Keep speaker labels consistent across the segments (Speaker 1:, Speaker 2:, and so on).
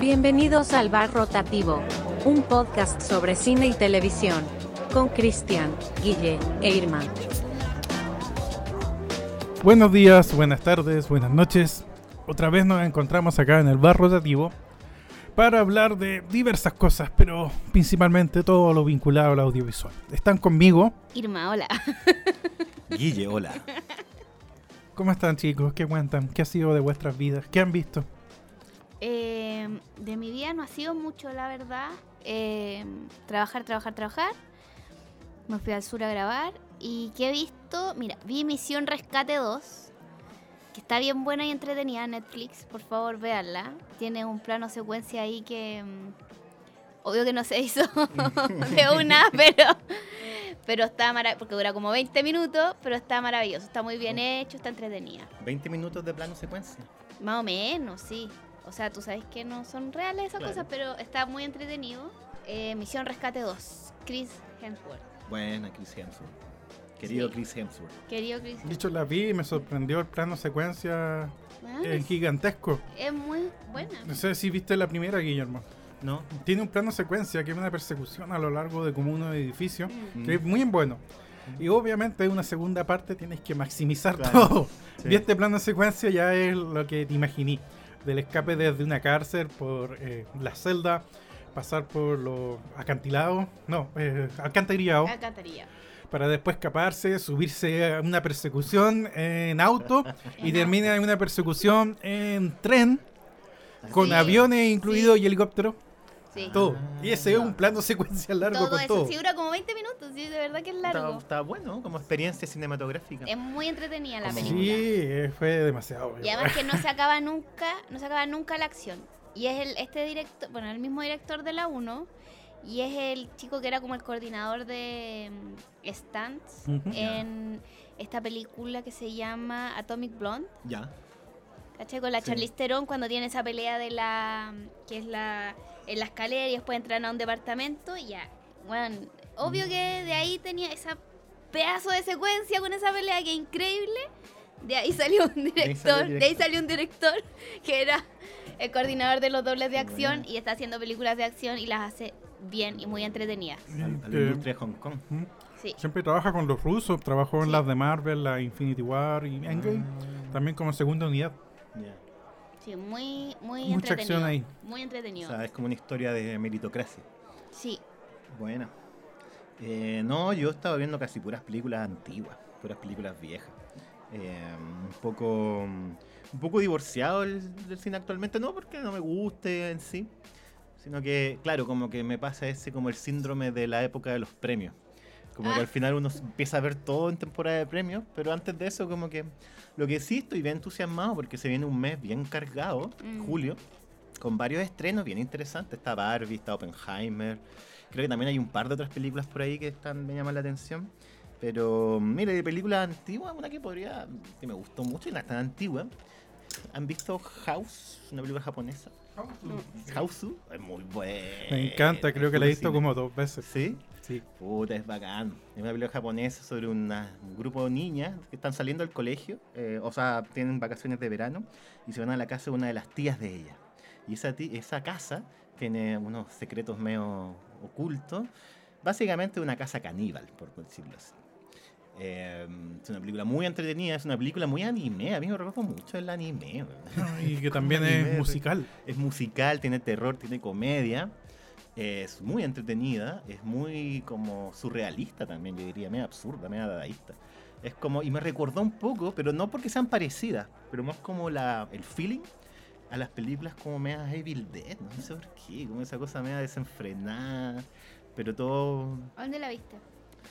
Speaker 1: Bienvenidos al Bar Rotativo, un podcast sobre cine y televisión, con Cristian, Guille e Irma.
Speaker 2: Buenos días, buenas tardes, buenas noches. Otra vez nos encontramos acá en el Bar Rotativo para hablar de diversas cosas, pero principalmente todo lo vinculado al audiovisual. Están conmigo.
Speaker 3: Irma, hola.
Speaker 4: Guille, hola.
Speaker 2: ¿Cómo están chicos? ¿Qué cuentan? ¿Qué ha sido de vuestras vidas? ¿Qué han visto?
Speaker 3: Eh, de mi vida no ha sido mucho, la verdad. Eh, trabajar, trabajar, trabajar. Me fui al sur a grabar. ¿Y qué he visto? Mira, vi Misión Rescate 2, que está bien buena y entretenida en Netflix. Por favor, véanla. Tiene un plano secuencia ahí que... mm, Obvio que no se hizo de una, pero... Pero está maravilloso, porque dura como 20 minutos, pero está maravilloso, está muy bien hecho, está entretenida.
Speaker 4: 20 minutos de plano secuencia.
Speaker 3: Más o menos, sí. O sea, tú sabes que no son reales esas
Speaker 4: Claro.
Speaker 3: cosas, pero está muy entretenido. Eh, Misión Rescate 2, Chris Hemsworth.
Speaker 4: Buena, Chris Hemsworth. Querido
Speaker 3: Sí.
Speaker 4: Chris Hemsworth.
Speaker 3: Querido Chris
Speaker 2: De hecho, la vi y me sorprendió el plano secuencia
Speaker 3: Ah,
Speaker 2: eh, gigantesco.
Speaker 3: Es muy buena.
Speaker 2: No sé si viste la primera, Guillermo.
Speaker 4: No.
Speaker 2: Tiene un plano secuencia que es una persecución a lo largo de como unos edificios,
Speaker 3: Mm.
Speaker 2: que es muy bueno. Y obviamente una segunda parte tienes que maximizar
Speaker 4: Claro.
Speaker 2: todo.
Speaker 4: Sí.
Speaker 2: Y este plano secuencia ya es lo que te imaginé. Del escape desde una cárcel por eh, la celda, pasar por los acantilados, no, eh, alcantarillados,
Speaker 3: Me encantaría.
Speaker 2: para después escaparse, subirse a una persecución en auto y
Speaker 3: En
Speaker 2: termina en una persecución en tren con
Speaker 3: Sí,
Speaker 2: aviones incluidos y helicópteros.
Speaker 3: Sí.
Speaker 2: Todo.
Speaker 4: Ah.
Speaker 2: Y ese es un plano secuencia largo
Speaker 3: Todo
Speaker 2: con
Speaker 3: eso.
Speaker 2: todo.
Speaker 3: Sí, dura como 20 minutos, sí, de verdad que es
Speaker 4: Está,
Speaker 3: largo. Eh.
Speaker 4: está bueno como experiencia cinematográfica.
Speaker 3: Es muy entretenida la
Speaker 4: Como-
Speaker 3: película.
Speaker 2: Sí, eh, fue demasiado.
Speaker 3: Y además que no se acaba nunca, no se acaba nunca la acción. Y es el, este director, bueno, el mismo director de la 1 y es el chico que era como el coordinador de mm, stunts
Speaker 2: Ujú.
Speaker 3: en esta película que se llama Atomic Blonde,
Speaker 4: Ya.
Speaker 3: ¿cachai? Con la
Speaker 2: Sí.
Speaker 3: Charlize Theron cuando tiene esa pelea de la que es la en la escalera y después entran a un departamento y ya. Bueno, obvio que de ahí tenía esa pedazo de secuencia con esa pelea que es increíble. De ahí salió un
Speaker 4: ahí
Speaker 3: director,
Speaker 4: salió el
Speaker 3: de ahí
Speaker 4: director.
Speaker 3: salió un director que era el coordinador de los dobles de
Speaker 4: Qué
Speaker 3: acción
Speaker 4: bueno.
Speaker 3: y está haciendo películas de acción y las hace bien y muy entretenidas.
Speaker 4: Al- A la
Speaker 2: Eh,
Speaker 4: industria de Hong Kong.
Speaker 2: Mm.
Speaker 3: Sí.
Speaker 2: Siempre trabaja con los rusos, trabajó en
Speaker 3: Sí.
Speaker 2: las de Marvel, la Infinity War y Endgame.
Speaker 4: Ah,
Speaker 2: También como segunda unidad.
Speaker 4: ya.
Speaker 3: Sí, muy, muy
Speaker 2: Mucha
Speaker 3: entretenido.
Speaker 2: acción ahí.
Speaker 3: Muy
Speaker 4: O
Speaker 3: entretenido.
Speaker 4: sea, es como una historia de meritocracia.
Speaker 3: Sí.
Speaker 4: Buena. Eh, no, yo estaba viendo casi puras películas antiguas, puras películas viejas. Eh, un poco un poco divorciado el- del cine actualmente, no porque no me guste en sí, sino que, claro, como que me pasa ese como el síndrome de la época de los premios. Como que
Speaker 3: Ah.
Speaker 4: al final uno empieza a ver todo en temporada de premios, pero antes de eso como que lo que sí estoy bien entusiasmado porque se viene un mes bien cargado,
Speaker 3: Mm.
Speaker 4: julio, con varios estrenos bien interesantes. Está Barbie, está Oppenheimer. Creo que también hay un par de otras películas por ahí que están, me llaman la atención. Pero, mire, de películas antiguas, una que podría. que me gustó mucho y no es tan antigua. ¿Han visto House? Una película japonesa. House es muy buena.
Speaker 2: Me encanta, creo que la he visto
Speaker 4: Cine.
Speaker 2: como dos veces.
Speaker 4: Eh, Sí.
Speaker 2: Sí.
Speaker 4: Puta, es bacán. Es una película japonesa sobre una- un grupo de niñas que están saliendo del colegio, eh, o sea, tienen vacaciones de verano, y se van a la casa de una de las tías de ella. Y esa, ti- esa casa tiene unos secretos medio ocultos. Básicamente una casa caníbal, por decirlo así. Eh, es una película muy entretenida, es una película muy anime. A mí me recuerda mucho el anime. weón.
Speaker 2: Y que también es
Speaker 4: anime,
Speaker 2: musical.
Speaker 4: Es musical, tiene terror, tiene comedia. Es muy entretenida, es muy como surrealista también, yo diría, medio absurda, medio dadaísta. Es como, y me recordó un poco, pero no porque sean parecidas, pero más como la, el feeling a las películas como media Evil Dead, no sé por qué, como esa cosa media desenfrenada, pero todo...
Speaker 3: ¿A dónde la viste?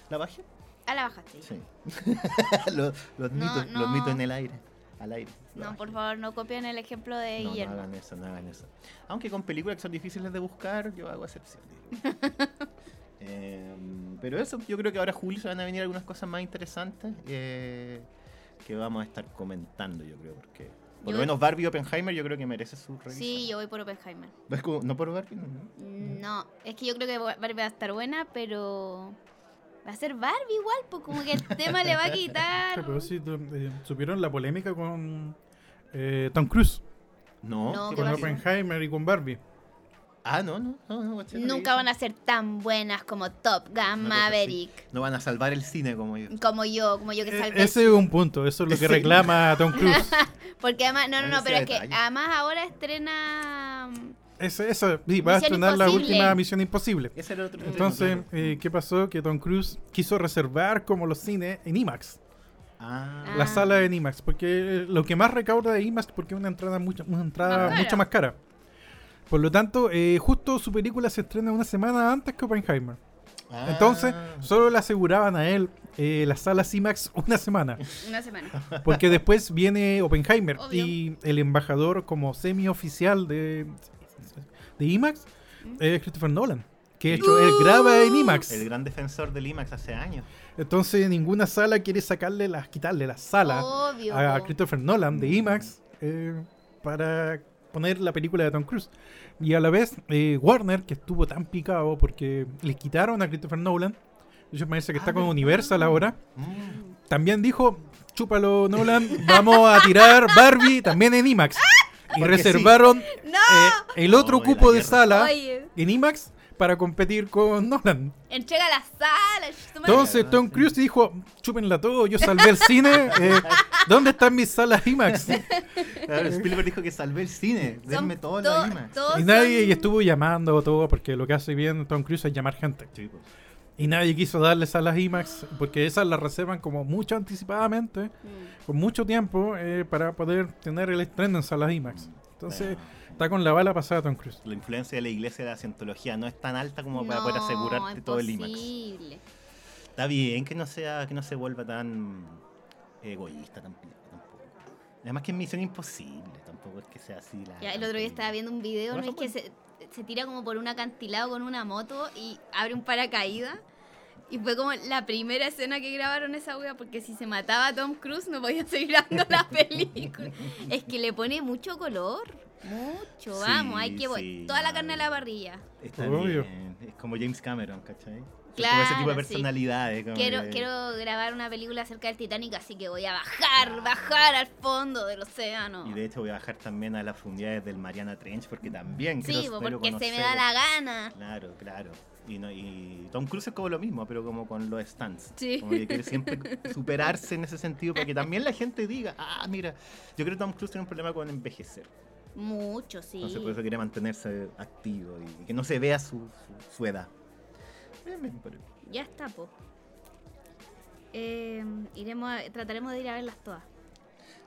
Speaker 4: ¿La bajé?
Speaker 3: Ah, la bajaste.
Speaker 4: Sí. los, los
Speaker 3: No,
Speaker 4: mitos,
Speaker 3: no.
Speaker 4: los mitos en el aire, al aire.
Speaker 3: No,
Speaker 4: la bajé.
Speaker 3: por favor, no copien el ejemplo de
Speaker 4: No, no
Speaker 3: Guillermo.
Speaker 4: hagan eso, no hagan eso. Aunque con películas que son difíciles de buscar, yo hago excepción. Em, pero eso, yo creo que ahora julio se van a venir algunas cosas más interesantes eh, que vamos a estar comentando, yo creo, porque por
Speaker 3: Yo-
Speaker 4: lo menos Barbie y Oppenheimer yo creo que merece su revisión.
Speaker 3: Sí, yo voy por Oppenheimer.
Speaker 4: ¿Ves como- no por Barbie, no, no.
Speaker 3: No, es que yo creo que Barbie va a estar buena, pero va a ser Barbie igual, pues como que el tema le va a quitar.
Speaker 2: Sí, pero sí, tú- eh, supieron la polémica con eh, Tom Cruise,
Speaker 4: No,
Speaker 3: No,
Speaker 4: ¿qué
Speaker 3: ¿qué
Speaker 2: con
Speaker 4: pasa?
Speaker 3: pasó?
Speaker 2: Oppenheimer y con Barbie.
Speaker 4: Ah, no, no, no, no caché lo que
Speaker 3: Nunca van
Speaker 4: dicen.
Speaker 3: a ser tan buenas como Top Gun
Speaker 4: Una cosa así.
Speaker 3: Maverick.
Speaker 4: No van a salvar el cine como yo.
Speaker 3: Como yo, como yo que
Speaker 2: E-
Speaker 3: salvé.
Speaker 2: ese es un punto, eso es lo que
Speaker 4: Ese-
Speaker 2: reclama Tom Cruise.
Speaker 3: Porque además, no, no, no,
Speaker 4: Ese
Speaker 3: pero es que
Speaker 4: detalle.
Speaker 3: además ahora estrena. mm,
Speaker 2: Ese, eso, sí, va a
Speaker 3: Misión
Speaker 2: estrenar la
Speaker 3: Imposible.
Speaker 2: última Misión Imposible.
Speaker 4: Ese era el otro tema,
Speaker 2: Entonces,
Speaker 4: claro.
Speaker 2: eh, ¿qué pasó? Que Tom Cruise quiso reservar como los cines en IMAX,
Speaker 4: Ah,
Speaker 2: la
Speaker 3: Ah.
Speaker 2: sala de IMAX, porque eh, lo que más recauda de IMAX porque es una entrada mucho, una entrada
Speaker 3: Más cara.
Speaker 2: mucho más cara. Por lo tanto, eh, justo su película se estrena una semana antes que Oppenheimer.
Speaker 4: ah.
Speaker 2: Entonces, solo le aseguraban a él eh, las salas IMAX una semana.
Speaker 3: Una semana.
Speaker 2: Porque después viene Oppenheimer
Speaker 3: Obvio.
Speaker 2: y el embajador como semioficial de, de IMAX
Speaker 3: Mm.
Speaker 2: es Christopher Nolan. Que de hecho él graba en IMAX.
Speaker 4: el gran defensor del IMAX hace años.
Speaker 2: Entonces ninguna sala quiere sacarle las, quitarle la sala
Speaker 3: Obvio.
Speaker 2: a
Speaker 3: po.
Speaker 2: Christopher Nolan de
Speaker 4: Mm.
Speaker 2: IMAX eh, para poner la película de Tom Cruise. Y a la vez, eh, Warner, que estuvo tan picado porque le quitaron a Christopher Nolan, de hecho parece que está
Speaker 4: Ah,
Speaker 2: con
Speaker 4: ¿verdad?
Speaker 2: Universal ahora,
Speaker 4: Mm.
Speaker 2: también dijo, chúpalo Nolan, vamos a tirar Barbie también en IMAX. Y
Speaker 4: Porque
Speaker 2: reservaron
Speaker 3: ¡No!
Speaker 2: eh, el otro
Speaker 4: No, era
Speaker 2: cupo de
Speaker 4: guerra.
Speaker 2: sala
Speaker 3: Oye,
Speaker 2: en IMAX para competir con Nolan.
Speaker 3: entrega la sala. tu madre.
Speaker 2: Entonces
Speaker 4: ¿verdad?
Speaker 2: Tom
Speaker 4: Sí.
Speaker 2: Cruise dijo, chúpenla todo, yo salvé el cine, eh, ¿dónde están mis salas IMAX?
Speaker 4: Claro, Spielberg dijo que salvé el cine.
Speaker 3: Son
Speaker 4: Denme todo
Speaker 3: to-
Speaker 4: la IMAX.
Speaker 3: todos
Speaker 2: Y nadie
Speaker 3: son-
Speaker 2: y estuvo llamando a todo, porque lo que hace bien Tom Cruise es llamar gente.
Speaker 4: Sí, pues.
Speaker 2: Y nadie quiso darles a las IMAX, porque esas las reservan como mucho anticipadamente,
Speaker 3: Mm.
Speaker 2: con mucho tiempo, eh, para poder tener el estreno en salas IMAX. Entonces,
Speaker 4: Bueno,
Speaker 2: está con la bala pasada Tom Cruise.
Speaker 4: Mm. la influencia de la iglesia de la cientología no es tan alta como para poder
Speaker 3: No,
Speaker 4: asegurarte todo el IMAX.
Speaker 3: imposible.
Speaker 4: Está bien que no sea, que no se vuelva tan egoísta tampoco. tampoco. Además que es misión imposible, tampoco es que sea así la.
Speaker 3: Ya, el otro día estaba viendo un video, ¿no?
Speaker 4: Bueno,
Speaker 3: Es que se, se tira como por un acantilado con una moto y abre un paracaídas. Y fue como la primera escena que grabaron esa wea, porque si se mataba a Tom Cruise no podía seguir dando la película. es que le pone mucho color. Mucho,
Speaker 4: Sí,
Speaker 3: vamos, hay que voy.
Speaker 4: sí,
Speaker 3: Toda la
Speaker 4: vale.
Speaker 3: carne a la parrilla.
Speaker 4: Está
Speaker 2: Obvio.
Speaker 4: bien, Es como James Cameron, ¿cachai? como ese
Speaker 3: Claro,
Speaker 4: tipo de
Speaker 3: sí.
Speaker 4: personalidades. como
Speaker 3: Quiero,
Speaker 4: que-
Speaker 3: quiero grabar una película acerca del Titanic, así que voy a bajar, bajar al fondo del océano.
Speaker 4: Ah. Y de hecho voy a bajar también a las profundidades del Mariana Trench porque también
Speaker 3: Sí,
Speaker 4: quiero-
Speaker 3: bo,
Speaker 4: quiero
Speaker 3: porque se me da
Speaker 4: conocer-
Speaker 3: la gana.
Speaker 4: Claro, claro. Y, no- y Tom Cruise es como lo mismo, pero como con los stunts.
Speaker 3: Sí.
Speaker 4: Como que quiere siempre superarse en ese sentido para que también la gente diga, ah, mira, yo creo que Tom Cruise tiene un problema con envejecer.
Speaker 3: Mucho, sí.
Speaker 4: Entonces por eso quiere mantenerse activo y, y que no se vea su, su, su edad. Eh, me- pero-
Speaker 3: Ya está, po. Eh, iremos a- trataremos de ir a verlas todas.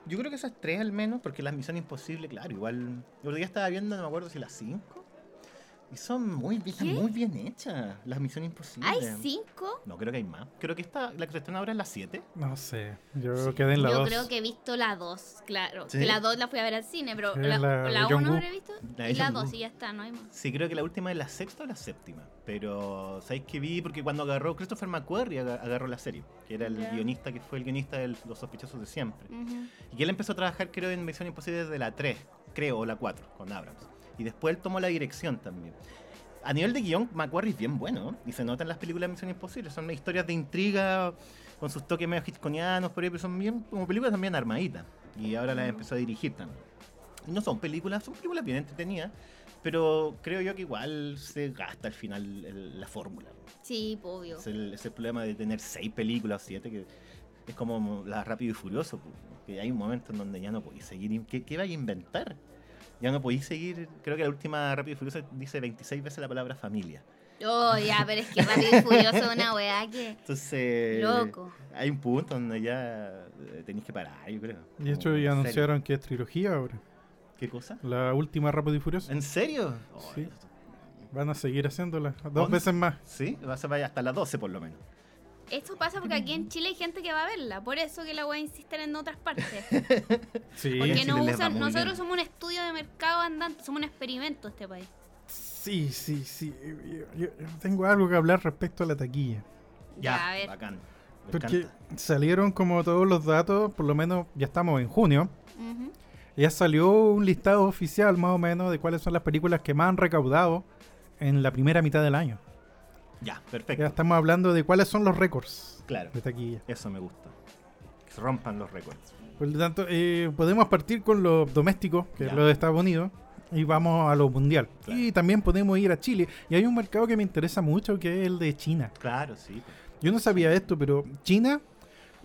Speaker 4: Yo creo que esas tres al menos, porque las misiones imposibles, claro, igual. El otro día estaba viendo, no me acuerdo si las cinco. Y son muy bien,
Speaker 3: ¿Qué?
Speaker 4: muy bien hechas, las misiones imposibles.
Speaker 3: ¿Hay cinco?
Speaker 4: No, creo que hay más. Creo que esta, la que se estrena ahora es la 7.
Speaker 2: No sé, yo quedé en la
Speaker 3: Yo
Speaker 2: 2.
Speaker 3: creo que he visto la dos, claro.
Speaker 4: ¿Sí?
Speaker 3: Que la dos la fui a ver al cine, pero
Speaker 2: Sí,
Speaker 3: la,
Speaker 2: la de
Speaker 3: la
Speaker 2: John
Speaker 3: uno
Speaker 2: Woo.
Speaker 3: habré visto.
Speaker 4: La de
Speaker 3: y la
Speaker 4: John
Speaker 3: dos,
Speaker 4: Woo.
Speaker 3: y ya está, no hay más.
Speaker 4: Sí, creo que la última es la sexta o la séptima. Pero, ¿sabéis qué vi? Porque cuando agarró Christopher McQuarrie, aga- agarró la serie. Que era el
Speaker 3: Ya.
Speaker 4: guionista que fue el guionista de Los Sospechosos de Siempre.
Speaker 3: Ujú.
Speaker 4: Y que él empezó a trabajar, creo, en Misión Imposible desde la 3, creo, o la 4, con Abrams. Y después él tomó la dirección también. A nivel de guión, McQuarrie es bien bueno. Y se nota en las películas de Misión Imposible. Son historias de intriga, con sus toques medio hitchconianos, por ahí, pero son bien, como películas también armaditas. Y ahora las empezó a dirigir también. Y no son películas, son películas bien entretenidas. Pero creo yo que igual se gasta al final el- la fórmula.
Speaker 3: Sí, po, obvio.
Speaker 4: Es el, es el problema de tener seis películas, siete, que es como la Rápido y Furioso, pu, que hay un momento en donde ya no podéis seguir. in- ¿Qué, qué vais a inventar? Ya no podéis seguir. Creo que la última Rápido y Furioso dice 26 veces la palabra familia.
Speaker 3: Oh, ya, pero es que Rápido y Furioso es una weá que...
Speaker 4: Entonces.
Speaker 3: Loco.
Speaker 4: Hay un punto donde ya eh, tenéis que parar, yo creo.
Speaker 2: Y de hecho
Speaker 4: Como,
Speaker 2: ya
Speaker 4: ¿en
Speaker 2: anunciaron que es trilogía ahora.
Speaker 4: serio? ¿Qué cosa?
Speaker 2: La última Rápido y Furioso.
Speaker 4: ¿En serio?
Speaker 2: Sí.
Speaker 4: Oh,
Speaker 2: Van a seguir haciéndola dos
Speaker 4: ¿Once?
Speaker 2: veces más.
Speaker 4: sí, vas a ver hasta las 12 por lo menos.
Speaker 3: Esto pasa porque aquí en Chile hay gente que va a verla, por eso que la weá insisten en otras partes.
Speaker 2: Sí.
Speaker 4: en
Speaker 3: Porque
Speaker 4: Chile
Speaker 3: no
Speaker 4: les va
Speaker 3: usan,
Speaker 4: muy
Speaker 3: nosotros
Speaker 4: bien.
Speaker 3: somos un estudio de mercado andante, somos un experimento este país.
Speaker 2: Sí, sí, sí. Yo- yo tengo algo que hablar respecto a la taquilla.
Speaker 3: Ya, a ver.
Speaker 4: bacán. Me
Speaker 2: Porque
Speaker 4: encanta.
Speaker 2: salieron como todos los datos, por lo menos ya estamos en junio.
Speaker 3: Ujú.
Speaker 2: Ya salió un listado oficial más o menos de cuáles son las películas que más han recaudado en la primera mitad del año.
Speaker 4: Ya,
Speaker 2: Ya
Speaker 4: perfecto.
Speaker 2: estamos hablando de cuáles son los récords
Speaker 4: Claro.
Speaker 2: de taquilla.
Speaker 4: Eso me gusta. Que se rompan los récords.
Speaker 2: Por lo tanto, eh, podemos partir con lo doméstico, que es
Speaker 4: Ya.
Speaker 2: lo de Estados Unidos. y vamos a lo mundial. Y también podemos ir a Chile. Y hay un mercado que me interesa mucho que es el de China.
Speaker 4: Claro, sí.
Speaker 2: Yo no sabía esto, pero China,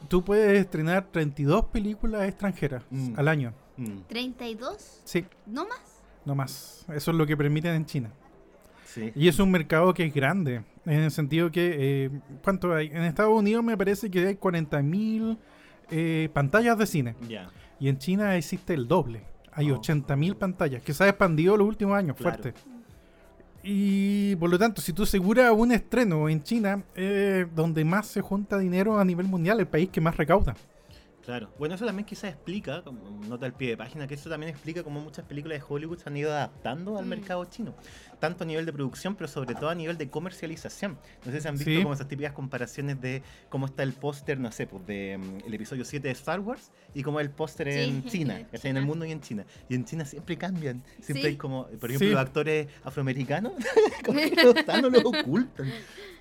Speaker 2: tú puedes estrenar 32 películas extranjeras
Speaker 4: Mm.
Speaker 2: al año.
Speaker 4: Mm,
Speaker 3: ¿32?
Speaker 2: Sí,
Speaker 3: ¿No más?
Speaker 2: no más. Eso es lo que permiten en China.
Speaker 4: sí.
Speaker 2: Y es un mercado que es grande, en el sentido que, eh, ¿cuánto hay? En Estados Unidos me parece que hay 40.000 eh, pantallas de cine.
Speaker 4: Ya.
Speaker 2: Y en China existe el doble. Hay
Speaker 4: Oh.
Speaker 2: 80.000 pantallas, que se ha expandido los últimos años
Speaker 4: Claro.
Speaker 2: fuerte. Y por lo tanto, si tú aseguras un estreno en China, eh, donde más se junta dinero a nivel mundial, el país que más recauda.
Speaker 4: Claro. Bueno, eso también quizás explica, como nota al pie de página, que eso también explica cómo muchas películas de Hollywood se han ido adaptando al
Speaker 3: Mm.
Speaker 4: mercado chino. Tanto a nivel de producción, pero sobre todo a nivel de comercialización. No sé si han visto
Speaker 2: Sí.
Speaker 4: como esas típicas comparaciones de cómo está el póster, no sé, pues de mm, el episodio 7 de Star Wars y cómo el póster
Speaker 3: Sí,
Speaker 4: en
Speaker 3: en
Speaker 4: China,
Speaker 3: China.
Speaker 4: ¿cachai? en el mundo y en China. Y en China siempre cambian. Siempre
Speaker 3: Sí.
Speaker 4: hay como, por ejemplo,
Speaker 2: Sí.
Speaker 4: los actores afroamericanos, como que los están o los ocultan.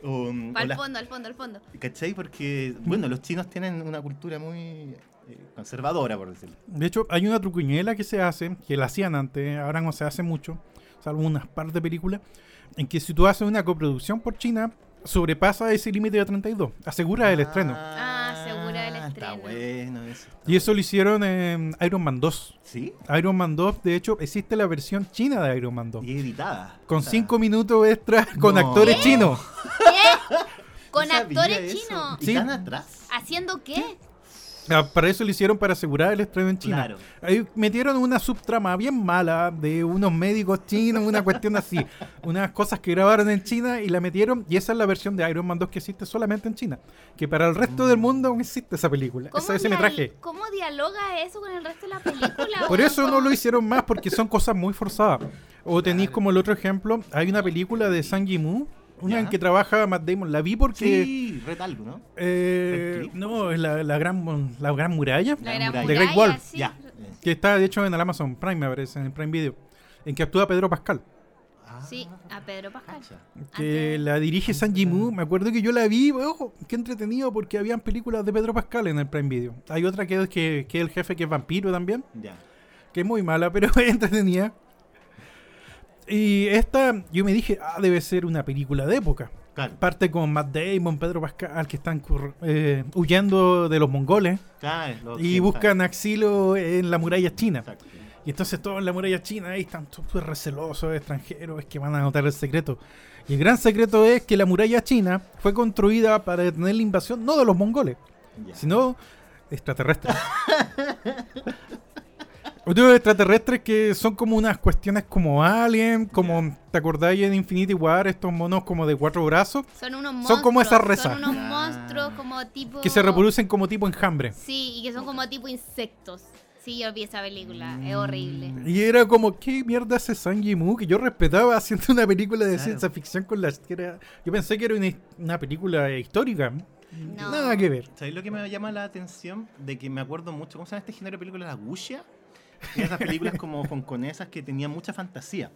Speaker 4: O, mm, o
Speaker 3: Al
Speaker 4: las
Speaker 3: fondo, al fondo, al fondo.
Speaker 4: ¿Cachai? Porque, bueno, los chinos tienen una cultura muy eh, conservadora, por decirlo.
Speaker 2: De hecho, hay una trucuñuela que se hace, que la hacían antes, ahora no se hace mucho, salvo unas par de películas, en que si tú haces una coproducción por China, sobrepasa ese límite de 32, asegura el estreno.
Speaker 3: Ah, segura el
Speaker 4: Está
Speaker 3: estreno.
Speaker 4: bueno eso. está
Speaker 2: Y eso lo hicieron en Iron Man 2.
Speaker 4: bueno. ¿Sí?
Speaker 2: Iron Man 2, de hecho, existe la versión china de Iron Man 2.
Speaker 4: Y editada.
Speaker 2: Con
Speaker 4: O sea,
Speaker 2: 5 minutos extra con
Speaker 4: No.
Speaker 2: actores
Speaker 4: ¿Qué?
Speaker 2: chinos.
Speaker 3: ¿Con
Speaker 4: no sabía
Speaker 3: actores
Speaker 4: eso.
Speaker 3: chinos?
Speaker 4: ¿Y
Speaker 2: Sí.
Speaker 4: tan atrás?
Speaker 3: ¿Haciendo qué?
Speaker 2: Ah, Para eso lo hicieron para asegurar el estreno en China.
Speaker 4: Claro.
Speaker 2: Ahí metieron una subtrama bien mala de unos médicos chinos, una cuestión así. Unas cosas que grabaron en China y la metieron. Y esa es la versión de Iron Man 2 que existe solamente en China. Que para el resto del mundo aún existe esa película,
Speaker 3: ¿Cómo,
Speaker 2: esa- ese
Speaker 3: dia-
Speaker 2: metraje.
Speaker 3: ¿Cómo dialoga eso con el resto de la película?
Speaker 2: Por
Speaker 3: weón?
Speaker 2: eso no lo hicieron más, porque son cosas muy forzadas. O tenéis como el otro ejemplo, hay una película de Sang Yimou, una en
Speaker 4: Ya.
Speaker 2: que trabaja Matt Damon. La vi porque...
Speaker 4: Sí, Red algo, ¿no?
Speaker 2: eh,
Speaker 4: ¿Netflix?
Speaker 2: no, es la, la gran, la gran muralla.
Speaker 3: La gran
Speaker 4: La
Speaker 2: muralla. The Great
Speaker 3: muralla,
Speaker 2: Wall.
Speaker 3: sí.
Speaker 4: Ya.
Speaker 2: Que está de hecho en el Amazon Prime, me parece, en el Prime Video. En que actúa Pedro Pascal.
Speaker 4: Ah,
Speaker 3: Sí, a Pedro Pascal.
Speaker 4: cacha.
Speaker 2: Que la dirige San Jimu. Me acuerdo que yo la vi, ojo, qué entretenido, porque habían películas de Pedro Pascal en el Prime Video. Hay otra que es que, que es el jefe que es vampiro también,
Speaker 4: Ya.
Speaker 2: que es muy mala, pero es entretenida. Y esta, yo me dije, ah, debe ser una película de época.
Speaker 4: Claro,
Speaker 2: Parte con Matt Damon, Pedro Pascal, que están corr- eh, huyendo de los mongoles
Speaker 4: claro, lo
Speaker 2: y
Speaker 4: que-
Speaker 2: buscan axilo en la muralla china.
Speaker 4: Exacto.
Speaker 2: Y entonces todos en la muralla china ahí están súper recelosos, extranjeros, es que van a notar el secreto. Y el gran secreto es que la muralla china fue construida para detener la invasión no de los mongoles,
Speaker 4: Ya.
Speaker 2: sino extraterrestres. Otros extraterrestres que son como unas cuestiones como alien, como te acordáis en Infinity War, estos monos como de cuatro brazos,
Speaker 3: Son unos monstruos.
Speaker 2: Son como esas rezas.
Speaker 3: Son unos
Speaker 4: Ah.
Speaker 3: monstruos como tipo.
Speaker 2: que se reproducen como tipo enjambre.
Speaker 3: Sí, y que son como tipo insectos. Sí, yo vi esa película.
Speaker 2: Mm.
Speaker 3: Es horrible.
Speaker 2: Y era como, ¿qué mierda hace Sang Yimou? Que yo respetaba haciendo una película de
Speaker 4: Claro.
Speaker 2: ciencia ficción con las que era- Yo pensé que era una, his- una película histórica.
Speaker 3: No.
Speaker 2: Nada que ver.
Speaker 4: ¿Sabéis lo que me llama la atención? De que me acuerdo mucho, ¿cómo se llama este género de películas? ¿La Wuxia? Eran Esas películas como hongkonesas que tenían mucha fantasía.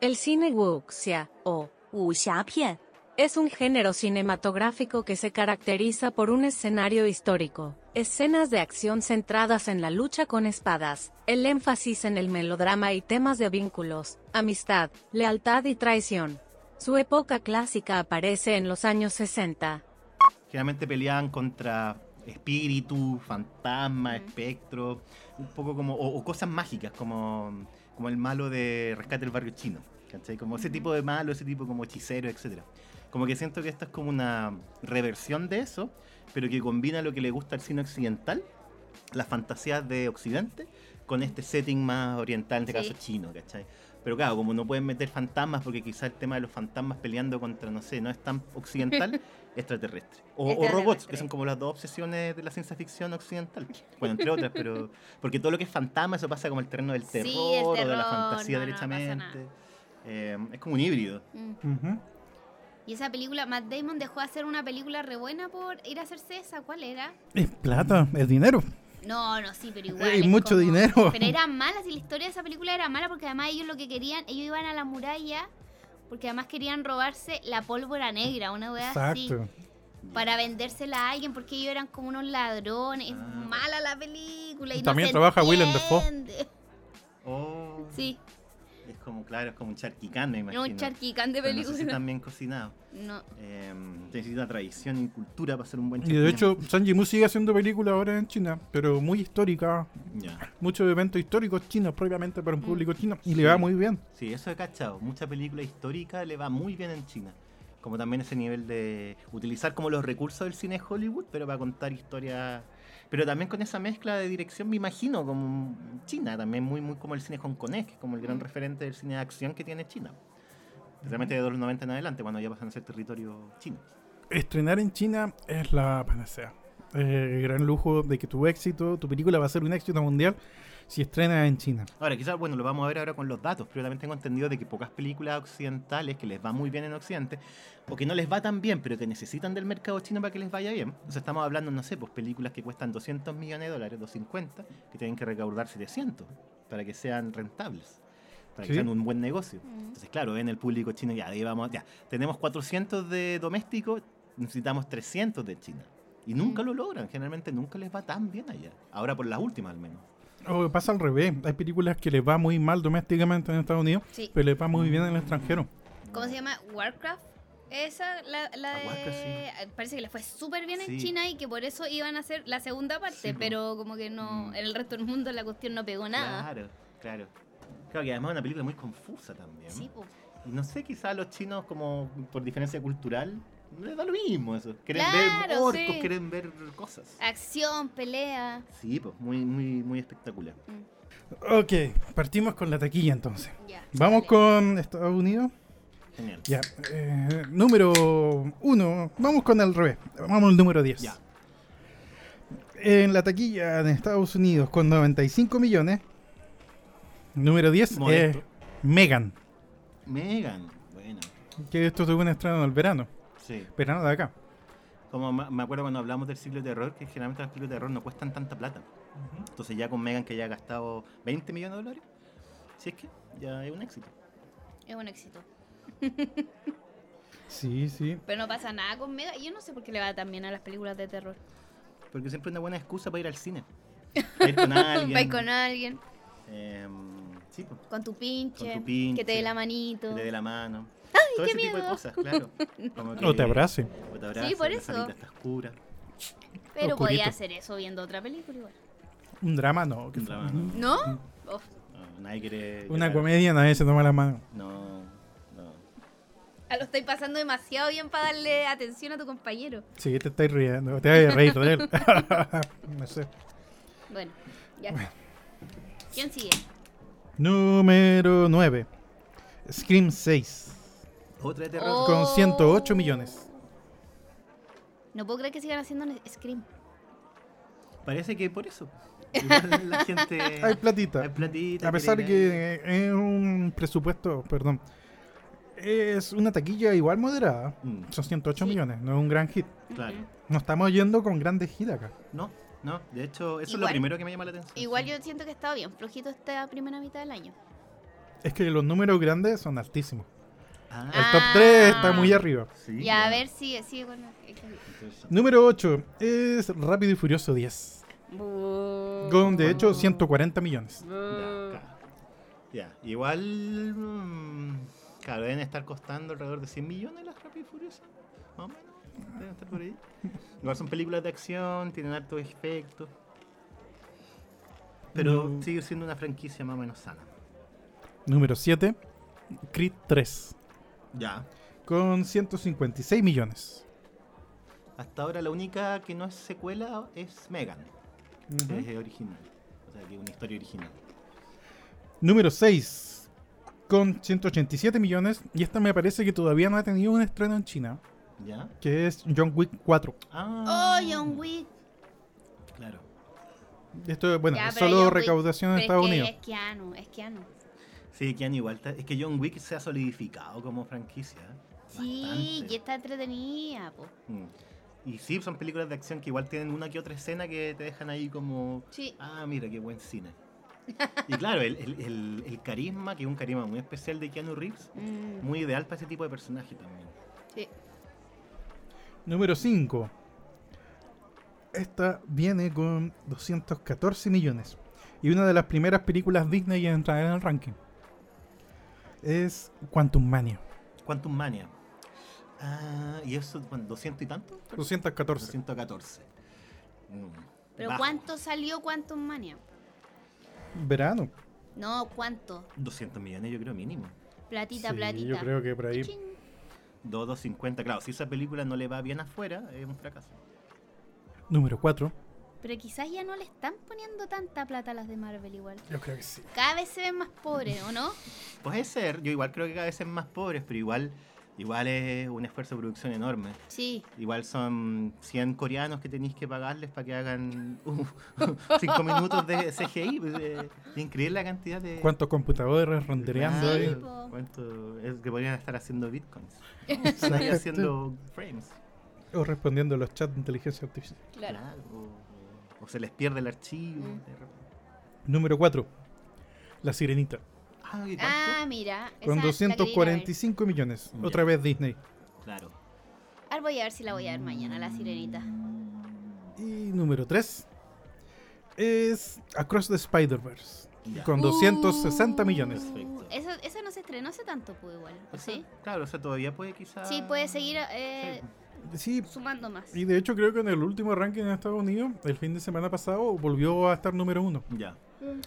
Speaker 1: El cine wuxia o wuxia es un género cinematográfico que se caracteriza por un escenario histórico, escenas de acción centradas en la lucha con espadas, el énfasis en el melodrama y temas de vínculos, amistad, lealtad y traición. Su época clásica aparece en los años 60.
Speaker 4: Generalmente peleaban contra espíritus, fantasmas,
Speaker 3: Mm.
Speaker 4: espectros, un poco como. o, o cosas mágicas, como, como el malo de Rescate del Barrio Chino. ¿Cachai? Como ese tipo de malo, ese tipo como hechicero, etcétera. Como que siento que esta es como una reversión de eso, pero que combina lo que le gusta al cine occidental, las fantasías de Occidente, con este setting más oriental, en este
Speaker 3: Sí.
Speaker 4: caso chino, ¿cachai? Pero claro, como no pueden meter fantasmas, porque quizá el tema de los fantasmas peleando contra, no sé, no es tan occidental, extraterrestre. O, o
Speaker 3: Extraterrestre.
Speaker 4: robots, que son como las dos obsesiones de la ciencia ficción occidental. Bueno, entre otras, pero. Porque todo lo que es fantasma, eso pasa como el terreno del
Speaker 3: Sí, el
Speaker 4: terror, o de la
Speaker 3: terror,
Speaker 4: fantasía
Speaker 3: no, no, pasa
Speaker 4: derechamente.
Speaker 3: nada.
Speaker 4: Eh, es como un híbrido.
Speaker 3: Mm.
Speaker 2: Ujú.
Speaker 3: Y esa película, Matt Damon dejó de hacer una película re buena por ir a hacerse esa. ¿Cuál era?
Speaker 2: Es plata, es dinero.
Speaker 3: No, no, sí, pero igual.
Speaker 2: Ey,
Speaker 3: es
Speaker 2: mucho
Speaker 3: como-
Speaker 2: dinero.
Speaker 3: Pero era mala, si la historia de esa película era mala, porque además ellos lo que querían, ellos iban a la muralla, porque además querían robarse la pólvora negra, una wea así,
Speaker 2: Exacto.
Speaker 3: para vendérsela a alguien, porque ellos eran como unos ladrones. Es
Speaker 4: Ah.
Speaker 3: mala la película. Y no
Speaker 2: También
Speaker 3: se
Speaker 2: trabaja Willem Dafoe.
Speaker 3: entiende.
Speaker 4: Oh,
Speaker 3: Sí,
Speaker 4: es como, claro, es como un charquicán, me imagino.
Speaker 3: No, un charquicán de
Speaker 4: Pero No sé si
Speaker 3: película.
Speaker 4: están bien cocinados.
Speaker 3: No,
Speaker 4: Eh, necesita tradición y cultura para hacer un buen
Speaker 2: Y de hecho, Sanji Mu sigue haciendo películas ahora en China, pero muy histórica.
Speaker 4: Ya.
Speaker 2: Muchos eventos históricos chinos, propiamente
Speaker 3: Mm.
Speaker 2: para un público chino. Y le va muy bien.
Speaker 4: Sí, eso he cachado. Mucha película histórica le va muy bien en China. Como también ese nivel de utilizar como los recursos del cine de Hollywood, pero para contar historias. Pero también con esa mezcla de dirección, me imagino, como China, también muy, muy como el cine hongkonés, que es como el gran
Speaker 3: Mm.
Speaker 4: referente del cine de acción que tiene China. Realmente de los 90 en adelante, cuando ya pasan a ser territorio chino.
Speaker 2: Estrenar en China es la panacea. Eh, el gran lujo de que tu éxito, tu película va a ser un éxito mundial si estrena en China.
Speaker 4: Ahora, quizás, bueno, lo vamos a ver ahora con los datos, pero también tengo entendido de que pocas películas occidentales que les va muy bien en Occidente, o que no les va tan bien, pero que necesitan del mercado chino para que les vaya bien. O sea, estamos hablando, no sé, pues películas que cuestan 200 millones de dólares, 250, que tienen que recaudar 700 para que sean rentables, para que
Speaker 2: Sí.
Speaker 4: sean un buen negocio.
Speaker 3: Mm.
Speaker 4: Entonces, claro, en el público chino, ya, ahí vamos, ya, tenemos 400 de domésticos, necesitamos 300 de China. Y nunca
Speaker 3: Mm.
Speaker 4: lo logran, generalmente nunca les va tan bien allá. Ahora por las últimas al menos.
Speaker 2: O pasa al revés. Hay películas que les va muy mal domésticamente en Estados Unidos,
Speaker 3: sí.
Speaker 2: pero les va muy bien en el extranjero.
Speaker 3: ¿Cómo se llama? Warcraft. Esa, la, la
Speaker 4: Ah,
Speaker 3: de...
Speaker 4: Warcraft, sí.
Speaker 3: eh, Parece que le fue súper bien
Speaker 4: Sí.
Speaker 3: en China y que por eso iban a hacer la segunda parte,
Speaker 4: Sí, po.
Speaker 3: pero como que no...
Speaker 4: Mm.
Speaker 3: En el resto del mundo la cuestión no pegó nada.
Speaker 4: Claro, claro. Claro que además es una película muy confusa también.
Speaker 3: Sí, po.
Speaker 4: Y no sé, quizás a los chinos, como por diferencia cultural, les da lo mismo eso. Quieren ver
Speaker 3: Claro,
Speaker 4: orcos,
Speaker 3: sí.
Speaker 4: quieren ver cosas.
Speaker 3: Acción, pelea.
Speaker 4: Sí, pues muy, muy, muy espectacular.
Speaker 2: Ok, partimos con la taquilla entonces.
Speaker 3: Ya.
Speaker 2: Vamos
Speaker 3: dale.
Speaker 2: con Estados Unidos.
Speaker 4: Genial.
Speaker 2: Ya. eh, número uno. Vamos con el revés. Vamos al número 10.
Speaker 4: Ya.
Speaker 2: En la taquilla de Estados Unidos con 95 millones. Número 10 es
Speaker 4: Modesto.
Speaker 2: Megan.
Speaker 4: Megan, bueno.
Speaker 2: Que esto tuvo un estreno en el verano.
Speaker 4: Sí.
Speaker 2: Verano de acá.
Speaker 4: Como me me acuerdo cuando hablamos del ciclo de terror, que generalmente las películas de terror no cuestan tanta plata. Entonces ya con Megan que ya ha gastado 20 millones de dólares, si es que ya es un éxito.
Speaker 3: Es un éxito.
Speaker 2: Sí, sí.
Speaker 3: Pero no pasa nada con Mega. Yo no sé por qué le va tan bien a las películas de terror.
Speaker 4: Porque siempre es una buena excusa para ir al cine. Para ir con alguien.
Speaker 3: Vais con alguien,
Speaker 4: Em, sí, pues.
Speaker 3: con tu pinche,
Speaker 4: Con tu pinche.
Speaker 3: que te dé la manito.
Speaker 4: que te dé la mano. Todo
Speaker 3: qué
Speaker 4: ese tipo de
Speaker 3: miedo!
Speaker 4: cosas, claro. Como
Speaker 2: O te
Speaker 4: que-
Speaker 2: abrace.
Speaker 4: O te abrace,
Speaker 3: Sí, por
Speaker 4: la
Speaker 3: eso.
Speaker 4: salita está oscura.
Speaker 3: Pero
Speaker 2: Oscurito.
Speaker 3: podía hacer eso viendo otra película igual.
Speaker 2: Un drama no. que
Speaker 4: Un
Speaker 2: fue-
Speaker 4: drama, ¿no?
Speaker 3: ¿No?
Speaker 4: Mm.
Speaker 3: Oh,
Speaker 4: No, nadie quiere.
Speaker 2: Una
Speaker 4: llorar.
Speaker 2: comedia nadie se toma la mano.
Speaker 4: No, no.
Speaker 3: ah, lo estoy pasando demasiado bien para darle atención a tu compañero.
Speaker 2: Sí, te estáis riendo. Te vas a reír de él. no sé.
Speaker 3: Bueno, ya está. ¿Quién sigue?
Speaker 2: Número 9. Scream 6.
Speaker 4: Otra
Speaker 3: Oh.
Speaker 4: de terror.
Speaker 2: Con 108 millones.
Speaker 3: No puedo creer que sigan haciendo un Scream.
Speaker 4: Parece que por eso. Igual la gente.
Speaker 2: Hay platita.
Speaker 4: Oh. hay platita,
Speaker 2: A pesar
Speaker 4: quiere ir
Speaker 2: que eh, es un presupuesto, perdón, es una taquilla igual moderada.
Speaker 4: ahí. Mm,
Speaker 2: Son 108
Speaker 3: Sí.
Speaker 2: millones, no es un gran hit.
Speaker 4: claro.
Speaker 2: Nos estamos yendo con grandes hits acá.
Speaker 4: No, no. De hecho, eso es lo
Speaker 3: Igual.
Speaker 4: primero que me llama la atención.
Speaker 3: Igual yo siento que he estado bien flojito esta primera mitad del año.
Speaker 2: Es que los números grandes son altísimos.
Speaker 4: Ah,
Speaker 2: El top 3 está
Speaker 3: Ah.
Speaker 2: muy arriba.
Speaker 4: sí,
Speaker 3: ya, a
Speaker 4: claro.
Speaker 3: ver, sigue, sigue con...
Speaker 4: Interesante.
Speaker 2: Número 8 es Rápido y Furioso 10. Con, de hecho, 140 millones.
Speaker 4: Ya, claro. Ya, igual. mm, claro, deben estar costando alrededor de 100 millones las Rápidas y Furiosas. Más o menos. Deben estar por ahí. Igual son películas de acción, tienen altos efectos. Pero
Speaker 2: Mm.
Speaker 4: sigue siendo una franquicia más o menos sana.
Speaker 2: Número 7, Creed 3.
Speaker 4: Ya.
Speaker 2: Con 156 millones.
Speaker 4: Hasta ahora la única que no es secuela es Megan, que es original. O sea, que es una historia original.
Speaker 2: Número 6. Con 187 millones. Y esta me parece que todavía no ha tenido un estreno en China.
Speaker 4: ¿Ya?
Speaker 2: Que es John Wick 4.
Speaker 3: Oh,
Speaker 4: Ah,
Speaker 3: John Wick.
Speaker 4: Claro.
Speaker 2: Esto, bueno,
Speaker 3: Ya,
Speaker 2: es
Speaker 3: pero
Speaker 2: solo
Speaker 3: John Wick-
Speaker 2: recaudación en
Speaker 3: Pero
Speaker 2: Ah, Estados
Speaker 3: es que
Speaker 2: Unidos.
Speaker 3: Es Keanu, es Keanu.
Speaker 4: Sí, Keanu igual. está- Es que John Wick se ha solidificado como franquicia. ¿eh?
Speaker 3: Sí,
Speaker 4: Bastante.
Speaker 3: y está entretenida, po.
Speaker 4: Mm. Y sí, son películas de acción que igual tienen una que otra escena que te dejan ahí como,
Speaker 3: Sí.
Speaker 4: ah, mira, qué buen cine. y claro, el, el- el- el carisma, que es un carisma muy especial de Keanu Reeves,
Speaker 3: Mm,
Speaker 4: muy ideal para ese tipo de personaje también.
Speaker 3: sí.
Speaker 2: Número 5. Esta viene con 214 millones. Y una de las primeras películas Disney en entrar en el ranking. es Quantum Mania.
Speaker 4: Quantum Mania. Ah, y eso, ¿cuánto? ¿200 y tanto?
Speaker 2: 214.
Speaker 4: 214. Mm,
Speaker 3: ¿Pero
Speaker 4: bajo.
Speaker 3: cuánto salió Quantum Mania?
Speaker 2: Verano.
Speaker 3: No, ¿cuánto?
Speaker 4: 200 millones, yo creo, mínimo.
Speaker 3: Platita,
Speaker 2: Sí,
Speaker 3: platita.
Speaker 2: Yo creo que por ahí.
Speaker 3: Chin.
Speaker 4: 2, 250. Claro, si esa película no le va bien afuera, es un fracaso.
Speaker 2: Número 4.
Speaker 3: Pero quizás ya no le están poniendo tanta plata a las de Marvel igual.
Speaker 2: Yo creo que sí.
Speaker 3: Cada vez se ven más pobres, ¿o no?
Speaker 4: Puede ser, yo igual creo que cada vez es más pobres, pero igual, igual es un esfuerzo de producción enorme.
Speaker 3: Sí.
Speaker 4: Igual son 100 coreanos que tenéis que pagarles para que hagan 5 minutos de CGI. pues, eh, increíble la cantidad de.
Speaker 2: ¿Cuántos computadores rendereando
Speaker 4: Claro,
Speaker 2: ahí?
Speaker 3: Sí, po.
Speaker 4: ¿Cuánto es que podrían estar haciendo bitcoins? Están ahí haciendo frames.
Speaker 2: O respondiendo a los chats de inteligencia artificial.
Speaker 3: Claro.
Speaker 4: o, o se les pierde el archivo.
Speaker 3: Mm.
Speaker 4: de repente.
Speaker 2: Número 4. La Sirenita.
Speaker 4: Ah, ¿y cuánto?
Speaker 3: Ah, mira. esa
Speaker 2: Con
Speaker 3: la quería ir a ver.
Speaker 2: 245 millones.
Speaker 4: Ya.
Speaker 2: Otra vez Disney.
Speaker 4: Claro.
Speaker 3: Ah, voy a ver si la voy a ver mañana, la sirenita.
Speaker 2: Y número 3 es Across the Spider-Verse.
Speaker 4: Ya.
Speaker 2: Con 260
Speaker 3: Uh,
Speaker 2: millones.
Speaker 4: Perfecto.
Speaker 3: Eso, eso no se estrenó hace tanto, pues igual. ¿o
Speaker 4: O sea,
Speaker 3: ¿Sí?
Speaker 4: Claro, o sea, todavía puede quizás.
Speaker 3: Sí, puede seguir eh,
Speaker 2: Sí,
Speaker 3: sumando más.
Speaker 2: y de hecho creo que en el último ranking en Estados Unidos, el fin de semana pasado, volvió a estar número 1.
Speaker 4: Ya.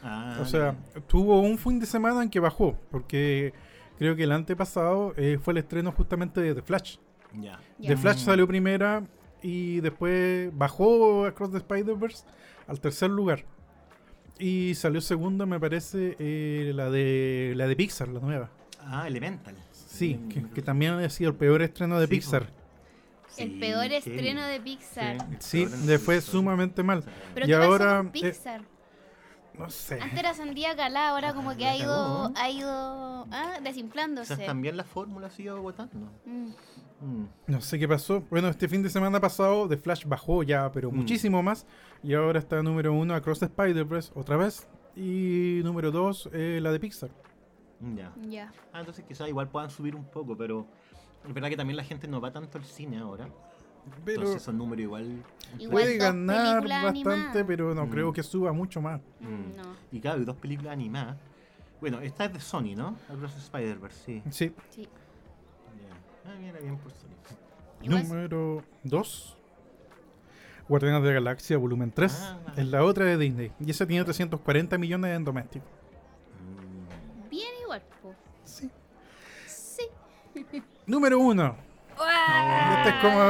Speaker 4: Ah,
Speaker 2: O sea,
Speaker 4: ya.
Speaker 2: tuvo un fin de semana en que bajó, porque creo que el antepasado eh, fue el estreno justamente de The Flash.
Speaker 4: Ya.
Speaker 3: Ya.
Speaker 2: The
Speaker 4: Mm.
Speaker 2: Flash salió primera y después bajó Across the Spider-Verse al tercer lugar. Y salió segunda, me parece, eh, la de la de Pixar, la nueva.
Speaker 4: Ah, Elemental.
Speaker 2: Sí,
Speaker 4: Mm,
Speaker 2: que, que también ha sido el peor estreno de
Speaker 4: Sí,
Speaker 2: Pixar.
Speaker 3: El
Speaker 4: sí,
Speaker 3: peor
Speaker 4: qué-
Speaker 3: estreno de Pixar.
Speaker 4: Sí.
Speaker 2: Sí,
Speaker 4: Ahora no
Speaker 2: le
Speaker 4: sé,
Speaker 2: fue
Speaker 4: eso-
Speaker 2: sumamente mal.
Speaker 3: Pero
Speaker 2: Y
Speaker 3: ¿qué
Speaker 2: ahora,
Speaker 3: pasó con
Speaker 2: eh,
Speaker 3: Pixar?
Speaker 2: No sé.
Speaker 3: Antes era sandía calada, ahora como que ha
Speaker 4: Acabó,
Speaker 3: ido,
Speaker 4: ¿no?
Speaker 3: ha ido ah,
Speaker 4: Quizás
Speaker 3: desinflándose.
Speaker 4: también la fórmula ha ido votando.
Speaker 3: Mm.
Speaker 4: Mm.
Speaker 2: No sé qué pasó. Bueno, este fin de semana pasado The Flash bajó ya, pero
Speaker 4: Mm.
Speaker 2: muchísimo más. Y ahora está número uno Across the Spider-Verse otra vez. Y número dos, eh, la de Pixar.
Speaker 4: Ya.
Speaker 3: Ya.
Speaker 4: Ah, entonces quizás igual puedan subir un poco, pero es verdad que también la gente no va tanto al cine ahora.
Speaker 2: Pero
Speaker 4: Entonces son números igual.
Speaker 3: Igual
Speaker 2: puede
Speaker 3: dos
Speaker 2: ganar
Speaker 3: películas
Speaker 2: bastante,
Speaker 3: animadas.
Speaker 2: pero no
Speaker 4: Mm.
Speaker 2: creo que suba mucho más.
Speaker 3: Mm,
Speaker 4: Mm.
Speaker 3: No,
Speaker 4: Y claro, y dos películas animadas. Bueno, esta es de Sony, ¿no? Across the Spider-Verse, sí.
Speaker 2: Sí.
Speaker 3: sí.
Speaker 4: Ya. Ah, bien, bien por Sony.
Speaker 3: Igual-
Speaker 2: Número dos, Guardianes de la Galaxia Volumen 3.
Speaker 4: Ah, vale.
Speaker 2: es la otra de Disney. Y esa tiene 340 millones en doméstico.
Speaker 4: Mm.
Speaker 3: Bien igual, po.
Speaker 2: Sí.
Speaker 3: Sí.
Speaker 2: Número uno,
Speaker 3: ¡Guau!
Speaker 2: Este es como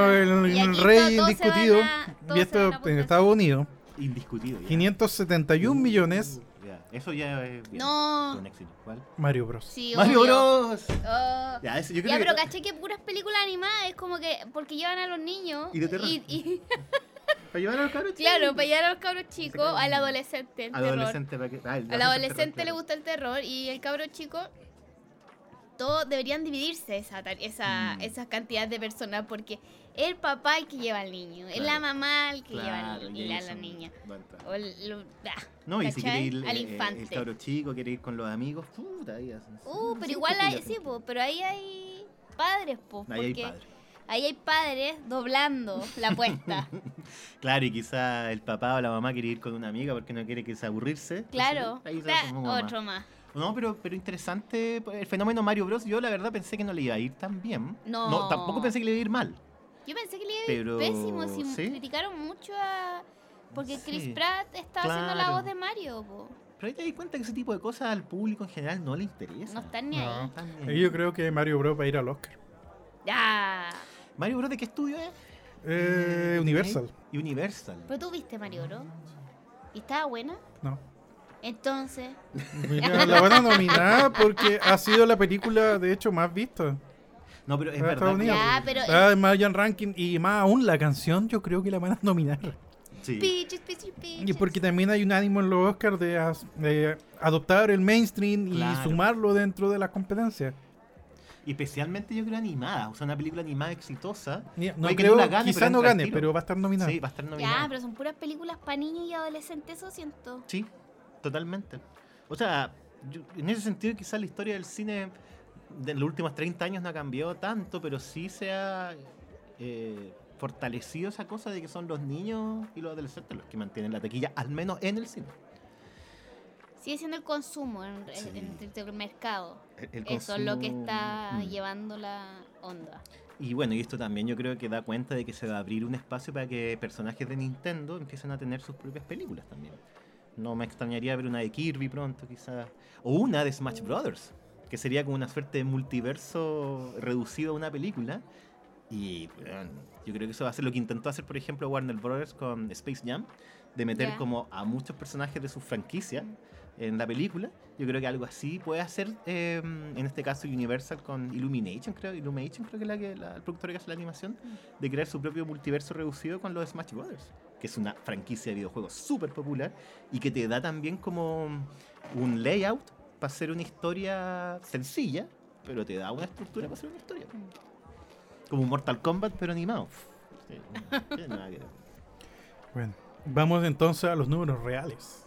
Speaker 2: el,
Speaker 3: Y aquí to-
Speaker 2: rey
Speaker 3: todos se van
Speaker 2: indiscutido.
Speaker 3: a- todos
Speaker 2: y
Speaker 3: se van
Speaker 2: esto
Speaker 3: a
Speaker 2: en
Speaker 3: apuntar.
Speaker 2: Estados Unidos.
Speaker 4: Indiscutido. ya.
Speaker 2: 571 millones.
Speaker 4: Ya, Eso ya es bien.
Speaker 3: No.
Speaker 4: Un éxito. ¿Cuál?
Speaker 2: Mario Bros.
Speaker 3: Sí,
Speaker 4: Mario
Speaker 3: obvio.
Speaker 4: Bros.
Speaker 3: Oh.
Speaker 4: Ya, eso, yo creo
Speaker 3: Ya,
Speaker 4: que-
Speaker 3: pero caché que puras películas animadas es como que porque llevan a los niños
Speaker 4: Y de terror.
Speaker 3: y-
Speaker 4: Para llevar a los cabros chicos.
Speaker 3: claro, para llevar a los cabros chicos,
Speaker 4: cae.
Speaker 3: al adolescente, el
Speaker 4: Al
Speaker 3: terror.
Speaker 4: adolescente. Para que, ah, el
Speaker 3: Al
Speaker 4: adolescente,
Speaker 3: adolescente
Speaker 4: claro.
Speaker 3: le gusta el terror y el cabro chico todos deberían dividirse esa, tar- esa,
Speaker 4: Mm.
Speaker 3: esas cantidades de personas porque el papá el que lleva al niño, es la
Speaker 4: Claro.
Speaker 3: mamá el que lleva
Speaker 4: Claro,
Speaker 3: al,
Speaker 4: y
Speaker 3: y
Speaker 4: ahí
Speaker 3: a la
Speaker 4: son-
Speaker 3: niña.
Speaker 4: va a entrar.
Speaker 3: O el- lo- ah.
Speaker 4: No, y si quiere
Speaker 3: ¿cachai?
Speaker 4: ir
Speaker 3: Al
Speaker 4: eh, el
Speaker 3: infante.
Speaker 4: cabro chico, quiere ir con los amigos, puta, ahí hacen-
Speaker 3: Uh, pero
Speaker 4: sí,
Speaker 3: igual
Speaker 4: pues,
Speaker 3: hay,
Speaker 4: ya.
Speaker 3: sí, po, pero ahí hay padres, po,
Speaker 4: Ahí hay
Speaker 3: porque
Speaker 4: padre.
Speaker 3: ahí hay padres doblando la apuesta.
Speaker 4: Claro, y quizá el papá o la mamá quiere ir con una amiga porque no quiere que se aburrirse.
Speaker 3: claro.
Speaker 4: Entonces, ahí se
Speaker 3: Da-
Speaker 4: hace como mamá.
Speaker 3: otro más.
Speaker 4: No, pero, pero interesante pues, el fenómeno Mario Bros. Yo la verdad pensé que no le iba a ir tan bien.
Speaker 3: No.
Speaker 4: tampoco pensé que le iba a ir mal.
Speaker 3: Yo pensé que le iba a ir
Speaker 4: Pero,
Speaker 3: pésimo, si
Speaker 4: ¿sí?
Speaker 3: criticaron mucho a... Porque Chris
Speaker 4: Sí.
Speaker 3: Pratt está haciendo la
Speaker 4: Claro.
Speaker 3: voz de Mario, po.
Speaker 4: Pero ahí te das cuenta que ese tipo de cosas al público en general no le interesa.
Speaker 3: No están ni
Speaker 2: No.
Speaker 3: ahí.
Speaker 4: Están ni
Speaker 2: Y
Speaker 4: ahí.
Speaker 2: yo creo que Mario Bros va a ir al Oscar.
Speaker 3: Ya.
Speaker 4: Mario Bros. ¿de qué estudio es?
Speaker 2: Eh,
Speaker 4: Eh,
Speaker 2: Universal.
Speaker 4: ¿eh? Universal.
Speaker 3: Pero tú viste Mario Bros. ¿Y estaba buena?
Speaker 2: No.
Speaker 3: Entonces,
Speaker 2: Mira, La van a nominar porque ha sido la película, de hecho, más vista.
Speaker 4: No, pero es
Speaker 2: Para
Speaker 4: verdad.
Speaker 2: Estados
Speaker 4: que-
Speaker 2: Unidos.
Speaker 3: ya, pero...
Speaker 4: Ah.
Speaker 2: Está en Mayan Ranking y más aún la canción, yo creo que la van a nominar.
Speaker 4: Sí.
Speaker 3: Peaches, peaches, peaches.
Speaker 2: Y porque también hay un ánimo en los Oscars de, as- de adoptar el mainstream y
Speaker 4: Claro.
Speaker 2: sumarlo dentro de las competencias.
Speaker 4: Y especialmente yo creo animada. O sea, una película animada exitosa.
Speaker 2: Mira, No
Speaker 4: Puede que
Speaker 2: creo,
Speaker 4: la gane,
Speaker 2: quizá
Speaker 4: pero
Speaker 2: no
Speaker 4: entra al
Speaker 2: gane,
Speaker 4: tiro.
Speaker 2: pero va a estar nominada.
Speaker 4: Sí, va a estar nominada.
Speaker 3: Ya, pero son puras películas para niños y adolescentes, eso siento.
Speaker 4: Sí, totalmente. O sea, yo- en ese sentido quizás la historia del cine de los últimos 30 años no ha cambiado tanto, pero sí se ha eh, fortalecido esa cosa de que son los niños y los adolescentes los que mantienen la taquilla, al menos en el cine.
Speaker 3: Sigue siendo el consumo en, en-
Speaker 4: Sí.
Speaker 3: en estricto el mercado.
Speaker 4: El- el
Speaker 3: Eso es lo que
Speaker 4: consumo-
Speaker 3: está
Speaker 4: Mm.
Speaker 3: llevando la onda.
Speaker 4: Y bueno, y esto también yo creo que da cuenta de que se va a abrir un espacio para que personajes de Nintendo empiecen a tener sus propias películas también. No me extrañaría ver una de Kirby pronto, quizás. O una de Smash Brothers, que sería como una suerte de multiverso reducido a una película. Y bueno, yo creo que eso va a ser lo que intentó hacer, por ejemplo, Warner Brothers con Space Jam, de meter
Speaker 3: Ya.
Speaker 4: como a muchos personajes de su franquicia en la película. Yo creo que algo así puede hacer, eh, en este caso Universal con Illumination, creo, Illumination creo que es la que la, el productor que hace la animación, de crear su propio multiverso reducido con los Smash Brothers, que es una franquicia de videojuegos súper popular y que te da también como un layout para hacer una historia sencilla, pero te da una estructura para hacer una historia. Como un Mortal Kombat, pero animado. Sí, no, tiene nada que ver.
Speaker 2: Bueno, vamos entonces a los números reales.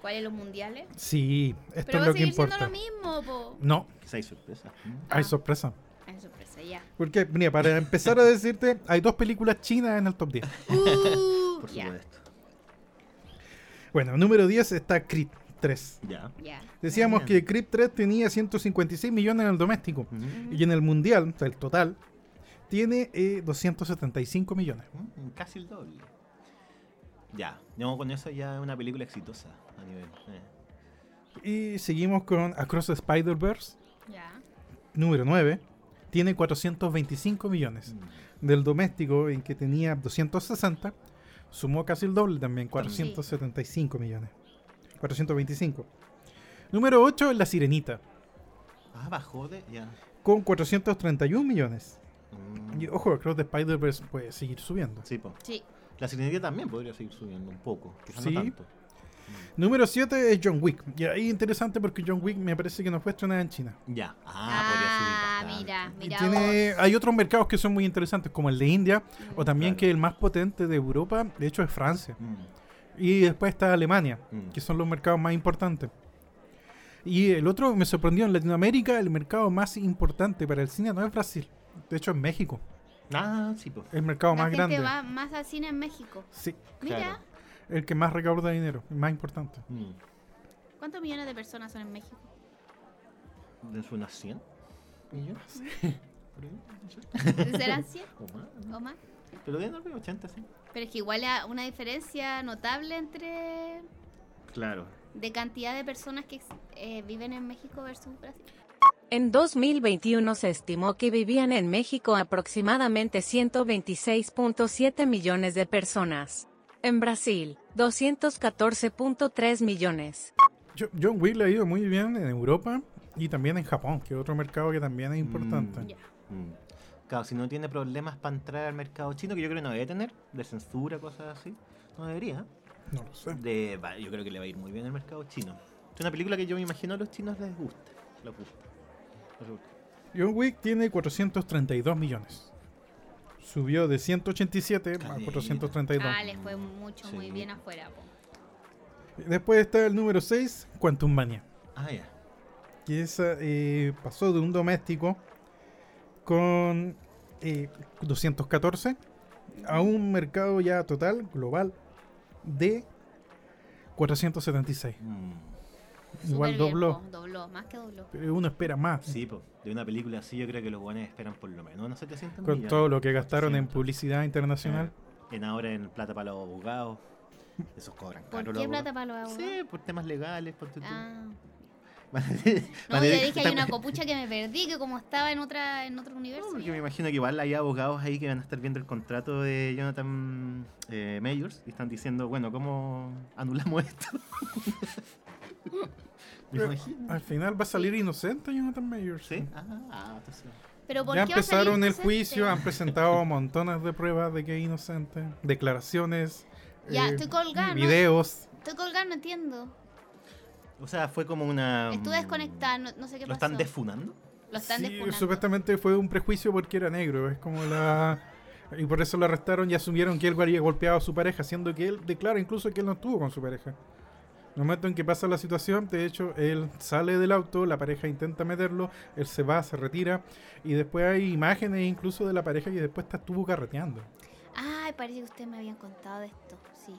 Speaker 3: ¿Cuáles los mundiales?
Speaker 2: Sí, esto es
Speaker 3: Pero va
Speaker 2: lo
Speaker 3: a
Speaker 2: que
Speaker 3: seguir siendo
Speaker 2: importa.
Speaker 3: lo mismo, po.
Speaker 2: No,
Speaker 4: Quizá hay sorpresa.
Speaker 2: hay
Speaker 3: Ah.
Speaker 2: sorpresa.
Speaker 3: Es sorpresa, ya.
Speaker 2: Porque, mira, para empezar a decirte, hay dos películas chinas en el top 10.
Speaker 3: Uh,
Speaker 4: Por
Speaker 3: ya,
Speaker 4: supuesto.
Speaker 2: Bueno, número 10 está Creed 3.
Speaker 4: Ya.
Speaker 3: ya.
Speaker 2: Decíamos
Speaker 4: Bien.
Speaker 2: que Creed 3 tenía 156 millones en el doméstico.
Speaker 4: Ujú.
Speaker 2: Y en el mundial, o sea, el total, tiene eh, 275 millones.
Speaker 4: Mm, Casi el doble. Ya, no, con eso ya es una película exitosa a nivel. eh.
Speaker 2: Y seguimos con Across the Spider-Verse,
Speaker 3: Ya.
Speaker 2: número 9. Tiene 425 millones.
Speaker 4: Mm.
Speaker 2: Del doméstico, en que tenía 260, sumó casi el doble también, 475 millones. 425. Número 8 es La Sirenita,
Speaker 4: Ah, bajó de. Ya.
Speaker 2: con 431 millones.
Speaker 4: Mm.
Speaker 2: Y ojo, Across the Spider-Verse puede seguir subiendo.
Speaker 4: Sí, po.
Speaker 3: Sí.
Speaker 4: La sirenita también podría seguir subiendo un poco. quizás
Speaker 2: Sí.
Speaker 4: No tanto.
Speaker 2: Número 7 es John Wick. Y ahí interesante porque John Wick me parece que no fue estrenada en China.
Speaker 4: Ya. Ah,
Speaker 3: Ah,
Speaker 4: podría subir.
Speaker 3: mira,
Speaker 2: Y
Speaker 3: mira.
Speaker 2: tiene, hay otros mercados que son muy interesantes, como el de India, o también
Speaker 4: Claro.
Speaker 2: que el más potente de Europa, de hecho, es Francia.
Speaker 4: mira.
Speaker 2: Y después está Alemania,
Speaker 4: Mm.
Speaker 2: que son los mercados más importantes. Y el otro me sorprendió, en Latinoamérica el mercado más importante para el cine no es Brasil, de hecho es México,
Speaker 4: Ah, sí, po.
Speaker 2: el mercado
Speaker 3: la
Speaker 2: más
Speaker 3: gente
Speaker 2: grande.
Speaker 3: va más al cine en México.
Speaker 2: Sí,
Speaker 3: Mira,
Speaker 2: el que más recauda dinero, el más importante.
Speaker 4: Mm.
Speaker 3: ¿cuántos millones de personas son en México?
Speaker 4: ¿Es una 100? ¿Millones? Por ahí, no sé.
Speaker 3: ¿Serán 100
Speaker 4: O más, ¿no?
Speaker 3: o más?
Speaker 4: Pero deben darme 80, sí.
Speaker 3: Pero es que igual hay una diferencia notable entre
Speaker 4: Claro.
Speaker 3: de cantidad de personas que eh, viven en México versus Brasil.
Speaker 1: En 2021 se estimó que vivían en México aproximadamente 126.7 millones de personas. En Brasil, 214.3 millones.
Speaker 2: Jo- John Wick le ha ido muy bien en Europa y también en Japón, que es otro mercado que también es importante.
Speaker 4: Mm. Mm. Claro, si no tiene problemas para entrar al mercado chino, que yo creo que no debe tener, de censura, cosas así, no debería.
Speaker 2: No lo sé.
Speaker 4: De, va- yo creo que le va a ir muy bien al mercado chino. Es una película que yo me imagino a los chinos les gusta. Les gusta. Les gusta.
Speaker 2: John Wick tiene 432 millones. Subió de 187 a
Speaker 4: Caleta.
Speaker 2: 432.
Speaker 3: Ah, les fue mucho, muy
Speaker 4: Sí.
Speaker 3: bien afuera. po.
Speaker 2: Después está el número 6, Quantum Mania.
Speaker 4: Ah, ya.
Speaker 2: Que esa, eh, pasó de un doméstico con eh, 214 a un mercado ya total, global, de 476.
Speaker 4: Mm.
Speaker 2: Igual
Speaker 3: Súper bien,
Speaker 2: dobló.
Speaker 3: po, dobló, más que dobló.
Speaker 2: Pero uno espera más.
Speaker 4: Sí, po. de una película así, yo creo que los buenos esperan por lo menos unos 700
Speaker 2: Con
Speaker 4: millones.
Speaker 2: todo lo que gastaron en
Speaker 4: 800.
Speaker 2: publicidad internacional.
Speaker 4: Eh, en ahora en plata para los abogados. Esos cobran
Speaker 3: ¿Por
Speaker 4: caro los
Speaker 3: qué plata
Speaker 4: abogados.
Speaker 3: para los abogados?
Speaker 4: Sí, por temas legales. Por
Speaker 2: pues,
Speaker 4: tu-
Speaker 3: Ah.
Speaker 4: Van a tener-
Speaker 3: No,
Speaker 4: van a
Speaker 3: yo
Speaker 4: tener que
Speaker 3: dije hay
Speaker 4: estar-
Speaker 3: una copucha que me perdí, que como estaba en otra en otro
Speaker 4: No,
Speaker 3: universo.
Speaker 4: porque
Speaker 3: ya.
Speaker 4: me imagino que igual hay abogados ahí que van a estar viendo el contrato de Jonathan eh, Mayors y están diciendo, bueno, ¿cómo anulamos esto? me imagino.
Speaker 2: Al final va a salir inocente Jonathan Mayer.
Speaker 4: Eh. ¿Sí? Ah, ah, entonces-
Speaker 3: Pero ¿por
Speaker 2: Ya
Speaker 3: qué va a salir este?
Speaker 2: empezaron el
Speaker 3: inocente?
Speaker 2: juicio, han presentado montones de pruebas de que es inocente, declaraciones, eh,
Speaker 3: Ya, estoy colgada, ¿no?
Speaker 2: videos.
Speaker 3: Estoy colgada, no entiendo.
Speaker 4: O sea, fue como una... mm,
Speaker 3: Estuve desconectada, no, no sé qué
Speaker 4: ¿Lo
Speaker 3: pasó.
Speaker 4: están desfunando?
Speaker 3: Lo están
Speaker 2: Sí,
Speaker 3: despunando.
Speaker 2: supuestamente fue un prejuicio porque era negro, es como la... Y por eso lo arrestaron y asumieron que él había golpeado a su pareja, siendo que él declara incluso que él no estuvo con su pareja. En el momento en que pasa la situación, de hecho, él sale del auto, la pareja intenta meterlo, él se va, se retira, y después hay imágenes incluso de la pareja que después está- estuvo carreteando.
Speaker 3: Ay, parece que ustedes me habían contado de esto, sí.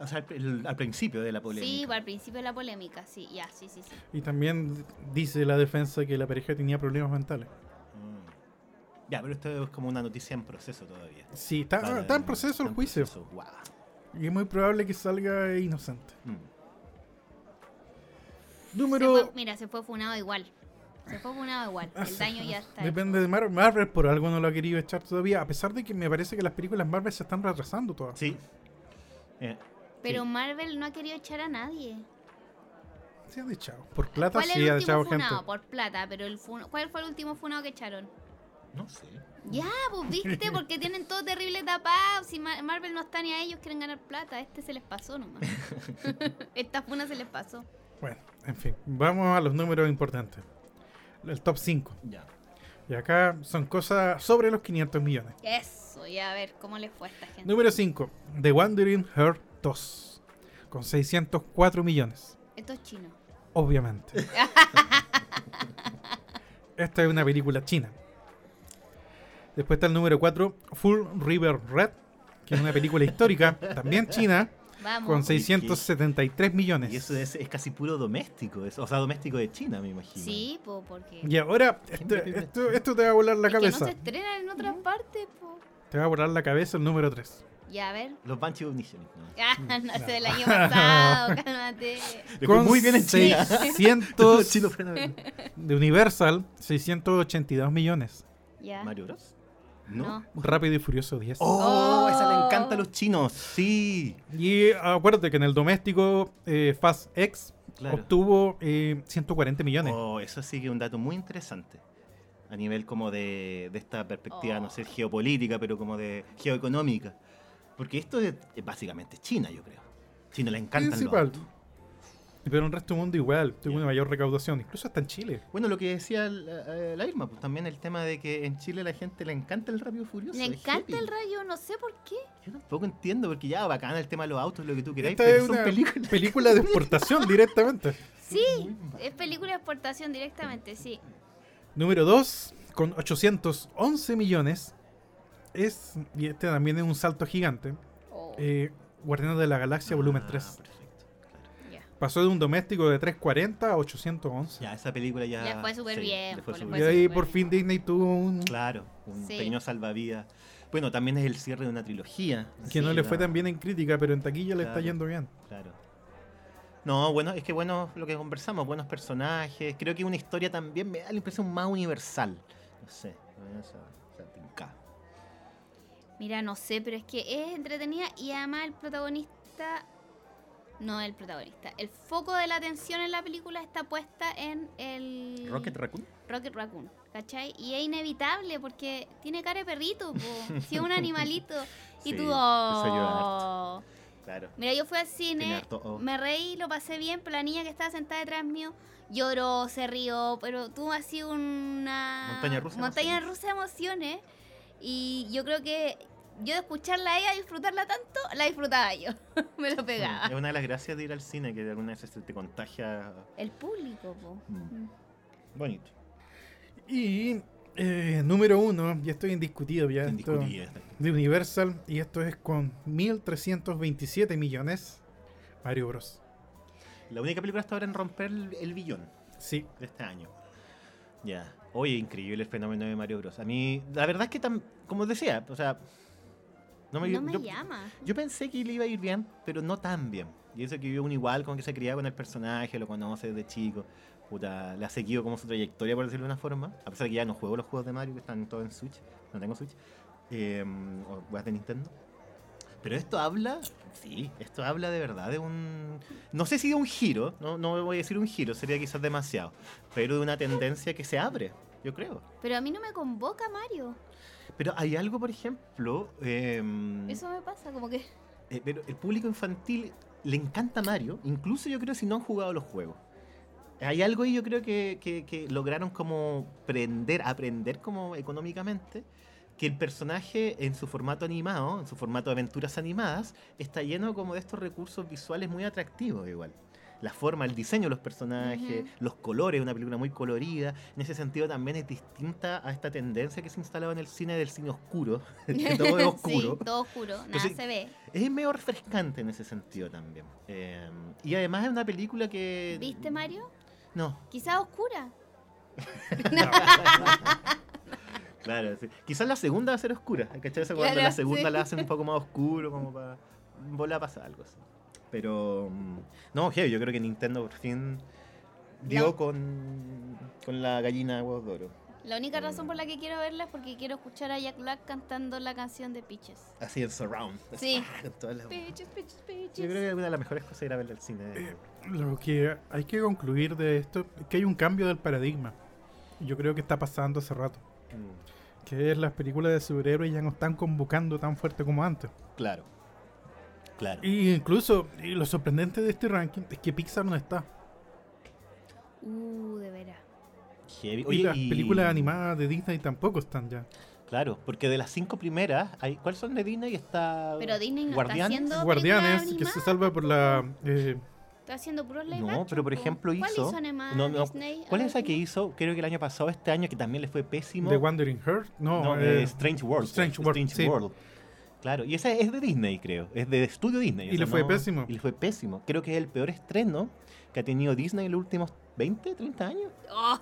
Speaker 4: O sea, al, el- al principio de la
Speaker 3: Sí,
Speaker 4: polémica.
Speaker 3: al principio de la polémica, sí, ya, sí, sí, sí.
Speaker 2: Y también dice la defensa que la pareja tenía problemas mentales.
Speaker 4: Mm. Ya, pero esto es como una noticia en proceso todavía.
Speaker 2: Sí, está,
Speaker 4: Vale,
Speaker 2: está en proceso el
Speaker 4: en
Speaker 2: juicio.
Speaker 4: proceso, guau.
Speaker 2: Y es muy probable que salga inocente.
Speaker 4: Mm.
Speaker 3: Se
Speaker 2: Número.
Speaker 3: fue- mira, se fue funado igual. Se fue funado igual. El daño ya está. hecho.
Speaker 2: Depende de Mar- Marvel, por algo no lo ha querido echar todavía. A pesar de que me parece que las películas Marvel se están retrasando todas.
Speaker 4: Sí. Eh,
Speaker 3: Pero
Speaker 4: sí.
Speaker 3: Marvel no ha querido echar a nadie.
Speaker 2: Se han echado. Por plata
Speaker 3: ¿Cuál es
Speaker 2: sí
Speaker 3: el
Speaker 2: han
Speaker 3: último
Speaker 2: echado
Speaker 3: funado?
Speaker 2: gente.
Speaker 3: Por plata, pero el fun- ¿cuál fue el último funado que echaron?
Speaker 4: No sé.
Speaker 3: Ya, pues viste, porque tienen todo terrible tapado. Si Mar- Marvel no está ni a ellos, quieren ganar plata. A Este se les pasó nomás. Esta funa se les pasó.
Speaker 2: Bueno, en fin. Vamos a los números importantes. El top 5.
Speaker 4: Ya.
Speaker 2: Y acá son cosas sobre los 500 millones.
Speaker 3: Eso, ya a ver cómo les fue a esta gente.
Speaker 2: Número 5. The Wandering Heart 2. Con 604 millones.
Speaker 3: Esto es chino.
Speaker 2: Obviamente. Esta es una película china. Después está el número 4, Full River Red, que es una película histórica, también china,
Speaker 3: Vamos.
Speaker 2: con 673 millones.
Speaker 4: Y eso es, es casi puro doméstico. es- o sea, doméstico de China, me imagino.
Speaker 3: Sí, po, porque.
Speaker 2: Y ahora, esto, esto- esto te va a volar la
Speaker 3: Es que no
Speaker 2: cabeza.
Speaker 3: se estrenan en otras partes, po.
Speaker 2: Te va a volar la cabeza el número 3.
Speaker 3: Ya, a ver.
Speaker 4: Los Banshee of Inisherin, ¿no?
Speaker 3: Ah, no sé, del año pasado, cálmate.
Speaker 4: Le fue muy bien en China.
Speaker 2: 600
Speaker 4: Chino fenómeno.
Speaker 2: de Universal, 682 millones.
Speaker 3: Ya.
Speaker 4: ¿Mario Bros? No.
Speaker 3: No.
Speaker 2: Rápido y Furioso 10.
Speaker 4: Oh,
Speaker 3: Oh.
Speaker 4: esa le encanta a los chinos. Sí.
Speaker 2: Y acuérdate que en el doméstico eh, Fast X
Speaker 4: Claro.
Speaker 2: obtuvo eh, 140 millones.
Speaker 4: Oh, eso sí que es un dato muy interesante. A nivel como de, de esta perspectiva,
Speaker 3: Oh.
Speaker 4: no sé, geopolítica, pero como de geoeconómica. Porque esto es, es básicamente China, yo creo. China le encanta
Speaker 2: Principal. Pero en el resto del mundo igual, tuvo
Speaker 4: Ya.
Speaker 2: una mayor recaudación, incluso hasta en Chile.
Speaker 4: Bueno, lo que decía la, eh, la Irma, pues también el tema de que en Chile la gente le encanta el rápido furioso.
Speaker 3: Le
Speaker 4: es
Speaker 3: encanta
Speaker 4: hippie.
Speaker 3: el rayo, no sé por qué.
Speaker 4: Yo tampoco entiendo, porque ya bacán el tema de los autos, lo que tú queráis,
Speaker 2: Esta
Speaker 4: pero
Speaker 2: es
Speaker 4: son
Speaker 2: una
Speaker 4: películas.
Speaker 2: película de exportación directamente.
Speaker 3: Sí, es película de exportación directamente, sí.
Speaker 2: Número 2, con 811 millones, es, y este también es un salto gigante,
Speaker 3: Oh,
Speaker 2: eh, Guardianes de la Galaxia volumen
Speaker 4: Ah,
Speaker 2: 3.
Speaker 4: perfecto, claro.
Speaker 3: ya.
Speaker 2: Pasó de un doméstico de 340 a 811.
Speaker 4: Ya, esa película ya.
Speaker 3: Le fue súper bien,
Speaker 4: le fue
Speaker 3: pues, le
Speaker 4: súper
Speaker 3: fue
Speaker 2: y
Speaker 4: bien.
Speaker 2: ahí
Speaker 3: bueno.
Speaker 2: por fin Disney tuvo un...
Speaker 4: Claro, un
Speaker 3: Sí.
Speaker 4: pequeño salvavidas. Bueno, también es el cierre de una trilogía.
Speaker 2: Que no
Speaker 4: Sí,
Speaker 2: le
Speaker 4: va,
Speaker 2: fue tan bien en crítica, pero en taquilla le está
Speaker 4: Claro.
Speaker 2: yendo bien.
Speaker 4: Claro. No, bueno, es que bueno, lo que conversamos, buenos personajes. Creo que una historia también me da la impresión más universal. No sé, esa, esa tinca.
Speaker 3: Mira, no sé, pero es que es entretenida y además el protagonista. No, el protagonista. El foco de la atención en la película está puesta en el.
Speaker 4: Rocket Raccoon.
Speaker 3: Rocket Raccoon, ¿cachai? Y es inevitable porque tiene cara de perrito, po. Si es un animalito. Y
Speaker 4: Sí,
Speaker 3: tú.
Speaker 4: eso ayuda
Speaker 3: "Oh".
Speaker 4: Claro.
Speaker 3: Mira, yo fui al
Speaker 4: Tiene
Speaker 3: cine,
Speaker 4: harto oh.
Speaker 3: me reí, lo pasé bien, pero la niña que estaba sentada detrás mío lloró, se rió, pero tuvo así una
Speaker 4: Montaña rusa de
Speaker 3: montaña
Speaker 4: emociones.
Speaker 3: rusa de emociones. Y yo creo que yo de escucharla a ella, disfrutarla tanto, la disfrutaba yo. me lo
Speaker 4: Mm, Es
Speaker 3: pegaba.
Speaker 4: una de las gracias de ir al cine que de alguna vez se te contagia
Speaker 3: El público, po.
Speaker 4: Mm. bonito.
Speaker 2: Y eh, número uno, ya estoy indiscutido ya. esto-
Speaker 4: Indiscutible.
Speaker 2: de Universal, y esto es con 1.327 millones. Mario Bros.
Speaker 4: La única película hasta ahora en romper el, el billón
Speaker 2: Sí,
Speaker 4: de este año. Ya. Oye, increíble el fenómeno de Mario Bros. A mí, la verdad es que, tam- como decía, o sea, no me,
Speaker 3: No me
Speaker 4: yo-
Speaker 3: llama.
Speaker 4: Yo pensé que le iba a ir bien, pero no tan bien. Y eso que yo uno igual, como que se criaba con el personaje, lo conoce desde chico. Puta, le ha seguido como su trayectoria, por decirlo de una forma. A pesar de que ya no juego los juegos de Mario, que están todos en Switch. No tengo Switch. Eh, o weas de Nintendo. Pero esto habla, sí, esto habla de verdad de un... No sé si de un giro, no, no voy a decir un giro, sería quizás demasiado. Pero de una tendencia que se abre, yo creo.
Speaker 3: Pero a mí no me convoca Mario.
Speaker 4: Pero hay algo, por ejemplo... em,
Speaker 3: Eso me pasa, como que.
Speaker 4: eh, pero el público infantil le encanta Mario, incluso yo creo si no han jugado los juegos. Hay algo ahí yo creo que, que- que lograron como prender, aprender como económicamente, que el personaje en su formato animado, en su formato de aventuras animadas, está lleno como de estos recursos visuales muy atractivos igual. la forma, el diseño de los personajes,
Speaker 3: Ujú.
Speaker 4: los colores, una película muy colorida. En ese sentido también es distinta a esta tendencia que se instalaba en el cine del cine oscuro, que todo es oscuro.
Speaker 3: Sí, todo oscuro, nada
Speaker 4: Entonces,
Speaker 3: se ve.
Speaker 4: Es medio refrescante en ese sentido también. Eh, y además es una película que...
Speaker 3: ¿Viste, Mario?
Speaker 4: No,
Speaker 3: Quizás oscura.
Speaker 4: claro. sí. Quizás la segunda va a ser oscura. ¿Cachai? Esa Cuando
Speaker 3: Claro,
Speaker 4: la segunda
Speaker 3: sí.
Speaker 4: la hacen un poco más oscuro, como para... Volar pasa algo así. Pero... mm, No, heavy, yo creo que Nintendo por fin dio
Speaker 3: La-
Speaker 4: con, con la gallina de huevos de oro.
Speaker 3: La única razón por la que quiero verla es porque quiero escuchar a Jack Black cantando la canción de Peaches.
Speaker 4: Así en surround.
Speaker 3: Sí.
Speaker 4: En todas las- Yo
Speaker 3: Peaches, Peaches,
Speaker 4: creo que
Speaker 3: Peaches.
Speaker 4: es una de las mejores cosas ir a ver al cine.
Speaker 2: Eh. Lo que hay que concluir de esto es que hay un cambio del paradigma. Yo creo que está pasando hace rato.
Speaker 4: Mm,
Speaker 2: Que es las películas de superhéroes ya no están convocando tan fuerte como antes.
Speaker 4: Claro. Claro.
Speaker 2: Y incluso, y lo sorprendente de este ranking es que Pixar no está.
Speaker 3: Uh, de veras.
Speaker 4: Heavy.
Speaker 2: y
Speaker 4: Oye,
Speaker 2: las
Speaker 4: y-
Speaker 2: películas animadas de Disney tampoco están ya.
Speaker 4: Claro, porque de las cinco primeras, hay, ¿cuáles son de Disney? Está
Speaker 3: Pero Disney no
Speaker 4: Guardianes.
Speaker 3: está haciendo
Speaker 2: Guardianes,
Speaker 3: películas
Speaker 2: que se salva
Speaker 3: animadas,
Speaker 2: por la... eh,
Speaker 3: Está haciendo puros live
Speaker 4: No,
Speaker 3: action,
Speaker 4: pero por
Speaker 3: po.
Speaker 4: ejemplo
Speaker 3: ¿Cuál
Speaker 4: hizo-
Speaker 3: hizo animada
Speaker 4: no, no,
Speaker 3: Disney?
Speaker 4: ¿Cuál
Speaker 3: A
Speaker 4: es
Speaker 3: ver,
Speaker 4: esa que hizo? Creo que el año pasado, este año, que también le fue pésimo.
Speaker 2: The Wandering Heart. No,
Speaker 4: No,
Speaker 2: eh,
Speaker 4: eh, Strange World.
Speaker 2: Strange World, sí.
Speaker 4: World. Claro, y esa es de Disney, creo. Es de estudio Disney.
Speaker 2: Y
Speaker 4: o sea,
Speaker 2: le fue
Speaker 4: no-
Speaker 2: pésimo.
Speaker 4: Y le fue pésimo. Creo que es el peor estreno que ha tenido Disney en los últimos 20, 30 años.
Speaker 3: Oh,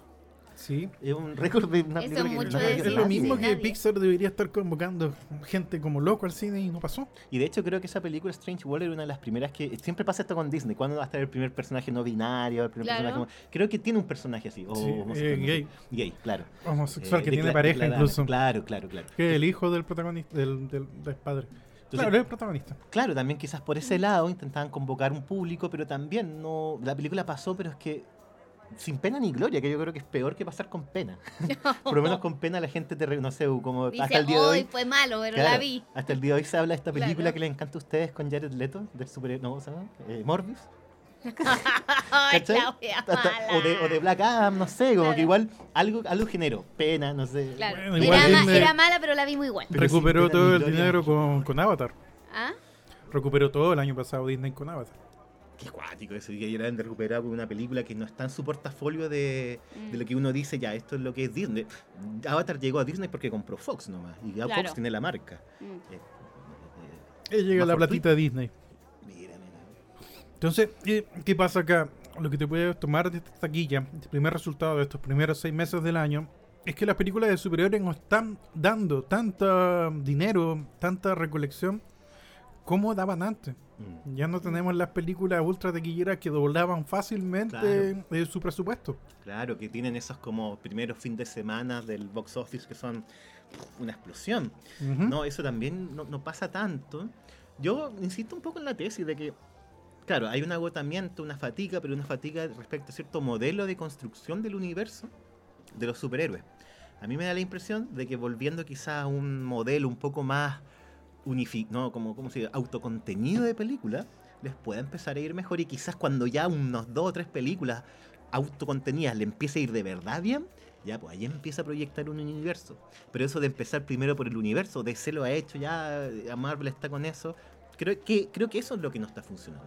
Speaker 2: sí.
Speaker 4: Es un récord de una
Speaker 3: Eso
Speaker 4: película que
Speaker 3: mucho
Speaker 4: no
Speaker 3: de
Speaker 4: nadie
Speaker 2: es
Speaker 3: decir.
Speaker 2: lo
Speaker 4: hace.
Speaker 2: mismo que
Speaker 3: Nadie.
Speaker 2: Pixar debería estar convocando gente como loco al cine y no pasó.
Speaker 4: Y de hecho creo que esa película Strange World era una de las primeras que... Siempre pasa esto con Disney. ¿Cuándo va a estar el primer personaje no binario? El primer
Speaker 3: Claro.
Speaker 4: personaje como- Creo que tiene un personaje así. O
Speaker 2: Sí, eh,
Speaker 4: homosexual, no sé.
Speaker 2: gay.
Speaker 4: Gay, claro.
Speaker 2: Homosexual
Speaker 4: Eh,
Speaker 2: que
Speaker 4: decla-
Speaker 2: tiene pareja
Speaker 4: declarada.
Speaker 2: incluso.
Speaker 4: Claro, claro, claro.
Speaker 2: Que el hijo del protagonista, del, del, del padre.
Speaker 4: Entonces-
Speaker 2: claro, es el protagonista.
Speaker 4: Claro, también quizás por ese lado intentaban convocar un público, pero también no... La película pasó, pero es que... Sin pena ni gloria, que yo creo que es peor que pasar con pena. Por lo menos con pena la gente te re- no sé, como hasta
Speaker 3: Dice,
Speaker 4: el día de
Speaker 3: hoy
Speaker 4: hoy.
Speaker 3: fue malo, pero la
Speaker 4: claro,
Speaker 3: vi.
Speaker 4: Hasta el día de hoy se habla de esta película
Speaker 3: Claro.
Speaker 4: que le encanta a ustedes con Jared Leto, del super... No, ¿sabes? Eh, Morbius.
Speaker 3: Ay,
Speaker 4: ¿Cachai?
Speaker 3: la wea
Speaker 4: Hasta-
Speaker 3: mala.
Speaker 4: o, de, o de Black Adam, no sé, como
Speaker 3: Claro.
Speaker 4: que igual algo, algo generó, pena, no sé.
Speaker 3: Claro.
Speaker 2: Bueno,
Speaker 3: era,
Speaker 2: igual
Speaker 3: ma-
Speaker 2: Disney-
Speaker 3: era mala, pero la vi muy igual.
Speaker 4: Pero
Speaker 2: Recuperó
Speaker 4: sin pena
Speaker 2: todo
Speaker 4: ni
Speaker 2: el
Speaker 4: gloria.
Speaker 2: dinero con, con Avatar.
Speaker 3: ¿Ah?
Speaker 2: Recuperó todo el año pasado Disney con Avatar.
Speaker 4: Qué cuático eso, y que hayan recuperado con una película que no está en su portafolio de,
Speaker 3: Mm.
Speaker 4: de lo que uno dice, ya, esto es lo que es Disney. Avatar llegó a Disney porque compró Fox nomás, y ya
Speaker 3: Claro.
Speaker 4: Fox tiene la marca.
Speaker 3: Mm.
Speaker 4: Eh, eh,
Speaker 2: Eh, llega
Speaker 4: Más
Speaker 2: la
Speaker 4: fortuito.
Speaker 2: platita de Disney.
Speaker 4: mira, mira.
Speaker 2: Entonces, eh, ¿qué pasa acá? Lo que te puedes tomar de esta taquilla, el primer resultado de estos primeros seis meses del año, es que las películas de superhéroes no están dando tanto dinero, tanta recolección, como daban antes.
Speaker 4: Mm.
Speaker 2: Ya no tenemos las películas ultra taquilleras que doblaban fácilmente
Speaker 4: Claro.
Speaker 2: eh, su presupuesto.
Speaker 4: Claro, que tienen esos como primeros fin de semana del box office que son pff, una explosión.
Speaker 2: Ujú.
Speaker 4: No, eso también no, no pasa tanto. Yo insisto un poco en la tesis de que, claro, hay un agotamiento, una fatiga, pero una fatiga respecto a cierto modelo de construcción del universo de los superhéroes. A mí me da la impresión de que volviendo quizá a un modelo un poco más unifi no, como, ¿cómo se dice? autocontenido de película, les pueda empezar a ir mejor y quizás cuando ya unos dos o tres películas autocontenidas le empiece a ir de verdad bien, ya pues ahí empieza a proyectar un universo. Pero eso de empezar primero por el universo, DC lo ha hecho ya, a Marvel está con eso. Creo que, creo que eso es lo que no está funcionando.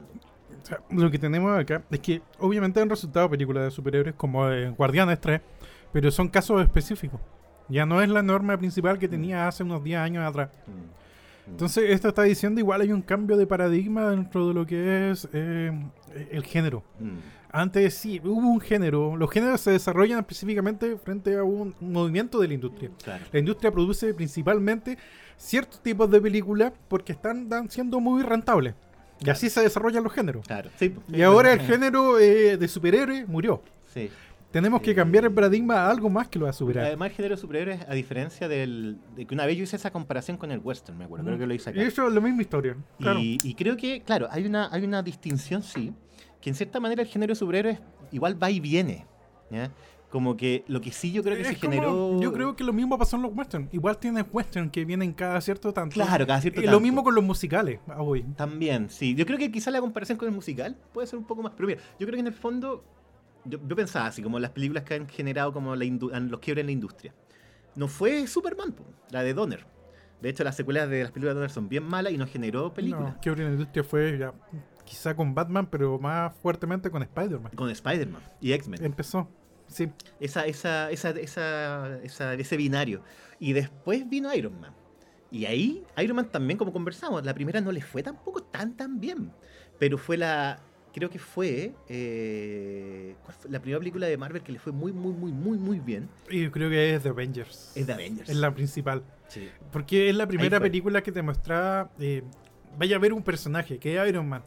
Speaker 2: O sea, lo que tenemos acá es que obviamente han resultado películas de superhéroes como eh, Guardianes 3, pero son casos específicos. Ya no es la norma principal que tenía hace unos 10 años atrás. Mm.
Speaker 4: Mm.
Speaker 2: Entonces, esto está diciendo igual hay un cambio de paradigma dentro de lo que es eh, el género.
Speaker 4: Mm.
Speaker 2: Antes sí, hubo un género. Los géneros se desarrollan específicamente frente a un movimiento de la industria.
Speaker 4: Claro.
Speaker 2: La industria produce principalmente ciertos tipos de películas porque están dan- siendo muy rentables. Y así se desarrollan los géneros.
Speaker 4: Claro. Sí, pues,
Speaker 2: Y
Speaker 4: sí,
Speaker 2: ahora el
Speaker 4: sí.
Speaker 2: género eh, de superhéroes murió.
Speaker 4: Sí. Eh,
Speaker 2: Tenemos que cambiar el paradigma a algo más que lo va a superar.
Speaker 4: Además, el género de superhéroes, a diferencia del. de que una vez yo hice esa comparación con el western, me acuerdo. Creo que lo hice acá.
Speaker 2: Y eso es la misma historia. Claro.
Speaker 4: Y, y creo que, claro, hay una, hay una distinción, sí, que en cierta manera el género de superhéroes igual va y viene. ¿ya? Como que lo que sí yo creo que se
Speaker 2: Es como-
Speaker 4: generó.
Speaker 2: Yo creo que lo mismo pasó en los western. Igual tienes western que vienen cada cierto tanto.
Speaker 4: Claro, cada cierto
Speaker 2: Y lo
Speaker 4: tanto.
Speaker 2: mismo con los musicales ah, hoy.
Speaker 4: También, sí. Yo creo que quizá la comparación con el musical puede ser un poco más. Pero mira, yo creo que en el fondo. Yo, yo pensaba así, como las películas que han generado como la indu- an- los quiebres en la industria. No fue Superman, po, la de Donner. De hecho, las secuelas de las películas de Donner son bien malas y no generó películas.
Speaker 2: No, que la industria fue ya quizá con Batman, pero más fuertemente con Spider-Man.
Speaker 4: Con Spider-Man y X-Men.
Speaker 2: Empezó, sí.
Speaker 4: Esa, esa, esa, esa, esa- ese binario. Y después vino Iron Man. Y ahí, Iron Man también, como conversamos, la primera no le fue tampoco tan, tan bien. Pero fue la. Creo que fue, eh, ¿cuál fue la primera película de Marvel que le fue muy, muy, muy, muy, muy bien.
Speaker 2: Y yo creo que es The Avengers.
Speaker 4: Es de Avengers.
Speaker 2: Es la principal.
Speaker 4: Sí.
Speaker 2: Porque es la primera
Speaker 4: fue.
Speaker 2: película que te mostraba. eh, vaya a ver un personaje que es Iron Man.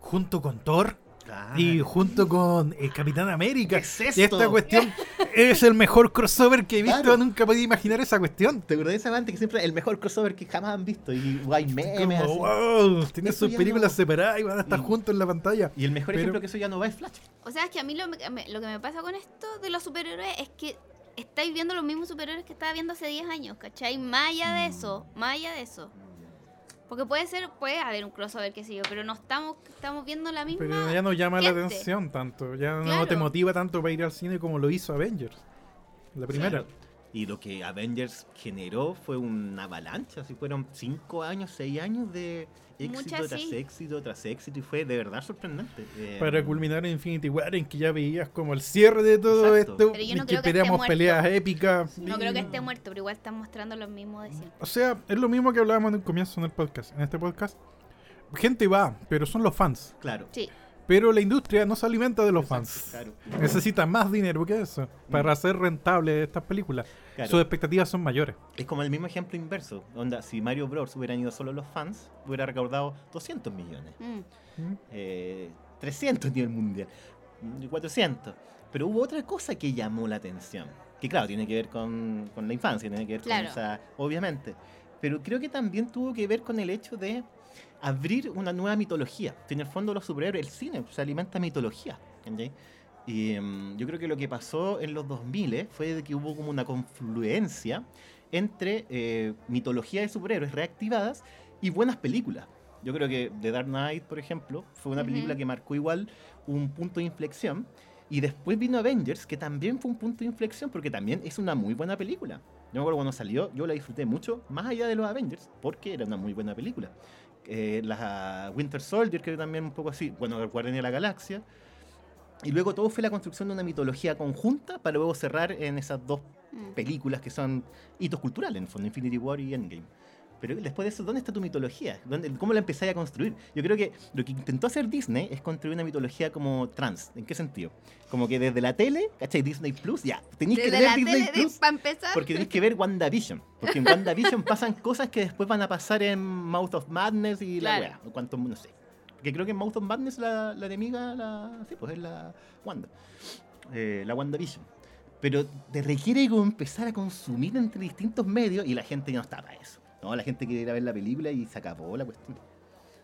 Speaker 2: Junto con Thor
Speaker 4: Claro.
Speaker 2: y junto con eh, Capitán América.
Speaker 4: ¿Qué es esto?
Speaker 2: Y esta cuestión es el mejor crossover que he visto.
Speaker 4: Claro.
Speaker 2: Nunca podía imaginar esa cuestión.
Speaker 4: ¿Te acordás de esa antes que siempre el mejor crossover que jamás han visto? Y guay memes.
Speaker 2: Como,
Speaker 4: así.
Speaker 2: wow, tiene
Speaker 4: Eso
Speaker 2: sus
Speaker 4: ya
Speaker 2: películas
Speaker 4: no-
Speaker 2: separadas y van a estar
Speaker 4: Mm.
Speaker 2: juntos en la pantalla.
Speaker 4: Y el mejor
Speaker 2: Pero-
Speaker 4: ejemplo que eso ya no va es Flash.
Speaker 3: O sea, es que a mí lo, me- me- lo que me pasa con esto de los superhéroes es que estáis viendo los mismos superhéroes que estaba viendo hace 10 años, ¿cachai? Más allá
Speaker 4: Mm.
Speaker 3: de eso, más allá de eso. Porque puede ser, puede haber un crossover, qué sé yo, pero no estamos, estamos viendo la misma.
Speaker 2: Pero ya no llama la
Speaker 3: gente.
Speaker 2: atención tanto. Ya no te
Speaker 3: Claro.
Speaker 2: motiva tanto para ir al cine como lo hizo Avengers. La primera.
Speaker 4: Claro. Y lo que Avengers generó fue una avalancha. Así fueron cinco años, seis años de éxito
Speaker 3: Muchas,
Speaker 4: tras
Speaker 3: sí.
Speaker 4: éxito tras éxito. Y fue de verdad sorprendente. Eh,
Speaker 2: Para culminar en Infinity War, en que ya veías como el cierre de todo
Speaker 4: Exacto.
Speaker 2: esto,
Speaker 3: Pero yo
Speaker 2: en
Speaker 3: no
Speaker 2: que
Speaker 3: creo que
Speaker 2: esperamos
Speaker 3: esté
Speaker 2: peleas épicas.
Speaker 3: No creo que esté muerto, pero igual están mostrando los mismos de siempre.
Speaker 2: O sea, es lo mismo que hablábamos en el comienzo en el podcast. En este podcast, gente va, pero son los fans.
Speaker 4: Claro.
Speaker 3: Sí,
Speaker 2: Pero la industria no se alimenta de los
Speaker 4: Exacto,
Speaker 2: fans.
Speaker 4: claro.
Speaker 2: Necesita más dinero que eso para hacer rentable estas películas.
Speaker 4: Claro.
Speaker 2: Sus expectativas son mayores.
Speaker 4: Es como el mismo ejemplo inverso. Onda, si Mario Bros hubieran ido solo los fans, hubiera recaudado 200 millones.
Speaker 3: mm,
Speaker 2: ¿Mm?
Speaker 4: eh, 300 a nivel mundial, mm, 400. Pero hubo otra cosa que llamó la atención, que claro, tiene que ver con, con la infancia, tiene que ver
Speaker 3: Claro.
Speaker 4: con esa, obviamente. Pero creo que también tuvo que ver con el hecho de abrir una nueva mitología. En el fondo los superhéroes, el cine se alimenta de mitología. ¿cachai? Y mm, yo creo que lo que pasó en los 2000 fue de que hubo como una confluencia entre eh, mitología de superhéroes reactivadas y buenas películas. Yo creo que The Dark Knight, por ejemplo, fue una
Speaker 3: Ujú.
Speaker 4: película que marcó igual un punto de inflexión. Y después vino Avengers, que también fue un punto de inflexión, porque también es una muy buena película. Yo me acuerdo cuando salió, yo la disfruté mucho, más allá de los Avengers, porque era una muy buena película. Eh, la Winter Soldier, que también un poco así, bueno, el Guardián de la Galaxia. Y luego todo fue la construcción de una mitología conjunta para luego cerrar en esas dos
Speaker 3: mm.
Speaker 4: películas que son hitos culturales, en el fondo, Infinity War y Endgame. Pero después de eso, ¿dónde está tu mitología? ¿Dónde- ¿Cómo la empezáis a construir? Yo creo que lo que intentó hacer Disney es construir una mitología como trans. ¿En qué sentido? Como que desde la tele, ¿cachai? Disney Plus, ya. Tenéis que
Speaker 3: Desde
Speaker 4: tener
Speaker 3: la
Speaker 4: Disney
Speaker 3: tele,
Speaker 4: Plus
Speaker 3: para empezar.
Speaker 4: porque tenéis que ver WandaVision. Porque en WandaVision pasan cosas que después van a pasar en Mouth of Madness y
Speaker 3: Claro.
Speaker 4: la wea. O cuanto, no sé. Que creo que en Mouth of Madness la, la enemiga, la, sí, pues es la Wanda. Eh, la WandaVision. Pero te requiere como empezar a consumir entre distintos medios y la gente ya no está para eso. No, la gente quiere ir a ver la película y se acabó la cuestión.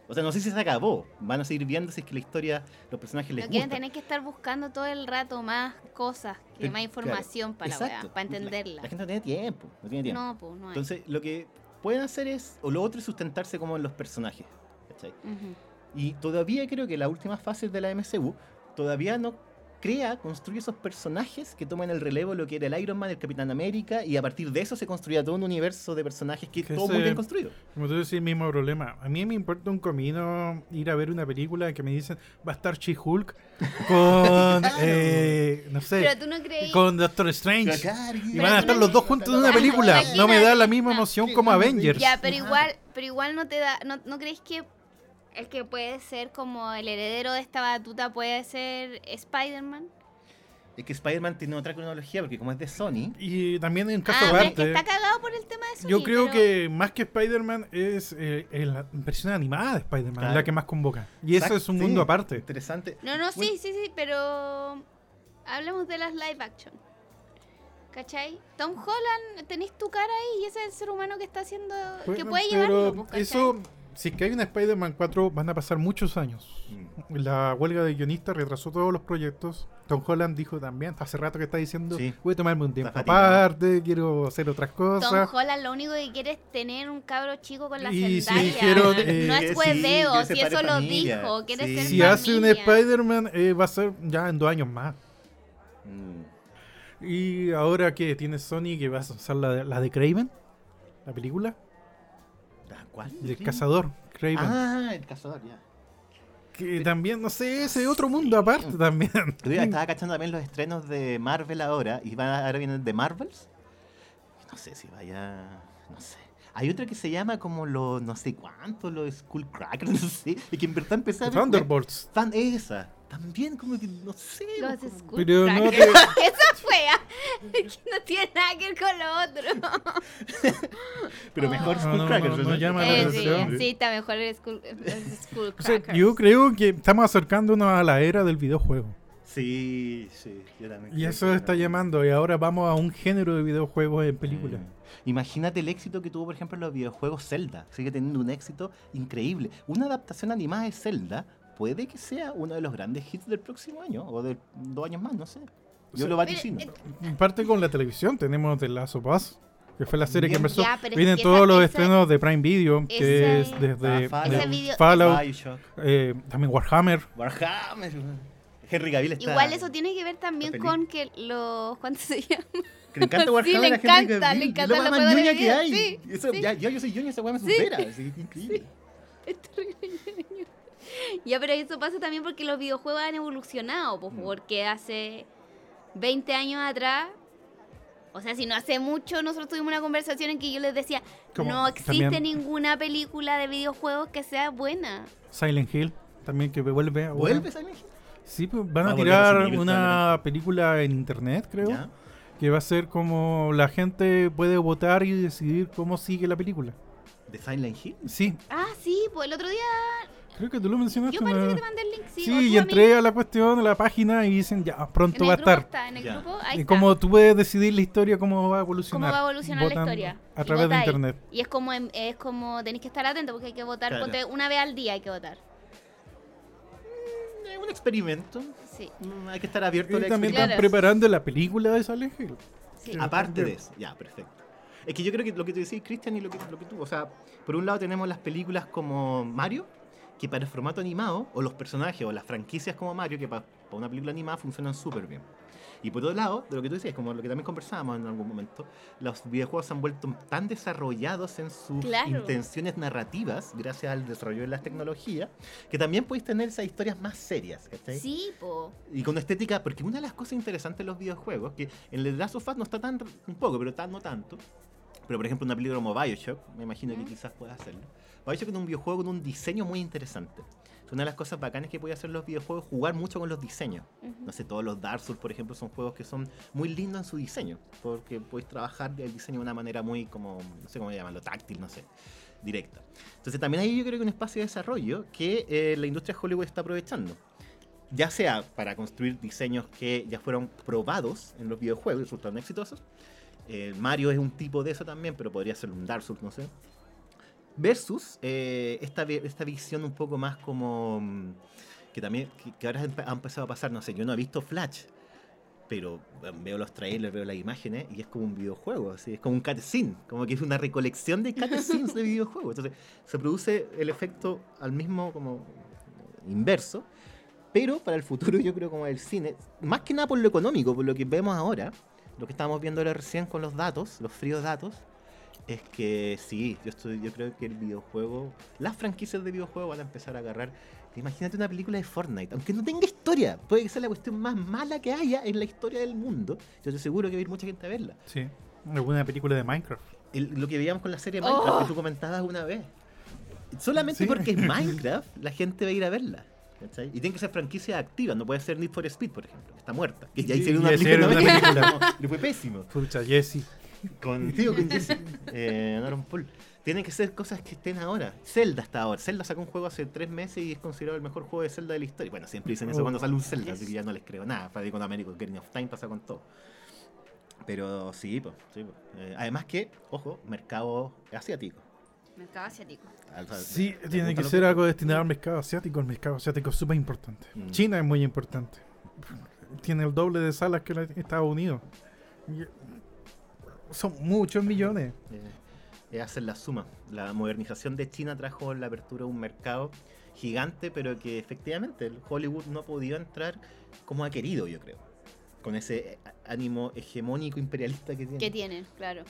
Speaker 4: O sea, no sé si se acabó. Van a seguir viendo si es que la historia, los personajes les
Speaker 3: no quieren
Speaker 4: gusta.
Speaker 3: tener que estar buscando todo el rato más cosas, que
Speaker 4: Pero,
Speaker 3: más información
Speaker 4: claro,
Speaker 3: para la
Speaker 4: exacto.
Speaker 3: para
Speaker 4: La,
Speaker 3: entenderla.
Speaker 4: la gente no tiene tiempo. No tiene tiempo.
Speaker 3: no, pues no hay.
Speaker 4: Entonces, lo que pueden hacer es, o lo otro es sustentarse como en los personajes. ¿cachai?
Speaker 3: Ujú.
Speaker 4: Y todavía creo que las últimas fases de la MCU todavía no crea, construye esos personajes que toman el relevo de lo que era el Iron Man, el Capitán América, y a partir de eso se construía todo un universo de personajes que
Speaker 2: Que
Speaker 4: todo muy
Speaker 2: ese-
Speaker 4: bien construido.
Speaker 2: Como tú decís, el mismo problema. A mí me importa un comino ir a ver una película que me dicen va a estar She-Hulk con, eh, no sé,
Speaker 3: Pero tú no creí.
Speaker 2: con Doctor Strange. Y
Speaker 3: Pero
Speaker 2: van a
Speaker 3: tú
Speaker 2: estar
Speaker 3: no-
Speaker 2: los dos juntos en una
Speaker 3: Ah,
Speaker 2: película.
Speaker 3: imagínate.
Speaker 2: No me da la misma emoción
Speaker 4: Sí,
Speaker 2: como
Speaker 4: no,
Speaker 2: Avengers.
Speaker 3: Ya, pero
Speaker 4: Claro.
Speaker 3: igual, pero igual no te da, no, no crees que el que puede ser como el heredero de esta batuta puede ser Spider-Man.
Speaker 4: Es que Spider-Man tiene otra cronología, porque como es de Sony,
Speaker 2: Y también en caso
Speaker 3: Ah, pero es que
Speaker 2: aparte,
Speaker 3: está cagado por el tema de eso.
Speaker 2: yo creo que más que Spider-Man es eh, eh, la versión animada de Spider-Man,
Speaker 4: Claro.
Speaker 2: la que más convoca. Y eso
Speaker 4: Exacto,
Speaker 2: es un
Speaker 4: sí.
Speaker 2: mundo aparte.
Speaker 4: interesante.
Speaker 3: No, no,
Speaker 4: Bueno.
Speaker 3: sí, sí, sí, pero hablemos de las live action. ¿Cachai? Tom Holland, tenés tu cara ahí y ese es el ser humano que está haciendo, que
Speaker 2: Bueno,
Speaker 3: puede
Speaker 2: pero
Speaker 3: llevarlo. pues, ¿cachai?
Speaker 2: eso, si es que hay una Spider-Man 4, van a pasar muchos años.
Speaker 4: Mm.
Speaker 2: La huelga de guionistas retrasó todos los proyectos. Tom Holland dijo también, hace rato que está diciendo,
Speaker 4: Sí.
Speaker 2: voy a tomarme un tiempo
Speaker 4: fatigado.
Speaker 2: aparte, quiero hacer otras
Speaker 3: Tom
Speaker 2: cosas.
Speaker 3: Holland lo único que quiere es tener un cabro chico con la
Speaker 2: Y si
Speaker 3: Zendaya.
Speaker 2: dijeron,
Speaker 3: no
Speaker 2: eh,
Speaker 3: es
Speaker 4: sí,
Speaker 3: hueveo,
Speaker 4: que se
Speaker 3: si
Speaker 4: pare
Speaker 3: eso lo
Speaker 4: familia,
Speaker 3: dijo, quiere
Speaker 4: sí.
Speaker 3: ser
Speaker 2: Si hace un
Speaker 3: familia.
Speaker 2: Spider-Man, eh, va a ser ya en dos años más.
Speaker 4: Mm.
Speaker 2: Y ahora que tiene Sony, que va a usar la, de- la de Craven, la película,
Speaker 4: Ah, ¿Cuál?
Speaker 2: del cazador, Craven.
Speaker 4: Ah, el cazador, ya.
Speaker 2: que también, no sé, ese es otro mundo aparte también.
Speaker 4: Oiga, estaba cachando también los estrenos de Marvel ahora. Y van a, ahora vienen de Marvels. No sé si vaya. No sé. Hay otro que se llama como los no sé cuánto, los Skullcrackers, no sé. Y que en verdad empezaron.
Speaker 2: Thunderbolts.
Speaker 4: Tan esa. También como que no sé.
Speaker 3: Los
Speaker 4: como-
Speaker 3: Skull
Speaker 2: Pero no
Speaker 3: Crackers. Esa fue. ah, que no tiene nada que ver con lo otro.
Speaker 4: Pero mejor
Speaker 2: No, no,
Speaker 4: Skullcrackers.
Speaker 2: no, no llama la
Speaker 3: Eh,
Speaker 2: Mala atención.
Speaker 3: sí, sí, está mejor el Skull, el Skull
Speaker 2: O sea,
Speaker 3: Crackers.
Speaker 2: yo creo que estamos acercándonos a la era del videojuego.
Speaker 4: Sí, sí, yo también
Speaker 2: Y
Speaker 4: creo
Speaker 2: eso
Speaker 4: que
Speaker 2: está
Speaker 4: no.
Speaker 2: llamando. Y ahora vamos a un género de videojuegos en película.
Speaker 4: Mm. Imagínate el éxito que tuvo, por ejemplo, los videojuegos Zelda. Sigue teniendo un éxito increíble. Una adaptación animada de Zelda puede que sea uno de los grandes hits del próximo año o de dos años más, no sé. Yo
Speaker 2: Sí.
Speaker 4: lo vaticino.
Speaker 3: Pero,
Speaker 2: En parte con la televisión tenemos The Last of Us, que fue la serie que
Speaker 4: Bien.
Speaker 2: empezó.
Speaker 3: Ya, pero es
Speaker 2: Vienen
Speaker 3: que
Speaker 2: todos
Speaker 3: esa-
Speaker 2: los
Speaker 3: esa-
Speaker 2: estrenos de Prime Video, que
Speaker 3: esa-
Speaker 2: es desde
Speaker 4: Ah,
Speaker 2: de-
Speaker 4: Fallout.
Speaker 3: Ese video-
Speaker 2: Fallout,
Speaker 4: Bioshock,
Speaker 2: eh, también Warhammer.
Speaker 4: Warhammer. Henry Cavill está.
Speaker 3: Igual eso tiene que ver también
Speaker 4: está
Speaker 3: con que los. ¿Cuánto se llama?
Speaker 4: Que le encanta
Speaker 3: Sí,
Speaker 4: Warhammer
Speaker 3: le
Speaker 4: a Henry
Speaker 3: encanta,
Speaker 4: Cavill,
Speaker 3: le
Speaker 4: y es
Speaker 3: encantan
Speaker 4: la
Speaker 3: los
Speaker 4: más
Speaker 3: juegos de
Speaker 4: ñoña que
Speaker 3: video,
Speaker 4: hay.
Speaker 3: sí,
Speaker 4: Eso,
Speaker 3: sí.
Speaker 4: ya, ya yo soy ñoño, esa weá me
Speaker 3: Sí.
Speaker 4: supera. así que increíble.
Speaker 3: Esto es ñoño. ya, pero eso pasa también porque los videojuegos han evolucionado, pues,
Speaker 4: Mm.
Speaker 3: porque hace 20 años atrás, o sea, si no hace mucho, nosotros tuvimos una conversación en que yo les decía,
Speaker 2: Como
Speaker 3: no existe
Speaker 2: también-
Speaker 3: ninguna película de videojuegos que sea buena.
Speaker 2: Silent Hill, también que vuelve. ahora.
Speaker 4: ¿Vuelves a México?
Speaker 2: Sí, pues van
Speaker 4: Va
Speaker 2: a
Speaker 4: a volver a
Speaker 2: tirar
Speaker 4: subir,
Speaker 2: una
Speaker 4: probablemente.
Speaker 2: película en internet, creo,
Speaker 4: Ya.
Speaker 2: que va a ser como la gente puede votar y decidir cómo sigue la película.
Speaker 4: ¿De Silent Hill?
Speaker 2: Sí,
Speaker 3: Ah, sí, pues el otro día
Speaker 2: creo que tú lo mencionaste.
Speaker 3: yo parece
Speaker 2: una-
Speaker 3: que te mandé el link. Sí,
Speaker 2: Sí,
Speaker 3: o tú
Speaker 2: y
Speaker 3: a mí.
Speaker 2: entré a la cuestión, a la página y dicen ya,
Speaker 3: En
Speaker 2: pronto
Speaker 3: el
Speaker 2: va a
Speaker 3: grupo
Speaker 2: estar.
Speaker 3: está, en el
Speaker 4: Ya.
Speaker 3: grupo, ahí
Speaker 2: Y
Speaker 3: está.
Speaker 2: como tú puedes decidir la historia, cómo va a evolucionar.
Speaker 3: cómo va a evolucionar la
Speaker 2: votando
Speaker 3: historia.
Speaker 2: A
Speaker 3: Y
Speaker 2: través de
Speaker 3: votáis.
Speaker 2: internet.
Speaker 3: Y es como, en- es como tenéis que estar atento porque hay que votar
Speaker 4: Claro.
Speaker 3: ponte, una vez al día hay que votar.
Speaker 4: Es un experimento.
Speaker 3: Sí,
Speaker 4: Mm, Hay que estar abierto a la
Speaker 2: Y también
Speaker 3: Claro.
Speaker 2: están preparando la película de Silent Hill.
Speaker 3: sí.
Speaker 2: Sí.
Speaker 4: Aparte de
Speaker 2: también.
Speaker 4: eso, ya, perfecto. Es que yo creo que lo que tú decís, Cristian, y lo que, lo que tú, o sea, por un lado tenemos las películas como Mario, que para el formato animado, o los personajes, o las franquicias como Mario, que pa- para, una película animada funcionan súper bien. Y por otro lado, de lo que tú decías, como lo que también conversábamos en algún momento, los videojuegos se han vuelto tan desarrollados en sus
Speaker 3: Claro.
Speaker 4: intenciones narrativas, gracias al desarrollo de las tecnologías, que también podéis tener esas historias más serias. ¿cachai?
Speaker 3: Sí, po.
Speaker 4: Y con estética, porque una de las cosas interesantes de los videojuegos, que en el Last of Us no está tan, un poco, pero tan, no tanto. Pero por ejemplo, una película como Bioshock, me imagino que
Speaker 3: Ujú.
Speaker 4: quizás puedas hacerlo. Bioshock es un videojuego con un diseño muy interesante. Es una de las cosas bacanas que puede hacer los videojuegos, jugar mucho con los diseños.
Speaker 3: Ujú.
Speaker 4: No sé, todos los Dark Souls, por ejemplo, son juegos que son muy lindos en su diseño, porque puedes trabajar el diseño de una manera muy como, no sé cómo llamarlo, táctil, no sé, directa. Entonces también ahí yo creo que un espacio de desarrollo que eh, la industria de Hollywood está aprovechando. Ya sea para construir diseños que ya fueron probados en los videojuegos y resultaron exitosos. Eh, Mario es un tipo de eso también, pero podría ser un Dark Souls, no sé. Versus eh, esta, vi- esta visión un poco más como... mm, que también que, que ahora ha empezado a pasar, no sé, yo no he visto Flash, pero bueno, veo los trailers, veo las imágenes y es como un videojuego, así, es como un cutscene, como que es una recolección de cutscenes de videojuegos. Entonces se produce el efecto al mismo como inverso, pero para el futuro yo creo como el cine, más que nada por lo económico, por lo que vemos ahora, lo que estábamos viendo ahora recién con los datos, los fríos datos, es que sí, yo, estoy, yo creo que el videojuego, las franquicias de videojuegos van a empezar a agarrar. Imagínate una película de Fortnite, aunque no tenga historia, puede que sea la cuestión más mala que haya en la historia del mundo. Yo te seguro que va a ir mucha gente a verla.
Speaker 2: Sí. Alguna película de Minecraft.
Speaker 4: El- lo que veíamos con la serie
Speaker 3: Oh.
Speaker 4: Minecraft que tú comentabas una vez. Solamente
Speaker 2: Sí.
Speaker 4: porque es Minecraft, la gente va a ir a verla. ¿cachai? Y tienen que ser franquicias activas, no puede ser Need for Speed, por ejemplo, que está muerta. Que ya
Speaker 2: Sí,
Speaker 4: hicieron
Speaker 2: ya
Speaker 4: una película.
Speaker 2: hicieron una
Speaker 4: no, le fue pésimo.
Speaker 2: Pucha, Jesse.
Speaker 4: Contigo, con Jesse. Eh, Aaron Paul. Tienen que ser cosas que estén ahora. Zelda está ahora. Zelda sacó un juego hace tres meses y es considerado el mejor juego de Zelda de la historia. Bueno, siempre dicen eso
Speaker 2: Oh.
Speaker 4: cuando sale un Zelda, así que ya no les creo nada. Para con American Game of Time pasa con todo. Pero sí, pues. sí, po. Eh, además que, ojo, mercado asiático.
Speaker 3: Mercado asiático.
Speaker 4: Al- al-
Speaker 2: Sí,
Speaker 4: ¿les
Speaker 2: tiene
Speaker 4: Ah, gusta
Speaker 2: que
Speaker 4: lo
Speaker 2: ser algo destinado al mercado asiático. El mercado asiático es súper importante.
Speaker 4: Mm.
Speaker 2: China es muy importante. Tiene el doble de salas que la- Estados Unidos. Y- Son muchos millones.
Speaker 4: Eh, es hacer la suma. La modernización de China trajo la apertura de un mercado gigante, pero que efectivamente el Hollywood no ha podido entrar como ha querido, yo creo. Con ese eh, ánimo hegemónico imperialista que tiene.
Speaker 3: ¿Qué tienen? Claro.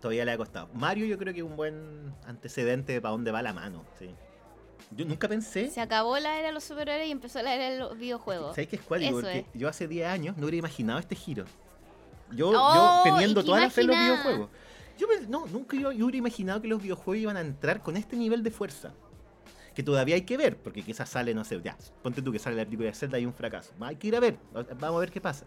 Speaker 4: Todavía le ha costado. Mario yo creo que es un buen antecedente de para dónde va la mano. sí. Yo nunca pensé.
Speaker 3: Se acabó la era de los superhéroes y empezó la era de los videojuegos.
Speaker 4: ¿Sabes qué es cuático?
Speaker 3: Eso
Speaker 4: Porque
Speaker 3: es.
Speaker 4: yo hace 10 años no hubiera imaginado este giro. Yo,
Speaker 3: Oh,
Speaker 4: yo teniendo
Speaker 3: y qué
Speaker 4: toda la fe en los
Speaker 3: imaginada.
Speaker 4: videojuegos. Yo me- no, nunca yo, yo hubiera imaginado que los videojuegos iban a entrar con este nivel de fuerza. Que todavía hay que ver, porque quizás sale, no sé, ya, ponte tú que sale la película de Zelda y un fracaso. Hay que ir a ver, vamos a ver qué pasa.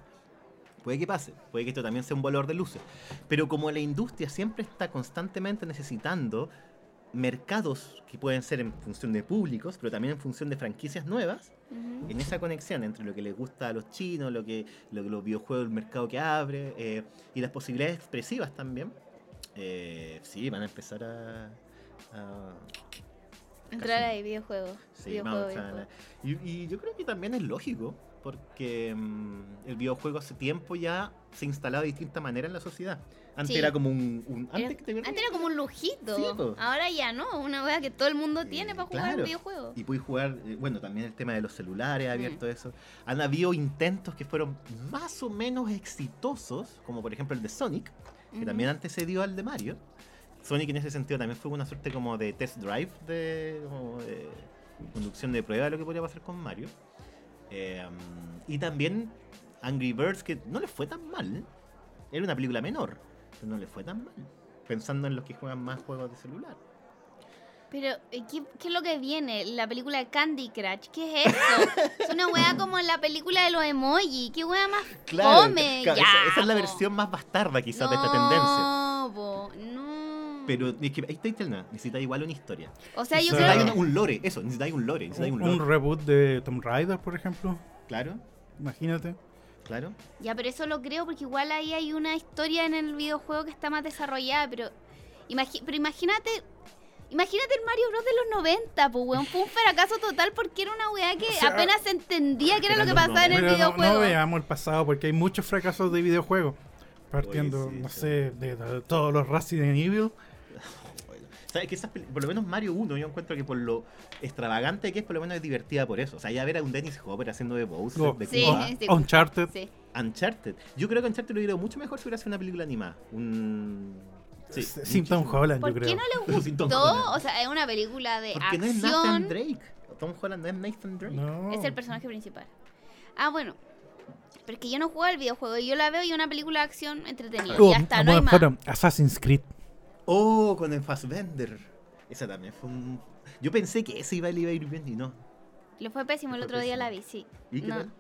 Speaker 4: Puede que pase, puede que esto también sea un valor de luces. Pero como la industria siempre está constantemente necesitando mercados que pueden ser en función de públicos, pero también en función de franquicias nuevas,
Speaker 3: Ujú.
Speaker 4: en esa conexión entre lo que les gusta a los chinos, lo que, lo que los videojuegos, el mercado que abre eh, y las posibilidades expresivas también, eh, sí, van a empezar a. a-
Speaker 3: Entrar
Speaker 4: casi-
Speaker 3: ahí, videojuegos.
Speaker 4: sí,
Speaker 3: videojuegos,
Speaker 4: vamos a entrar a la-
Speaker 3: videojuegos.
Speaker 4: y, y yo creo que también es lógico, porque mm, el videojuego hace tiempo ya se instalaba de distinta manera en la sociedad. Antes
Speaker 3: Sí.
Speaker 4: era como un. un-
Speaker 3: Era-
Speaker 4: antes, que te-
Speaker 3: Antes era como un lujito.
Speaker 4: Sí, po.
Speaker 3: Ahora ya no, una wea que todo el mundo
Speaker 4: Eh,
Speaker 3: tiene para jugar
Speaker 4: claro.
Speaker 3: un videojuego.
Speaker 4: Y puedes jugar, eh, bueno, también el tema de los celulares,
Speaker 3: Mm.
Speaker 4: ha abierto eso. Han habido intentos que fueron más o menos exitosos, como por ejemplo el de Sonic, que
Speaker 3: Ujú.
Speaker 4: también antecedió al de Mario. Sonic en ese sentido también fue una suerte como de test drive, de, como de conducción de prueba de lo que podría pasar con Mario. Eh, y también Angry Birds, que no le fue tan mal. Era una película menor, pero no le fue tan mal. Pensando en los que juegan más juegos de celular.
Speaker 3: Pero, eh, ¿qué, qué es lo que viene? La película de Candy Crush. ¿Qué es eso? es una wea como la película de los emoji. ¿Qué wea más
Speaker 4: Claro,
Speaker 3: come?
Speaker 4: ca-
Speaker 3: ya,
Speaker 4: esa, esa es la
Speaker 3: po.
Speaker 4: versión más bastarda
Speaker 3: no,
Speaker 4: quizás de esta tendencia.
Speaker 3: po, no.
Speaker 4: Pero es que ahí está el tema, necesita igual una historia.
Speaker 3: o sea, yo
Speaker 2: Esa-
Speaker 3: creo
Speaker 4: Necesitáis
Speaker 3: que
Speaker 4: una- un lore, eso, necesitáis un lore, necesitáis un
Speaker 2: Un,
Speaker 4: lore.
Speaker 2: un reboot de Tomb Raider, por ejemplo.
Speaker 4: Claro,
Speaker 2: Imagínate.
Speaker 4: claro.
Speaker 3: Ya, pero eso lo creo porque igual ahí hay una historia en el videojuego que está más desarrollada, pero, imagi- pero imagínate... Imagínate el Mario Bros. de los 90, pues, weón. Fue un fracaso total porque era una weá que
Speaker 2: sea,
Speaker 3: apenas se entendía que era lo
Speaker 4: eran
Speaker 3: que
Speaker 4: los
Speaker 3: pasaba en el
Speaker 2: Pero no, no
Speaker 3: videojuego.
Speaker 2: veamos el pasado porque hay muchos fracasos de videojuegos. Partiendo,
Speaker 4: Oye, sí,
Speaker 2: no
Speaker 4: sí.
Speaker 2: sé, de, de todos los Resident Evil.
Speaker 4: Bueno, ¿Sabes que esas peli- Por lo menos Mario 1 yo encuentro que por lo extravagante que es, por lo menos es divertida por eso. O sea, ya ver a un Dennis Hopper haciendo de Bowser,
Speaker 2: o-
Speaker 4: de
Speaker 3: Sí,
Speaker 2: o-
Speaker 4: Koopa,
Speaker 3: sí.
Speaker 2: Uncharted.
Speaker 3: Sí.
Speaker 4: Uncharted. Yo creo que Uncharted lo hubiera ido mucho mejor si hubiera sido una película animada. Un... Sí,
Speaker 2: S- sin Tom
Speaker 4: muchísimo.
Speaker 2: Holland, yo
Speaker 3: ¿Por qué
Speaker 2: creo.
Speaker 3: no le
Speaker 4: Sin Tom
Speaker 3: gustó?
Speaker 4: Holland.
Speaker 3: O sea, es una película de
Speaker 4: Porque no es Nathan
Speaker 3: Eh, acción.
Speaker 4: Drake. Tom Holland no es Nathan Drake.
Speaker 2: No.
Speaker 3: es el personaje principal. Ah, bueno. Pero es que yo no juego al videojuego. Yo la veo y es una película de acción entretenida.
Speaker 2: Oh,
Speaker 3: ya está,
Speaker 2: a
Speaker 3: no hay
Speaker 2: modo
Speaker 3: más.
Speaker 2: foto, Assassin's Creed.
Speaker 4: Oh, con el Fassbender. Esa también fue un... Yo pensé que ese iba a ir bien y no.
Speaker 3: Le fue pésimo el
Speaker 4: Le fue
Speaker 3: otro día la vi,
Speaker 4: pésimo.
Speaker 3: sí.
Speaker 4: ¿Y qué
Speaker 3: No.
Speaker 4: tal?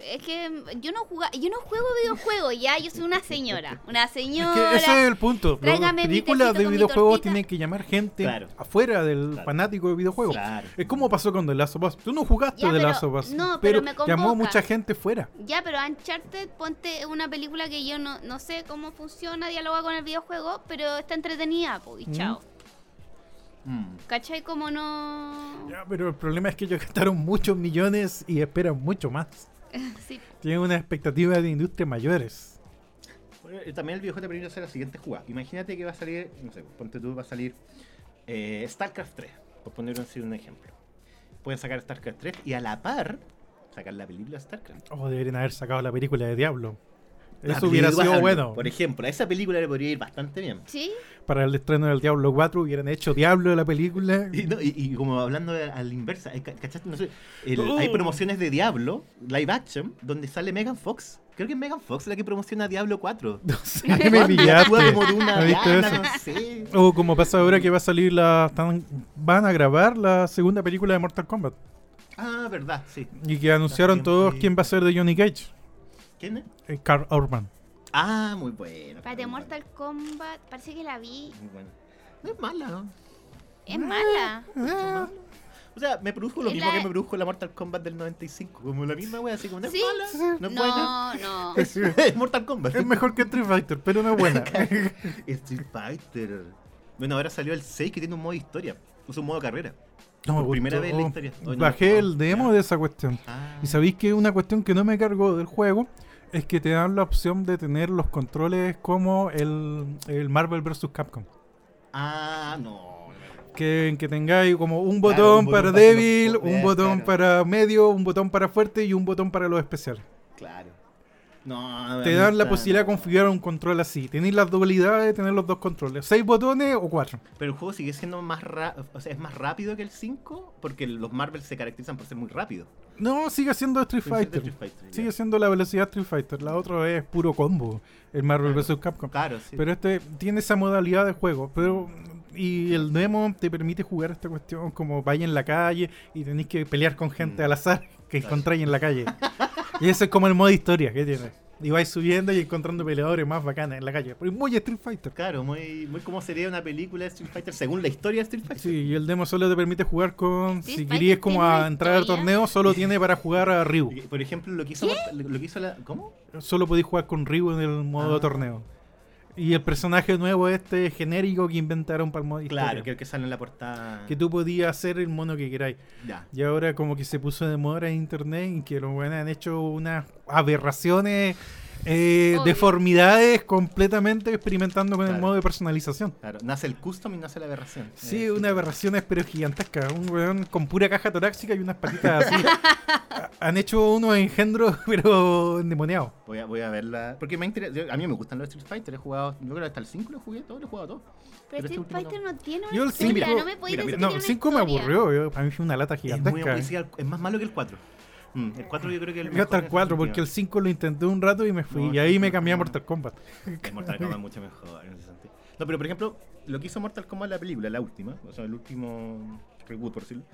Speaker 3: Es que mm, yo no juga- yo no juego videojuegos, ya, yo soy una señora. Una
Speaker 2: Es
Speaker 3: señora.
Speaker 2: que ese es el punto. Las
Speaker 3: tráigame mi
Speaker 2: películas
Speaker 3: tecito
Speaker 2: de
Speaker 3: con mi
Speaker 2: videojuegos
Speaker 3: tortita.
Speaker 2: tienen que llamar gente
Speaker 4: Claro.
Speaker 2: afuera del
Speaker 4: Claro.
Speaker 2: fanático de videojuegos.
Speaker 4: Claro.
Speaker 2: Es como pasó con The Last of Us. Tú no jugaste
Speaker 3: Ya,
Speaker 2: The
Speaker 3: pero-
Speaker 2: Last of Us,
Speaker 3: no, pero
Speaker 2: pero,
Speaker 3: me
Speaker 2: llamó
Speaker 3: convoca.
Speaker 2: mucha gente fuera.
Speaker 3: Ya, pero Uncharted, ponte es una película que yo no, no sé cómo funciona, dialoga con el videojuego, pero está entretenida, po, y
Speaker 2: Mm.
Speaker 3: chao.
Speaker 4: Mm.
Speaker 3: ¿Cachai? Como no.
Speaker 2: Ya, pero el problema es que ellos gastaron muchos millones y esperan mucho más.
Speaker 3: Sí.
Speaker 2: Tienen una expectativa de industria mayores.
Speaker 4: Bueno, eh, también el videojuego te permite hacer la siguiente jugada. Imagínate que va a salir, no sé, ponte tú, va a salir eh, StarCraft 3, por poner así un ejemplo. Pueden sacar StarCraft 3 y a la par sacar la película StarCraft.
Speaker 2: O Oh, deberían haber sacado la película de Diablo.
Speaker 4: La
Speaker 2: Eso hubiera
Speaker 4: película
Speaker 2: sido
Speaker 4: Diablo,
Speaker 2: bueno.
Speaker 4: Por ejemplo, a esa película le podría ir bastante bien.
Speaker 3: ¿Sí?
Speaker 2: Para el estreno del Diablo 4 hubieran hecho Diablo de la película.
Speaker 4: Y, no, y- y como hablando de- a la inversa, eh, ca- ¿cachaste? No sé, el-
Speaker 2: Oh.
Speaker 4: hay promociones de Diablo, live action, donde sale Megan Fox. Creo que es Megan Fox la que promociona Diablo 4.
Speaker 2: No sé, me
Speaker 4: Actúa
Speaker 2: pillaste.
Speaker 4: como de una
Speaker 2: ¿No viste
Speaker 4: diana,
Speaker 2: eso?
Speaker 4: no sé.
Speaker 2: O como pasa ahora que va a salir la... están- van a grabar la segunda película de Mortal Kombat.
Speaker 4: Ah, verdad, sí.
Speaker 2: Y que anunciaron
Speaker 4: Hace tiempo
Speaker 2: todos
Speaker 4: que-
Speaker 2: quién va a ser de Johnny Cage.
Speaker 4: ¿Quién es?
Speaker 2: Eh, Carl Orban.
Speaker 4: Ah, muy bueno.
Speaker 3: Para
Speaker 4: muy
Speaker 3: de
Speaker 4: bueno,
Speaker 3: Mortal Kombat, parece que la vi.
Speaker 4: muy bueno. No es mala, ¿no?
Speaker 3: Es mala.
Speaker 4: O sea, me produjo lo
Speaker 3: Es
Speaker 4: mismo
Speaker 3: la-
Speaker 4: que me produjo la Mortal Kombat del 95. Como la misma wea, así como no es
Speaker 3: Sí.
Speaker 4: mala, no es buena.
Speaker 3: No, no.
Speaker 4: Es, es Mortal Kombat.
Speaker 2: Es mejor que Street Fighter, pero no es buena.
Speaker 4: Street Fighter. Bueno, ahora salió el 6 que tiene un modo historia. Es un modo carrera.
Speaker 2: No me
Speaker 4: Por primera
Speaker 2: gustó.
Speaker 4: vez en la historia. Hoy no
Speaker 2: Bajé
Speaker 4: lo
Speaker 2: el
Speaker 4: juego.
Speaker 2: demo
Speaker 4: Ya.
Speaker 2: de esa cuestión.
Speaker 4: Ah,
Speaker 2: Y sabéis que una cuestión que no me cargó del juego es que te dan la opción de tener los controles como el, el Marvel vs. Capcom.
Speaker 4: ah, no.
Speaker 2: Que, en que tengáis como un botón,
Speaker 4: Claro, un botón
Speaker 2: para
Speaker 4: para que
Speaker 2: débil,
Speaker 4: los-
Speaker 2: un botón
Speaker 4: claro.
Speaker 2: para medio, un botón para fuerte y un botón para los especiales.
Speaker 4: Claro. No,
Speaker 2: Te dan la posibilidad de configurar un control así. Tenéis la dualidad de tener los dos controles. ¿Seis botones o cuatro?
Speaker 4: Pero el juego sigue siendo más ra- o sea, es más rápido que el 5 porque los Marvel se caracterizan por ser muy rápido.
Speaker 2: No, sigue siendo Street
Speaker 4: Sigue siendo
Speaker 2: Fighter.
Speaker 4: Street Fighter, ya.
Speaker 2: Sigue siendo la velocidad Street Fighter. La otra es puro combo. El Marvel
Speaker 4: Claro.
Speaker 2: vs. Capcom.
Speaker 4: Claro, sí.
Speaker 2: Pero este tiene esa modalidad de juego. Pero. Y el demo te permite jugar esta cuestión como vaya en la calle y tenéis que pelear con gente
Speaker 4: Mm.
Speaker 2: al azar que
Speaker 4: Claro.
Speaker 2: encontráis en la calle. y ese es como el modo historia que tiene. Y vais subiendo y encontrando peleadores más bacanas en la calle. Pero es muy Street Fighter.
Speaker 4: Claro, muy, muy como sería una película de Street Fighter según la historia de Street Fighter.
Speaker 2: Sí, y el demo solo te permite jugar con.
Speaker 3: Street
Speaker 2: si
Speaker 3: Fighter
Speaker 2: querías como
Speaker 3: tiene
Speaker 2: a
Speaker 3: una
Speaker 2: entrar al
Speaker 3: historia.
Speaker 2: torneo, solo tiene para jugar a Ryu.
Speaker 4: Y, Por ejemplo, lo que hizo, Mortal- lo que hizo la. ¿Cómo?
Speaker 2: solo podéis jugar con Ryu en el modo
Speaker 4: Ah.
Speaker 2: torneo. Y el personaje nuevo este genérico que inventaron para el modo
Speaker 4: Claro,
Speaker 2: historia.
Speaker 4: que el que sale en la portada.
Speaker 2: Que tú podías hacer el mono que queráis.
Speaker 4: Ya.
Speaker 2: Y ahora como que se puso de moda en internet y que los buenos han hecho unas aberraciones, eh,
Speaker 3: Obvio.
Speaker 2: deformidades completamente experimentando con el
Speaker 4: Claro. Eh,
Speaker 2: modo de personalización.
Speaker 4: Claro, nace el custom y nace la aberración.
Speaker 2: Sí,
Speaker 4: Eh,
Speaker 2: una aberración pero gigantesca. Un weón con pura caja torácica y unas patitas así. Ha- Han hecho unos engendros pero endemoniados.
Speaker 4: Voy a, voy a verla. Porque me interesa. yo- A mí me gustan los Street Fighter. He jugado. Yo creo que hasta el 5 lo jugué todo. Lo he jugado todo.
Speaker 3: Pero
Speaker 4: Pero este
Speaker 3: Street
Speaker 4: último
Speaker 3: Fighter no tiene una
Speaker 2: Yo el
Speaker 3: historia,
Speaker 2: cinco-
Speaker 3: no me podéis
Speaker 4: mira, mira,
Speaker 3: decir
Speaker 4: Tiene
Speaker 2: No,
Speaker 3: que
Speaker 2: el
Speaker 3: tiene
Speaker 2: 5 me
Speaker 3: una historia.
Speaker 2: aburrió. yo- para mí fue una lata
Speaker 4: Es, muy
Speaker 2: gigantesca. eh.
Speaker 4: aburrido, es más malo que el 4. Mm, el 4 yo creo que es el
Speaker 2: Yo hasta el
Speaker 4: mejor
Speaker 2: 4, porque el
Speaker 4: definitivo.
Speaker 2: 5 lo intenté un rato y me fui.
Speaker 4: No,
Speaker 2: y
Speaker 4: el
Speaker 2: ahí
Speaker 4: cinco
Speaker 2: me
Speaker 4: es
Speaker 2: cambié a
Speaker 4: bueno.
Speaker 2: Mortal Kombat.
Speaker 4: El Mortal Kombat es mucho mejor en ese sentido. No, pero por ejemplo, lo que hizo Mortal Kombat la película, la última, o sea, el último reboot, por decirlo,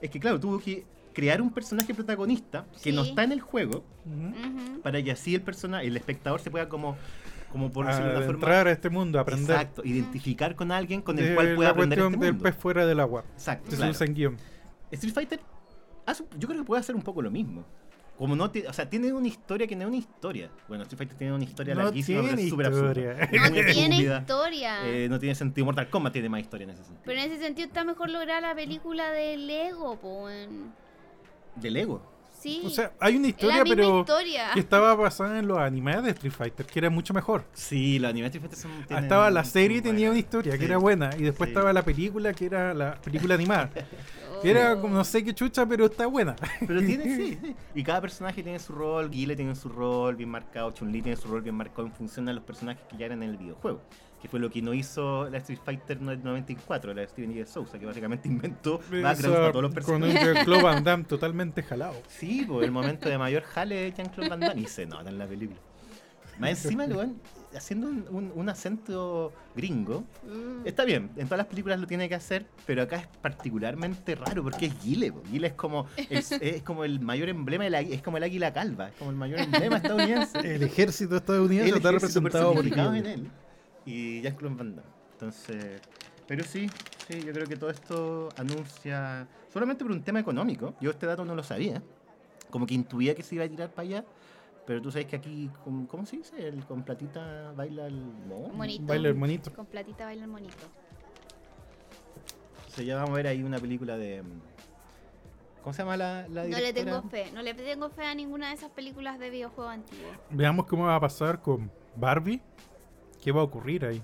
Speaker 4: es que claro, tuvo que crear un personaje protagonista que no
Speaker 3: Sí.
Speaker 4: está en el juego
Speaker 3: Mm. Ujú.
Speaker 4: para que así el persona, el espectador se pueda como, como por decirlo de
Speaker 2: Para
Speaker 4: una forma,
Speaker 2: entrar a este mundo, a aprender.
Speaker 4: exacto, identificar con alguien con el
Speaker 2: Eh,
Speaker 4: cual pueda
Speaker 2: la
Speaker 4: aprender
Speaker 2: cuestión
Speaker 4: este
Speaker 2: del
Speaker 4: mundo.
Speaker 2: pez fuera del agua.
Speaker 4: Exacto,
Speaker 2: Se
Speaker 4: claro.
Speaker 2: usa en guión.
Speaker 4: Street Fighter, hace- yo creo que puede hacer un poco lo mismo. Como no te- o sea, tiene una historia que no es una historia. Bueno, Street Fighter tiene una historia
Speaker 2: No
Speaker 4: larguísima, pero
Speaker 2: tiene
Speaker 4: es súper absurda.
Speaker 2: historia.
Speaker 4: Es muy
Speaker 3: No tiene
Speaker 4: estúpida.
Speaker 3: historia.
Speaker 4: Eh, no tiene sentido. Mortal Kombat tiene más historia en ese sentido.
Speaker 3: Pero en ese sentido está mejor lograda la película de Lego, po. weón.
Speaker 4: Del ego.
Speaker 3: Sí.
Speaker 2: O sea, hay una
Speaker 3: es
Speaker 2: historia,
Speaker 3: la misma
Speaker 2: pero
Speaker 3: historia.
Speaker 2: que estaba basada en los animes de Street Fighter, que era mucho mejor.
Speaker 4: Sí, los animes de Street Fighter son.
Speaker 2: Ah,
Speaker 4: tienen-
Speaker 2: estaba la serie y
Speaker 4: son
Speaker 2: tenía una
Speaker 4: buenas.
Speaker 2: historia que
Speaker 4: Sí.
Speaker 2: era buena. Y después
Speaker 4: Sí.
Speaker 2: estaba la película que era la película animada.
Speaker 3: Oh.
Speaker 2: que era como no sé qué chucha, pero está buena.
Speaker 4: Pero tiene, sí, sí. Y cada personaje tiene su rol. Guile tiene su rol bien marcado. Chun-Li tiene su rol bien marcado en función a los personajes que ya eran en el videojuego. Que fue lo que no hizo la Street Fighter 94, la de Steven E. Souza, que básicamente inventó backgrounds
Speaker 2: Esa-
Speaker 4: para todos los
Speaker 2: con
Speaker 4: personajes.
Speaker 2: un Jean-Claude Van Damme totalmente jalado.
Speaker 4: Sí, pues el momento de mayor jale de Jean-Claude Van Damme. Y se nota en la película. Más encima, lo van haciendo un, un- un acento gringo.
Speaker 3: Mm.
Speaker 4: Está bien, en todas las películas lo tiene que hacer, pero acá es particularmente raro porque es Guile. po. Guile es como, es, es como el mayor emblema, de la- es como el águila calva, es como el mayor emblema estadounidense.
Speaker 2: El ejército estadounidense
Speaker 4: Él
Speaker 2: Eh, está
Speaker 4: ejerce su
Speaker 2: representado por
Speaker 4: personificado en
Speaker 2: Hitler.
Speaker 4: él y Jean-Claude Van Damme. Entonces, pero sí, sí, yo creo que todo esto anuncia solamente por un tema económico. Yo este dato no lo sabía, como que intuía que se iba a tirar para allá, pero tú sabes que aquí, ¿cómo, cómo se dice? El con platita baila el mono.
Speaker 3: Monito.
Speaker 2: Baila el monito.
Speaker 3: Con platita baila el monito.
Speaker 4: Entonces ya vamos a ver ahí una película de mm, ¿Cómo se llama la, la
Speaker 3: No le
Speaker 4: directora?
Speaker 3: tengo fe. No le tengo fe a ninguna de esas películas de videojuegos antiguos.
Speaker 2: Veamos cómo va a pasar con Barbie. ¿Qué va a ocurrir ahí?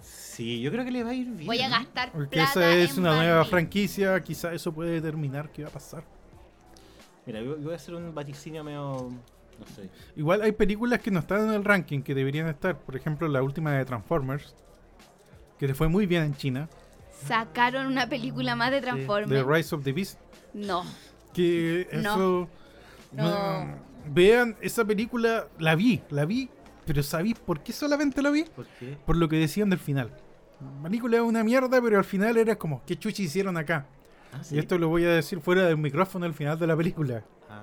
Speaker 4: Sí, yo creo que le va a ir bien. ¿eh?
Speaker 3: Voy a gastar
Speaker 2: Porque
Speaker 3: plata
Speaker 2: esa es
Speaker 3: en
Speaker 2: una nueva
Speaker 3: Barbie.
Speaker 2: franquicia, quizá eso puede determinar qué va a pasar.
Speaker 4: Mira, yo, yo voy a hacer un vaticinio medio no sé.
Speaker 2: Igual hay películas que no están en el ranking que deberían estar. Por ejemplo, la última de Transformers, que le fue muy bien en China.
Speaker 3: Sacaron una película más de
Speaker 2: The
Speaker 3: Transformers.
Speaker 2: Rise of the Beast.
Speaker 3: no.
Speaker 2: Que
Speaker 3: No.
Speaker 2: eso.
Speaker 3: No.
Speaker 2: Mm, Vean, esa película la vi, la vi, pero ¿sabéis por qué solamente la vi?
Speaker 4: ¿Por qué?
Speaker 2: por lo que decían del final. La película es una mierda, pero al final era como, ¿qué chuchi hicieron acá?
Speaker 4: Ah, sí.
Speaker 2: Y esto lo voy a decir fuera del micrófono al final de la película.
Speaker 4: Ah.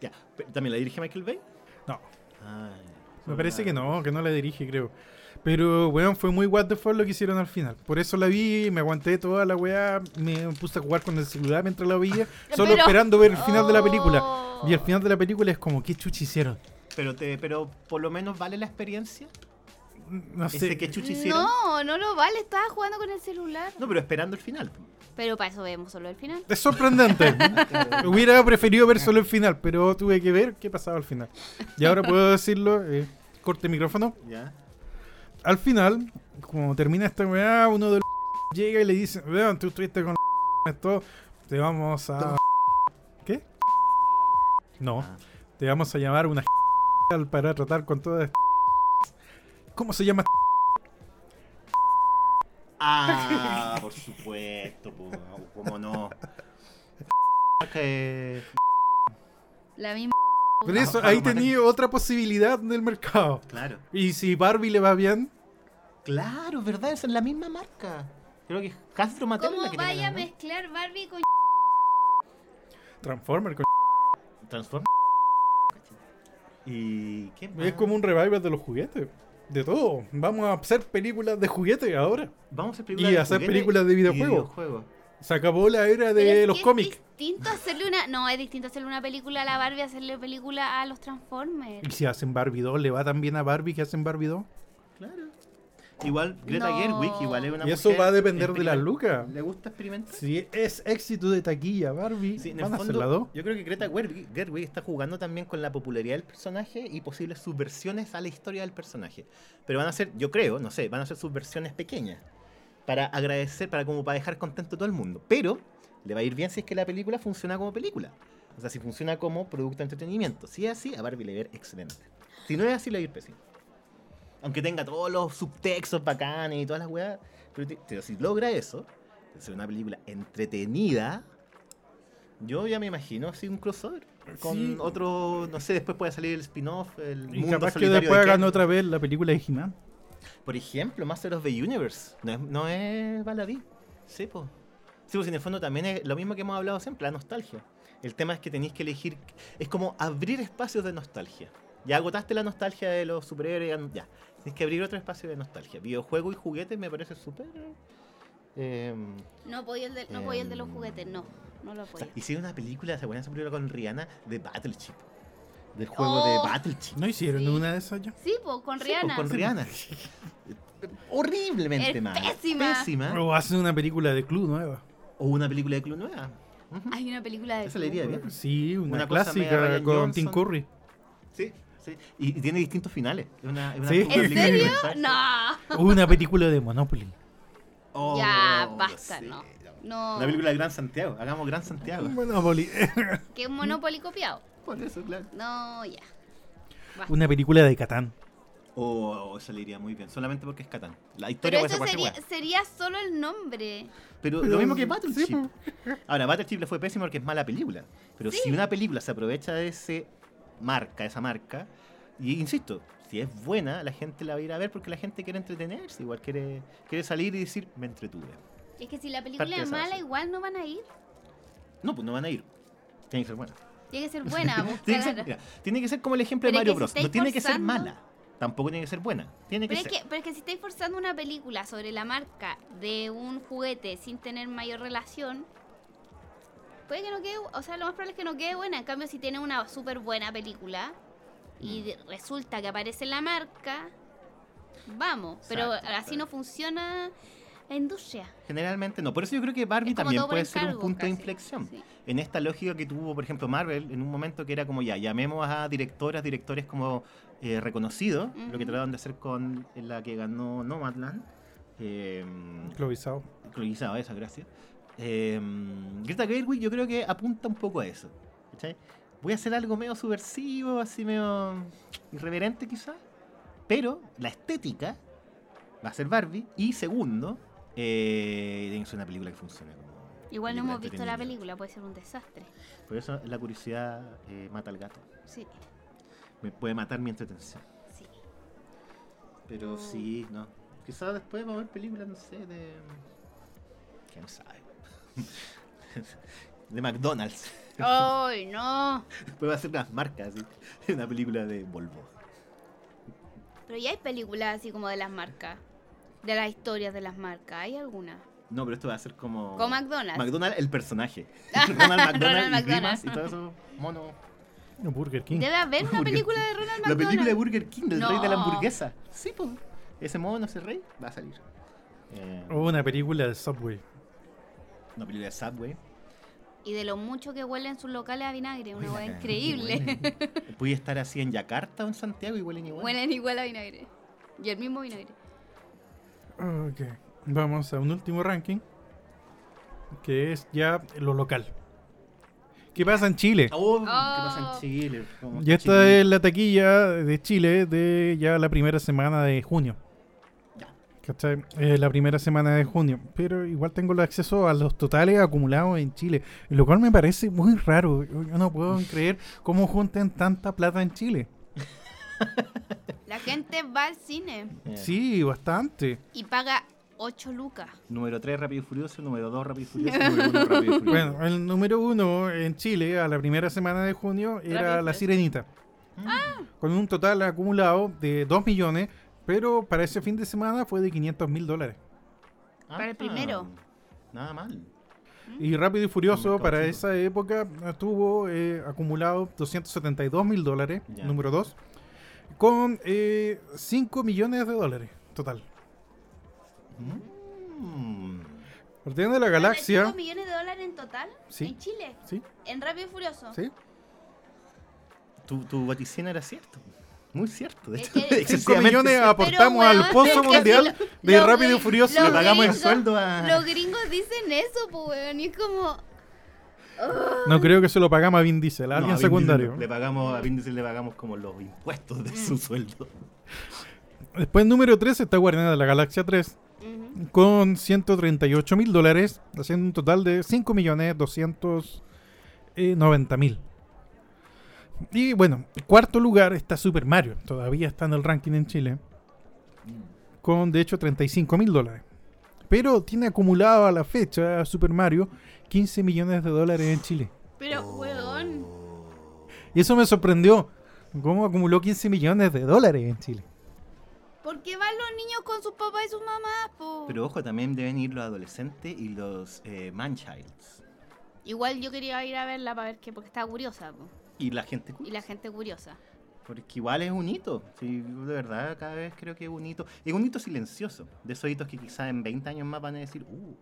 Speaker 4: Ya, pero ¿también la dirige Michael Bay?
Speaker 2: No,
Speaker 4: Ah,
Speaker 2: me parece que no, que no la dirige, creo. Pero, weón, fue muy what the fuck lo que hicieron al final. Por eso la vi, me aguanté toda la weá, me puse a jugar con el celular mientras la veía, solo
Speaker 3: Pero-
Speaker 2: esperando ver el final de la película.
Speaker 3: Oh.
Speaker 2: Y al final de la película es como, ¿qué chuchi hicieron?
Speaker 4: Pero, te, pero por lo menos vale la experiencia.
Speaker 2: No
Speaker 4: Ese
Speaker 2: sé.
Speaker 4: que chucha hicieron.
Speaker 3: No, no lo vale. Estaba jugando con el celular.
Speaker 4: No, pero esperando el final.
Speaker 3: Pero para eso vemos solo el final.
Speaker 2: Es sorprendente. Hubiera preferido ver solo el final, pero tuve que ver qué pasaba al final. Y ahora puedo decirlo, eh, corte micrófono.
Speaker 4: Ya.
Speaker 2: Al final, como termina esta weá, uno de los llega y le dice, vean, tú estuviste con esto, te vamos a... ¿Qué? No.
Speaker 4: Ah.
Speaker 2: Te vamos a llamar una para tratar con todas estas. ¿Cómo se llama?
Speaker 4: Ah, por supuesto, po, cómo no. Que-
Speaker 3: La misma.
Speaker 2: Pero eso,
Speaker 4: Ah,
Speaker 2: ahí
Speaker 4: Palomar.
Speaker 2: tenía otra posibilidad del mercado.
Speaker 4: Claro.
Speaker 2: Y si Barbie le va bien,
Speaker 4: Claro, ¿verdad? Esa es la misma marca. Creo que Hasbro Mattel es la
Speaker 3: ¿Cómo
Speaker 4: que
Speaker 3: vaya a
Speaker 4: tiene,
Speaker 3: mezclar Barbie con
Speaker 2: Transformer. con-
Speaker 4: ¿no? Transform. ¿Y qué más?
Speaker 2: Es como un revival de los juguetes. De todo. Vamos a hacer películas de juguetes ahora.
Speaker 4: Vamos a hacer
Speaker 2: y
Speaker 4: películas de
Speaker 2: hacer
Speaker 4: juguetes
Speaker 2: películas de
Speaker 4: y
Speaker 2: videojuegos.
Speaker 4: videojuegos.
Speaker 2: Se acabó la era
Speaker 3: Pero es
Speaker 2: de
Speaker 3: que
Speaker 2: los
Speaker 3: es
Speaker 2: cómics.
Speaker 3: distinto hacerle una. No, es distinto hacerle una película a la Barbie, hacerle película a los
Speaker 2: Y
Speaker 3: Transformers.
Speaker 2: si hacen Barbie 2, ¿le va tan bien a Barbie que hacen Barbie 2?
Speaker 4: Claro. Igual Greta
Speaker 3: No.
Speaker 4: Gerwig igual es una
Speaker 2: Y eso
Speaker 4: mujer
Speaker 2: va a depender de la
Speaker 4: experimenta-
Speaker 2: luca.
Speaker 4: ¿Le gusta experimentar?
Speaker 2: Si es éxito de taquilla Barbie,
Speaker 4: Sí, en el
Speaker 2: van a hacer
Speaker 4: fondo,
Speaker 2: la 2.
Speaker 4: yo creo que Greta Gerwig, Gerwig está jugando también con la popularidad del personaje y posibles subversiones a la historia del personaje. Pero van a ser, yo creo, no sé, van a ser subversiones pequeñas para agradecer, para como para dejar contento a todo el mundo. Pero le va a ir bien si es que la película funciona como película. O sea, si funciona como producto de entretenimiento. Si es así, a Barbie le va a ir excelente. Si no es así, le va a ir pésimo. Aunque tenga todos los subtextos bacanes y todas las weas. Pero, te- pero si logra eso, es una película entretenida. Yo ya me imagino así un crossover. Con
Speaker 2: Sí.
Speaker 4: otro, no sé, después puede salir el spin-off, el
Speaker 2: Y
Speaker 4: mundo
Speaker 2: capaz que
Speaker 4: solitario de
Speaker 2: después hagan
Speaker 4: Ken.
Speaker 2: otra vez la película de He-Man.
Speaker 4: Por ejemplo, Master of the Universe. No es, no es baladí. Sí, po. Sí, pues en el fondo también es lo mismo que hemos hablado siempre, la nostalgia. El tema es que tenéis que elegir. Es como abrir espacios de nostalgia. Ya agotaste la nostalgia de los superhéroes, ya- ya. Tienes que abrir otro espacio de nostalgia. Videojuego y juguetes me parece súper. eh,
Speaker 3: No apoyo el de, no apoyo el de los juguetes, no. No lo
Speaker 4: o
Speaker 3: apoyo.
Speaker 4: sea, hicieron una película, ¿se acuerdan de esa película con Rihanna? De Battleship. Del juego de
Speaker 3: Oh.
Speaker 4: Battleship.
Speaker 2: ¿No hicieron
Speaker 3: Sí.
Speaker 2: una de esas ya?
Speaker 3: Sí, pues, con
Speaker 4: Sí, po,
Speaker 3: Rihanna.
Speaker 4: Con Rihanna. Horriblemente
Speaker 3: Es
Speaker 4: mal.
Speaker 3: pésima.
Speaker 4: Pésima.
Speaker 2: O hacen una película de club nueva.
Speaker 4: O una película de Club Nueva. Ujú.
Speaker 3: Hay una película Ah, de.
Speaker 4: Esa le iría
Speaker 3: Club.
Speaker 4: bien.
Speaker 2: Sí, una,
Speaker 4: Una cosa media
Speaker 2: clásica
Speaker 4: Ryan
Speaker 2: con Tim
Speaker 4: Johnson.
Speaker 2: Curry.
Speaker 4: Sí, sí. Y, y tiene distintos finales. Es una, es una
Speaker 2: Sí.
Speaker 4: película
Speaker 3: ¿En serio?
Speaker 4: experimental.
Speaker 3: No.
Speaker 2: O una película de Monopoly.
Speaker 4: Oh,
Speaker 3: Ya,
Speaker 4: no
Speaker 3: basta,
Speaker 4: sé.
Speaker 3: no. No.
Speaker 4: Una película de Gran Santiago. Hagamos Gran Santiago.
Speaker 2: Monopoly.
Speaker 3: Que es un Monopoly copiado.
Speaker 4: Por eso, claro.
Speaker 3: No, ya. Basta.
Speaker 2: una película de Catán.
Speaker 4: Oh, oh, esa le iría muy bien. Solamente porque es Catán. La historia
Speaker 3: Pero eso
Speaker 4: puede ser cualquier
Speaker 3: sería,
Speaker 4: hueá.
Speaker 3: sería solo el nombre.
Speaker 4: Pero
Speaker 2: Pero
Speaker 4: lo mismo que
Speaker 2: sí,
Speaker 4: Battleship.
Speaker 2: po.
Speaker 4: Ahora, Battleship le fue pésimo porque es mala película. Pero si una película se aprovecha de ese marca, esa marca, y insisto, si es buena, la gente la va a ir a ver porque la gente quiere entretenerse, igual quiere, quiere salir y decir, me entretuve.
Speaker 3: Es que si la
Speaker 4: Parte
Speaker 3: película
Speaker 4: de
Speaker 3: es
Speaker 4: esa
Speaker 3: mala,
Speaker 4: base.
Speaker 3: igual no van a ir.
Speaker 4: No, pues no van a ir. Tiene que ser buena.
Speaker 3: Tiene que ser buena. pues,
Speaker 4: Tiene que, ser,
Speaker 3: claro.
Speaker 4: mira, tiene que ser como el ejemplo
Speaker 3: Pero
Speaker 4: de
Speaker 3: es que
Speaker 4: Mario
Speaker 3: si
Speaker 4: Bros.
Speaker 3: estáis
Speaker 4: No tiene que ser
Speaker 3: forzando-
Speaker 4: mala. Tampoco tiene que ser buena. Tiene que
Speaker 3: Pero es,
Speaker 4: ser.
Speaker 3: que, pero es que si estáis forzando una película sobre la marca de un juguete sin tener mayor relación, puede que no quede, o sea, lo más probable es que no quede buena. En cambio, si tiene una súper buena película
Speaker 4: Mm.
Speaker 3: y de- resulta que aparece la marca, vamos. Pero
Speaker 4: Exacto,
Speaker 3: así
Speaker 4: claro.
Speaker 3: no funciona la industria.
Speaker 4: Generalmente no. Por eso yo creo que Barbie
Speaker 3: Es como
Speaker 4: también
Speaker 3: todo por
Speaker 4: puede ser un
Speaker 3: encargo,
Speaker 4: punto de
Speaker 3: casi.
Speaker 4: inflexión.
Speaker 3: Sí.
Speaker 4: En esta lógica que tuvo, por ejemplo, Marvel, en un momento que era como ya, llamemos a directoras, directores como eh, reconocidos, lo que
Speaker 3: Ujú.
Speaker 4: trataron de hacer con la que ganó Nomadland. Eh,
Speaker 2: Clovisado.
Speaker 4: Clovisado, esa, gracias. Eh, Greta Gerwig yo creo que apunta un poco a eso. ¿cachai? Voy a hacer algo medio subversivo, así medio irreverente quizás, pero la estética va a ser Barbie y segundo, eh, tiene que ser una película que funcione. como
Speaker 3: Igual no
Speaker 4: película
Speaker 3: hemos visto la
Speaker 4: entretenida.
Speaker 3: película, puede ser un desastre.
Speaker 4: Por eso la curiosidad eh, mata al gato.
Speaker 3: Sí,
Speaker 4: Me puede matar mi entretención.
Speaker 3: sí.
Speaker 4: Pero
Speaker 3: No.
Speaker 4: sí, no. Quizás después vamos a ver películas, no sé, de. ¿Quién sabe? de McDonald's.
Speaker 3: ¡Ay, no!
Speaker 4: Después va a ser unas marcas, así. Una película de Volvo.
Speaker 3: Pero ya hay películas así como de las marcas. De las historias de las marcas. ¿Hay alguna?
Speaker 4: No, pero esto va a ser como.
Speaker 3: Con McDonald's.
Speaker 4: McDonald's, el personaje. Ronald McDonald
Speaker 3: Ronald
Speaker 4: y
Speaker 3: McDonald.
Speaker 4: Grimas y todo eso. Mono.
Speaker 2: No, Burger King.
Speaker 3: Debe haber una
Speaker 4: Burger
Speaker 3: película
Speaker 4: King.
Speaker 3: de Ronald
Speaker 4: La
Speaker 3: McDonald.
Speaker 4: película de Burger King, del
Speaker 3: No.
Speaker 4: rey de la hamburguesa. Sí, pues. Ese mono, ese rey, va a salir. Eh,
Speaker 2: O una película de Subway.
Speaker 4: Una película de Subway.
Speaker 3: Y de lo mucho que huelen sus locales a vinagre. Una hueá
Speaker 4: Huele,
Speaker 3: increíble.
Speaker 4: huele. Pude estar así en Yakarta o en Santiago y huelen igual.
Speaker 3: Huelen igual a vinagre. Y el mismo vinagre.
Speaker 2: Ah, Ok. Vamos a un último ranking. Que es ya lo local. ¿Qué pasa en Chile?
Speaker 4: Oh, ¿Qué
Speaker 3: Oh.
Speaker 4: pasa en Chile? ¿Cómo
Speaker 2: Y
Speaker 4: está
Speaker 2: esta
Speaker 4: Chile?
Speaker 2: es la taquilla de Chile de ya la primera semana de junio.
Speaker 4: Ya.
Speaker 2: ¿Cachai? Eh, la primera semana de junio. Pero igual tengo el acceso a los totales acumulados en Chile. Lo cual me parece muy raro. Yo yo no puedo creer cómo junten tanta plata en Chile.
Speaker 3: La gente va al cine
Speaker 4: Eh,
Speaker 2: Sí, bastante.
Speaker 3: y paga 8 lucas.
Speaker 4: Número 3, Rápido y Furioso. Número 2, Rápido y Furioso. número 1, Rápido y Furioso.
Speaker 2: Bueno, el número uno en Chile a la primera semana de junio era
Speaker 3: Rápido,
Speaker 2: La
Speaker 3: pues.
Speaker 2: Sirenita.
Speaker 3: Mm.
Speaker 2: Ah. Con un total acumulado de 2 millones. Pero para ese fin de semana fue de 500 mil dólares.
Speaker 4: Ah,
Speaker 3: para el primero.
Speaker 4: Nada mal.
Speaker 3: Mm.
Speaker 2: Y Rápido y Furioso
Speaker 4: Mercado
Speaker 2: para
Speaker 4: Chico.
Speaker 2: esa época eh, tuvo eh, acumulado 272 mil dólares,
Speaker 4: Ya.
Speaker 2: número 2, con eh, 5 millones de dólares total.
Speaker 4: Mm.
Speaker 2: Guardianes de la Galaxia,
Speaker 3: 5 millones de dólares en total
Speaker 2: Sí.
Speaker 3: en Chile,
Speaker 2: ¿sí?
Speaker 3: en Rápido y Furioso.
Speaker 2: ¿Sí?
Speaker 4: Tu, tu vaticino era cierto. Muy cierto. De
Speaker 3: Es
Speaker 4: hecho,
Speaker 3: que- Cinco
Speaker 2: Cinco
Speaker 4: excesivamente
Speaker 2: millones
Speaker 4: cierto.
Speaker 2: aportamos
Speaker 3: Pero,
Speaker 2: al
Speaker 3: weón,
Speaker 2: pozo
Speaker 3: es que
Speaker 2: mundial
Speaker 3: si lo-
Speaker 2: de
Speaker 3: lo
Speaker 2: Rápido y
Speaker 3: gri-
Speaker 2: Furioso.
Speaker 3: lo
Speaker 4: Le pagamos el
Speaker 3: gringos-
Speaker 4: sueldo a-
Speaker 3: Los gringos dicen eso, pues, weón, y es como...
Speaker 2: No creo que se lo pagamos a Vin Diesel, a
Speaker 4: No,
Speaker 2: alguien
Speaker 4: a Vin
Speaker 2: secundario.
Speaker 4: Diesel Le pagamos, a Vin Diesel le pagamos como los impuestos de
Speaker 3: Mm.
Speaker 4: su sueldo.
Speaker 2: Después, número 3 está Guardianes de la Galaxia 3, con 138 mil dólares, haciendo un total de 5 millones 290 mil. Y bueno, en cuarto lugar está Super Mario, todavía está en el ranking en Chile, con de hecho 35 mil dólares. Pero tiene acumulado a la fecha Super Mario 15 millones de dólares en Chile.
Speaker 3: Pero, weón,
Speaker 2: Y eso me sorprendió, cómo acumuló 15 millones de dólares en Chile.
Speaker 3: ¿por qué van los niños con sus papás y sus mamás, po?
Speaker 4: Pero ojo, también deben ir los adolescentes y los eh, manchilds.
Speaker 3: Igual yo quería ir a verla para ver qué, porque estaba curiosa, po,
Speaker 4: Y la gente cool.
Speaker 3: y la gente curiosa.
Speaker 4: Porque igual es un hito. Sí, yo de verdad, cada vez creo que es un hito. Es un hito silencioso. De esos hitos que quizás en 20 años más van a decir, uh,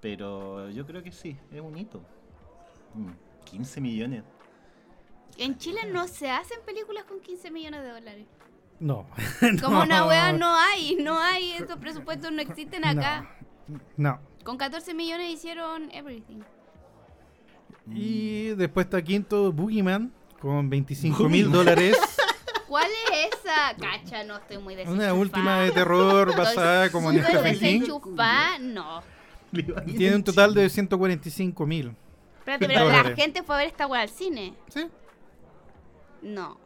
Speaker 4: pero yo creo que sí, es un hito. Mm, 15 millones.
Speaker 3: En Chile no se hacen películas con 15 millones de dólares.
Speaker 2: No.
Speaker 3: Como una weá
Speaker 2: No.
Speaker 3: no hay, no hay, esos presupuestos no existen acá.
Speaker 2: No.
Speaker 3: Con 14 millones hicieron everything.
Speaker 4: Mm,
Speaker 2: Y
Speaker 3: Mm.
Speaker 2: después está quinto Boogeyman con 25 mil dólares.
Speaker 3: ¿Cuál es esa? Cacha, no estoy muy desenchufada.
Speaker 2: Una última de terror
Speaker 3: Estoy
Speaker 2: basada como en este
Speaker 3: súper
Speaker 2: Stephen King.
Speaker 3: desenchufada, no.
Speaker 2: Tiene un total de 145 mil.
Speaker 3: Espérate, pero la
Speaker 2: Dólares.
Speaker 3: gente fue a ver esta weá al cine.
Speaker 2: ¿Sí?
Speaker 3: No.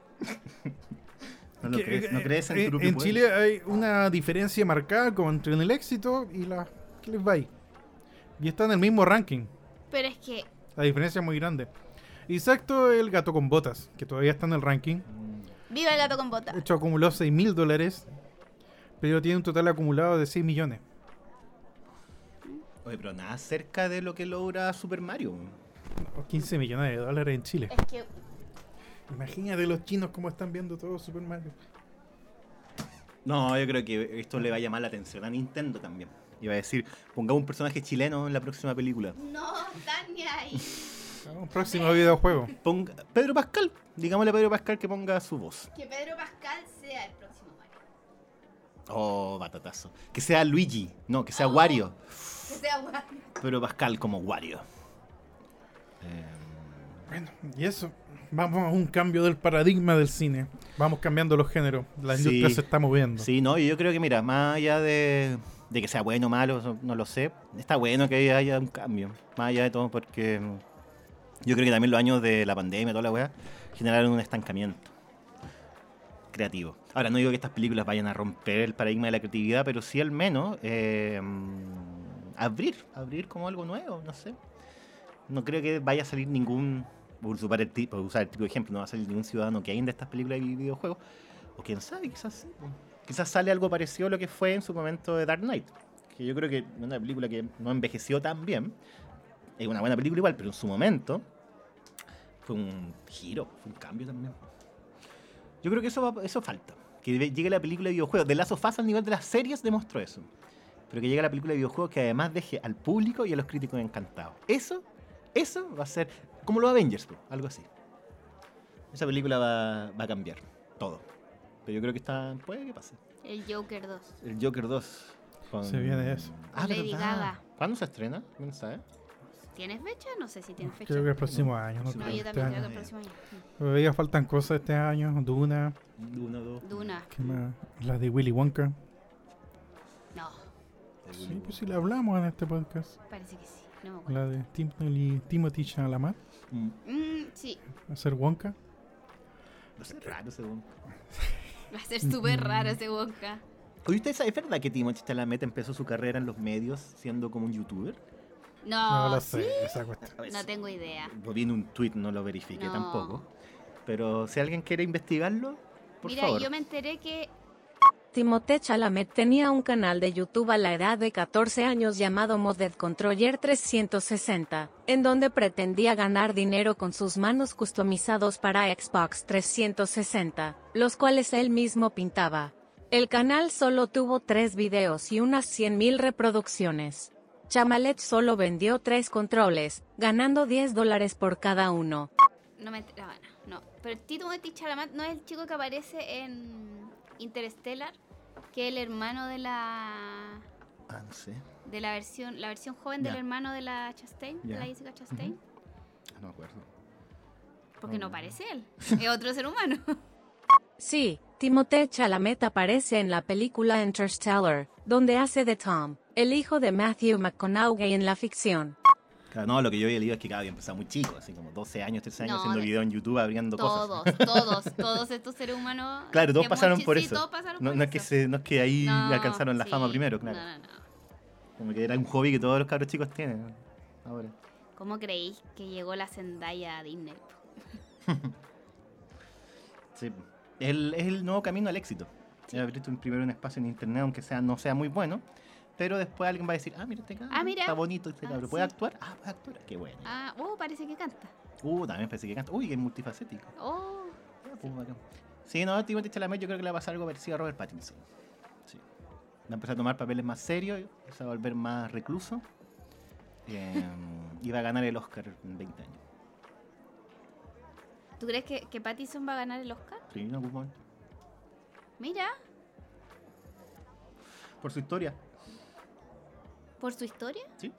Speaker 4: No, lo
Speaker 2: Que,
Speaker 4: crees, no
Speaker 2: eh,
Speaker 4: crees en
Speaker 2: eh,
Speaker 4: tu propio
Speaker 2: En
Speaker 4: pueblo.
Speaker 2: Chile hay una diferencia marcada como entre el éxito y la que les va ahí. Y está en el mismo ranking.
Speaker 3: Pero es que
Speaker 2: La diferencia es muy grande. Y sexto el gato con botas, que todavía está en el ranking.
Speaker 3: viva el gato con botas.
Speaker 2: De hecho, acumuló 6 mil dólares. Pero tiene un total acumulado de 6 millones.
Speaker 4: Oye, pero nada cerca de lo que logra Super Mario.
Speaker 2: O 15 millones de dólares en Chile.
Speaker 3: Es que
Speaker 2: Imagínate los chinos cómo están viendo todo Super Mario.
Speaker 4: No, yo creo que esto le va a llamar la atención a Nintendo también. Y va a decir, pongamos un personaje chileno en la próxima película.
Speaker 3: no están ni ahí.
Speaker 2: Un próximo videojuego.
Speaker 4: Ponga Pedro Pascal. Digámosle a Pedro Pascal que ponga su voz.
Speaker 3: Que Pedro Pascal sea el próximo Mario.
Speaker 4: Oh, batatazo. Que sea Luigi. No, que sea Wario.
Speaker 3: Que sea Mario.
Speaker 4: Pedro Pascal como Wario. Eh,
Speaker 2: Bueno, y eso. Vamos a un cambio del paradigma del cine. Vamos cambiando los géneros. La
Speaker 4: Sí.
Speaker 2: industria se está moviendo.
Speaker 4: sí, no, yo creo que mira, más allá de, de que sea bueno o malo, eso no lo sé. Está bueno que haya un cambio. Más allá de todo, porque mm, yo creo que también los años de la pandemia, toda la weá, generaron un estancamiento creativo. Ahora, no digo que estas películas vayan a romper el paradigma de la creatividad, pero sí al menos eh, mm, abrir, abrir como algo nuevo, no sé. No creo que vaya a salir ningún, por usar el, ti- por usar el tipo de ejemplo, no va a salir ningún ciudadano que de estas películas de videojuegos. O quién sabe, quizás sí. po. Quizás sale algo parecido a lo que fue en su momento de Dark Knight. Que yo creo que es una película que no envejeció tan bien. Es una buena película igual, pero en su momento fue un giro, fue un cambio también. Yo creo que eso, va- eso falta. Que ve- llegue la película de videojuegos. De Lazo Fast al nivel de las series demostró eso. Pero que llegue la película de videojuegos que además deje al público y a los críticos encantados. Eso, eso va a ser como los Avengers, po, algo así. Esa película va, va a cambiar todo. Pero yo creo que está. Puede que pase.
Speaker 3: El Joker 2.
Speaker 4: El Joker 2. con- Ah,
Speaker 2: Se viene eso.
Speaker 3: Lady
Speaker 4: ¿verdad?
Speaker 3: Gaga.
Speaker 4: eh? ¿Cuándo se estrena? ¿Quién sabe?
Speaker 3: ¿Tienes fecha? No sé si tienes fecha.
Speaker 2: Creo que el próximo año. No,
Speaker 4: Próximo
Speaker 3: No,
Speaker 2: creo
Speaker 3: yo
Speaker 2: este
Speaker 3: también creo que
Speaker 2: año.
Speaker 3: el próximo año.
Speaker 2: Todavía faltan cosas este año. Duna,
Speaker 4: Uno, dos.
Speaker 3: Mm. Duna.
Speaker 2: ¿qué más? las de Willy Wonka.
Speaker 3: No,
Speaker 2: Sí, pues sí, la hablamos en este podcast.
Speaker 3: parece que sí. No me acuerdo.
Speaker 2: La de Tim y Timothy Chalamet,
Speaker 4: Mm,
Speaker 3: Mm, sí,
Speaker 2: hacer Wonka.
Speaker 4: no sé, raro ese weón.
Speaker 3: va a ser súper raro ese Wonka.
Speaker 4: Oye, ¿ustedes saben- ¿es verdad que Timothée Chalamet empezó su carrera en los medios siendo como un youtuber?
Speaker 3: No,
Speaker 2: no lo
Speaker 3: Ah, sí,
Speaker 2: sé, esa cuestión.
Speaker 4: A ver,
Speaker 3: no tengo idea.
Speaker 4: Lo pues, vi en un tweet, no lo verifiqué
Speaker 3: No.
Speaker 4: tampoco. Pero si alguien quiere investigarlo, por
Speaker 3: Mira,
Speaker 4: favor.
Speaker 3: yo me enteré que
Speaker 1: Timothée Chalamet tenía un canal de YouTube a la edad de 14 años llamado Modded Controller 360, en donde pretendía ganar dinero con sus manos customizados para Xbox 360, los cuales él mismo pintaba. El canal solo tuvo tres videos y unas 100.000 reproducciones. Chamalet solo vendió tres controles, ganando 10 dólares por cada uno.
Speaker 3: No me ent- no, no, no. Pero Tito Meti Chalamet no es el chico que aparece en Interstellar, que es el hermano de la
Speaker 4: Ah, no sé.
Speaker 3: de la versión la versión joven del
Speaker 4: Ya.
Speaker 3: hermano de la Chastain, de
Speaker 4: Ya.
Speaker 3: la Jessica Chastain,
Speaker 4: Ah, No me acuerdo.
Speaker 3: porque no
Speaker 4: Mm.
Speaker 3: parece él, es otro ser humano.
Speaker 1: Sí, Timothée Chalamet aparece en la película Interstellar, donde hace de Tom, el hijo de Matthew McConaughey en la ficción.
Speaker 4: Claro, no, lo que yo había leído es que cada había empezado muy chico, así como 12 años, 13 años
Speaker 3: No,
Speaker 4: haciendo
Speaker 3: de-
Speaker 4: video en YouTube, abriendo cosas.
Speaker 3: todos, todos, todos estos seres humanos.
Speaker 4: Claro, todos
Speaker 3: de
Speaker 4: pasaron
Speaker 3: muchis-
Speaker 4: por
Speaker 3: sí,
Speaker 4: eso.
Speaker 3: todos pasaron
Speaker 4: no,
Speaker 3: por
Speaker 4: no es que
Speaker 3: eso.
Speaker 4: se- no es que ahí
Speaker 3: No,
Speaker 4: alcanzaron la fama
Speaker 3: sí,
Speaker 4: primero, claro.
Speaker 3: No, no, no.
Speaker 4: Como que era un hobby que todos los cabros chicos tienen. Ahora.
Speaker 3: ¿Cómo creéis que llegó la Zendaya a Disney?
Speaker 4: Sí. Es el, es el nuevo camino al éxito.
Speaker 3: Sí.
Speaker 4: Es Abrirte un, primero un espacio en internet, aunque sea, no sea muy bueno. Pero después alguien va a decir, ah, mira este cabrón.
Speaker 3: Ah, mira.
Speaker 4: Está bonito este
Speaker 3: Ah,
Speaker 4: cabrón. ¿Puede
Speaker 3: sí.
Speaker 4: actuar? Ah, puede actuar. Qué bueno.
Speaker 3: Ah, oh, parece que canta.
Speaker 4: Uh, también pensé que canta. Uy, que es multifacético.
Speaker 3: Oh,
Speaker 4: Uh, bacán. Sí, no, Timothy Chalamet yo creo que le va a pasar algo parecido a Robert Pattinson. Sí. Va a empezar a tomar papeles más serios, se va a volver más recluso. eh, y va a ganar el Oscar en 20 años.
Speaker 3: ¿tú crees que, que Pattinson va a ganar el Oscar?
Speaker 4: Sí, pues, en algún momento.
Speaker 3: Mira,
Speaker 4: Por su historia.
Speaker 3: por su historia.
Speaker 4: Sí.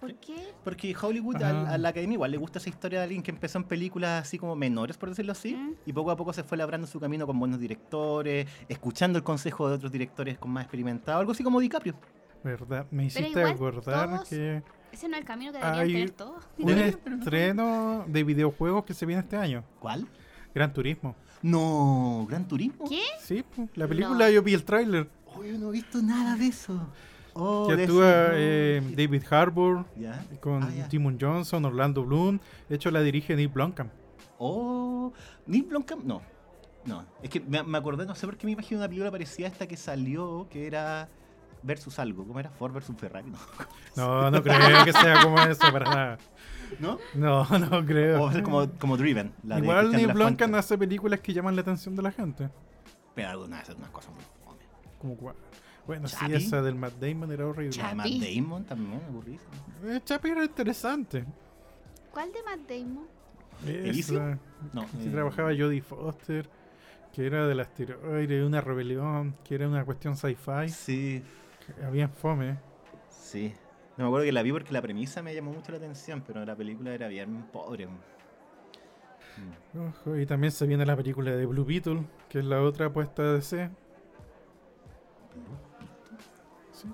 Speaker 3: ¿Por
Speaker 4: Sí.
Speaker 3: qué?
Speaker 4: Porque Hollywood al- a, la academia igual le gusta esa historia de alguien que empezó en películas así como menores, por decirlo así,
Speaker 3: Mm.
Speaker 4: y poco a poco se fue labrando su camino con buenos directores, escuchando el consejo de otros directores con más experimentados, algo así como DiCaprio.
Speaker 2: ¿Verdad? Me hiciste
Speaker 3: igual
Speaker 2: acordar
Speaker 3: todos-
Speaker 2: que
Speaker 3: Ese no es el camino que deberían
Speaker 2: Ay.
Speaker 3: tener todos.
Speaker 2: un estreno de videojuegos que se viene este año.
Speaker 4: ¿Cuál?
Speaker 2: Gran Turismo.
Speaker 4: No, Gran Turismo.
Speaker 3: ¿Qué?
Speaker 2: Sí, pues, la película
Speaker 3: No.
Speaker 2: yo vi el tráiler.
Speaker 4: Hoy no he visto nada de eso. Oh,
Speaker 2: Que
Speaker 4: de
Speaker 2: actúa
Speaker 4: ese-
Speaker 2: eh, David Harbour
Speaker 4: ¿Ya?
Speaker 2: con
Speaker 4: Ah, ya.
Speaker 2: Timon Johnson, Orlando Bloom. De hecho la dirige Neil Blomkamp.
Speaker 4: Oh, Neil Blomkamp, no. No, es que me, me acordé, no sé por qué me imagino una película parecida a esta que salió, que era versus algo, ¿cómo era? Ford versus Ferrari, ¿no?
Speaker 2: No, no creo que sea como eso para nada.
Speaker 4: ¿No?
Speaker 2: No, no creo.
Speaker 4: O va a ser como, como Driven.
Speaker 2: Igual
Speaker 4: La de
Speaker 2: Neil
Speaker 4: Christian Lafuente.
Speaker 2: Blomkamp hace películas que llaman la atención de la gente.
Speaker 4: Pero alguna vez es una cosa muy fome.
Speaker 2: Como cua- Bueno, sí,
Speaker 4: Chapi.
Speaker 2: esa del Matt Damon era horrible.
Speaker 4: La de Matt Damon también, aburrido.
Speaker 2: Eh, Chapi era interesante.
Speaker 3: ¿Cuál de Matt Damon?
Speaker 4: ¿Elysium?
Speaker 2: Esa-
Speaker 4: No.
Speaker 2: que
Speaker 4: eh,
Speaker 2: trabajaba Jodie Foster, que era del asteroide, una rebelión, que era una cuestión sci-fi.
Speaker 4: Sí,
Speaker 2: que Había fome.
Speaker 4: sí. No me acuerdo que la vi porque la premisa me llamó mucho la atención, pero la película era bien pobre. Mm.
Speaker 2: Ojo, y también se viene la película de Blue Beetle, que es la otra apuesta de DC. Sí.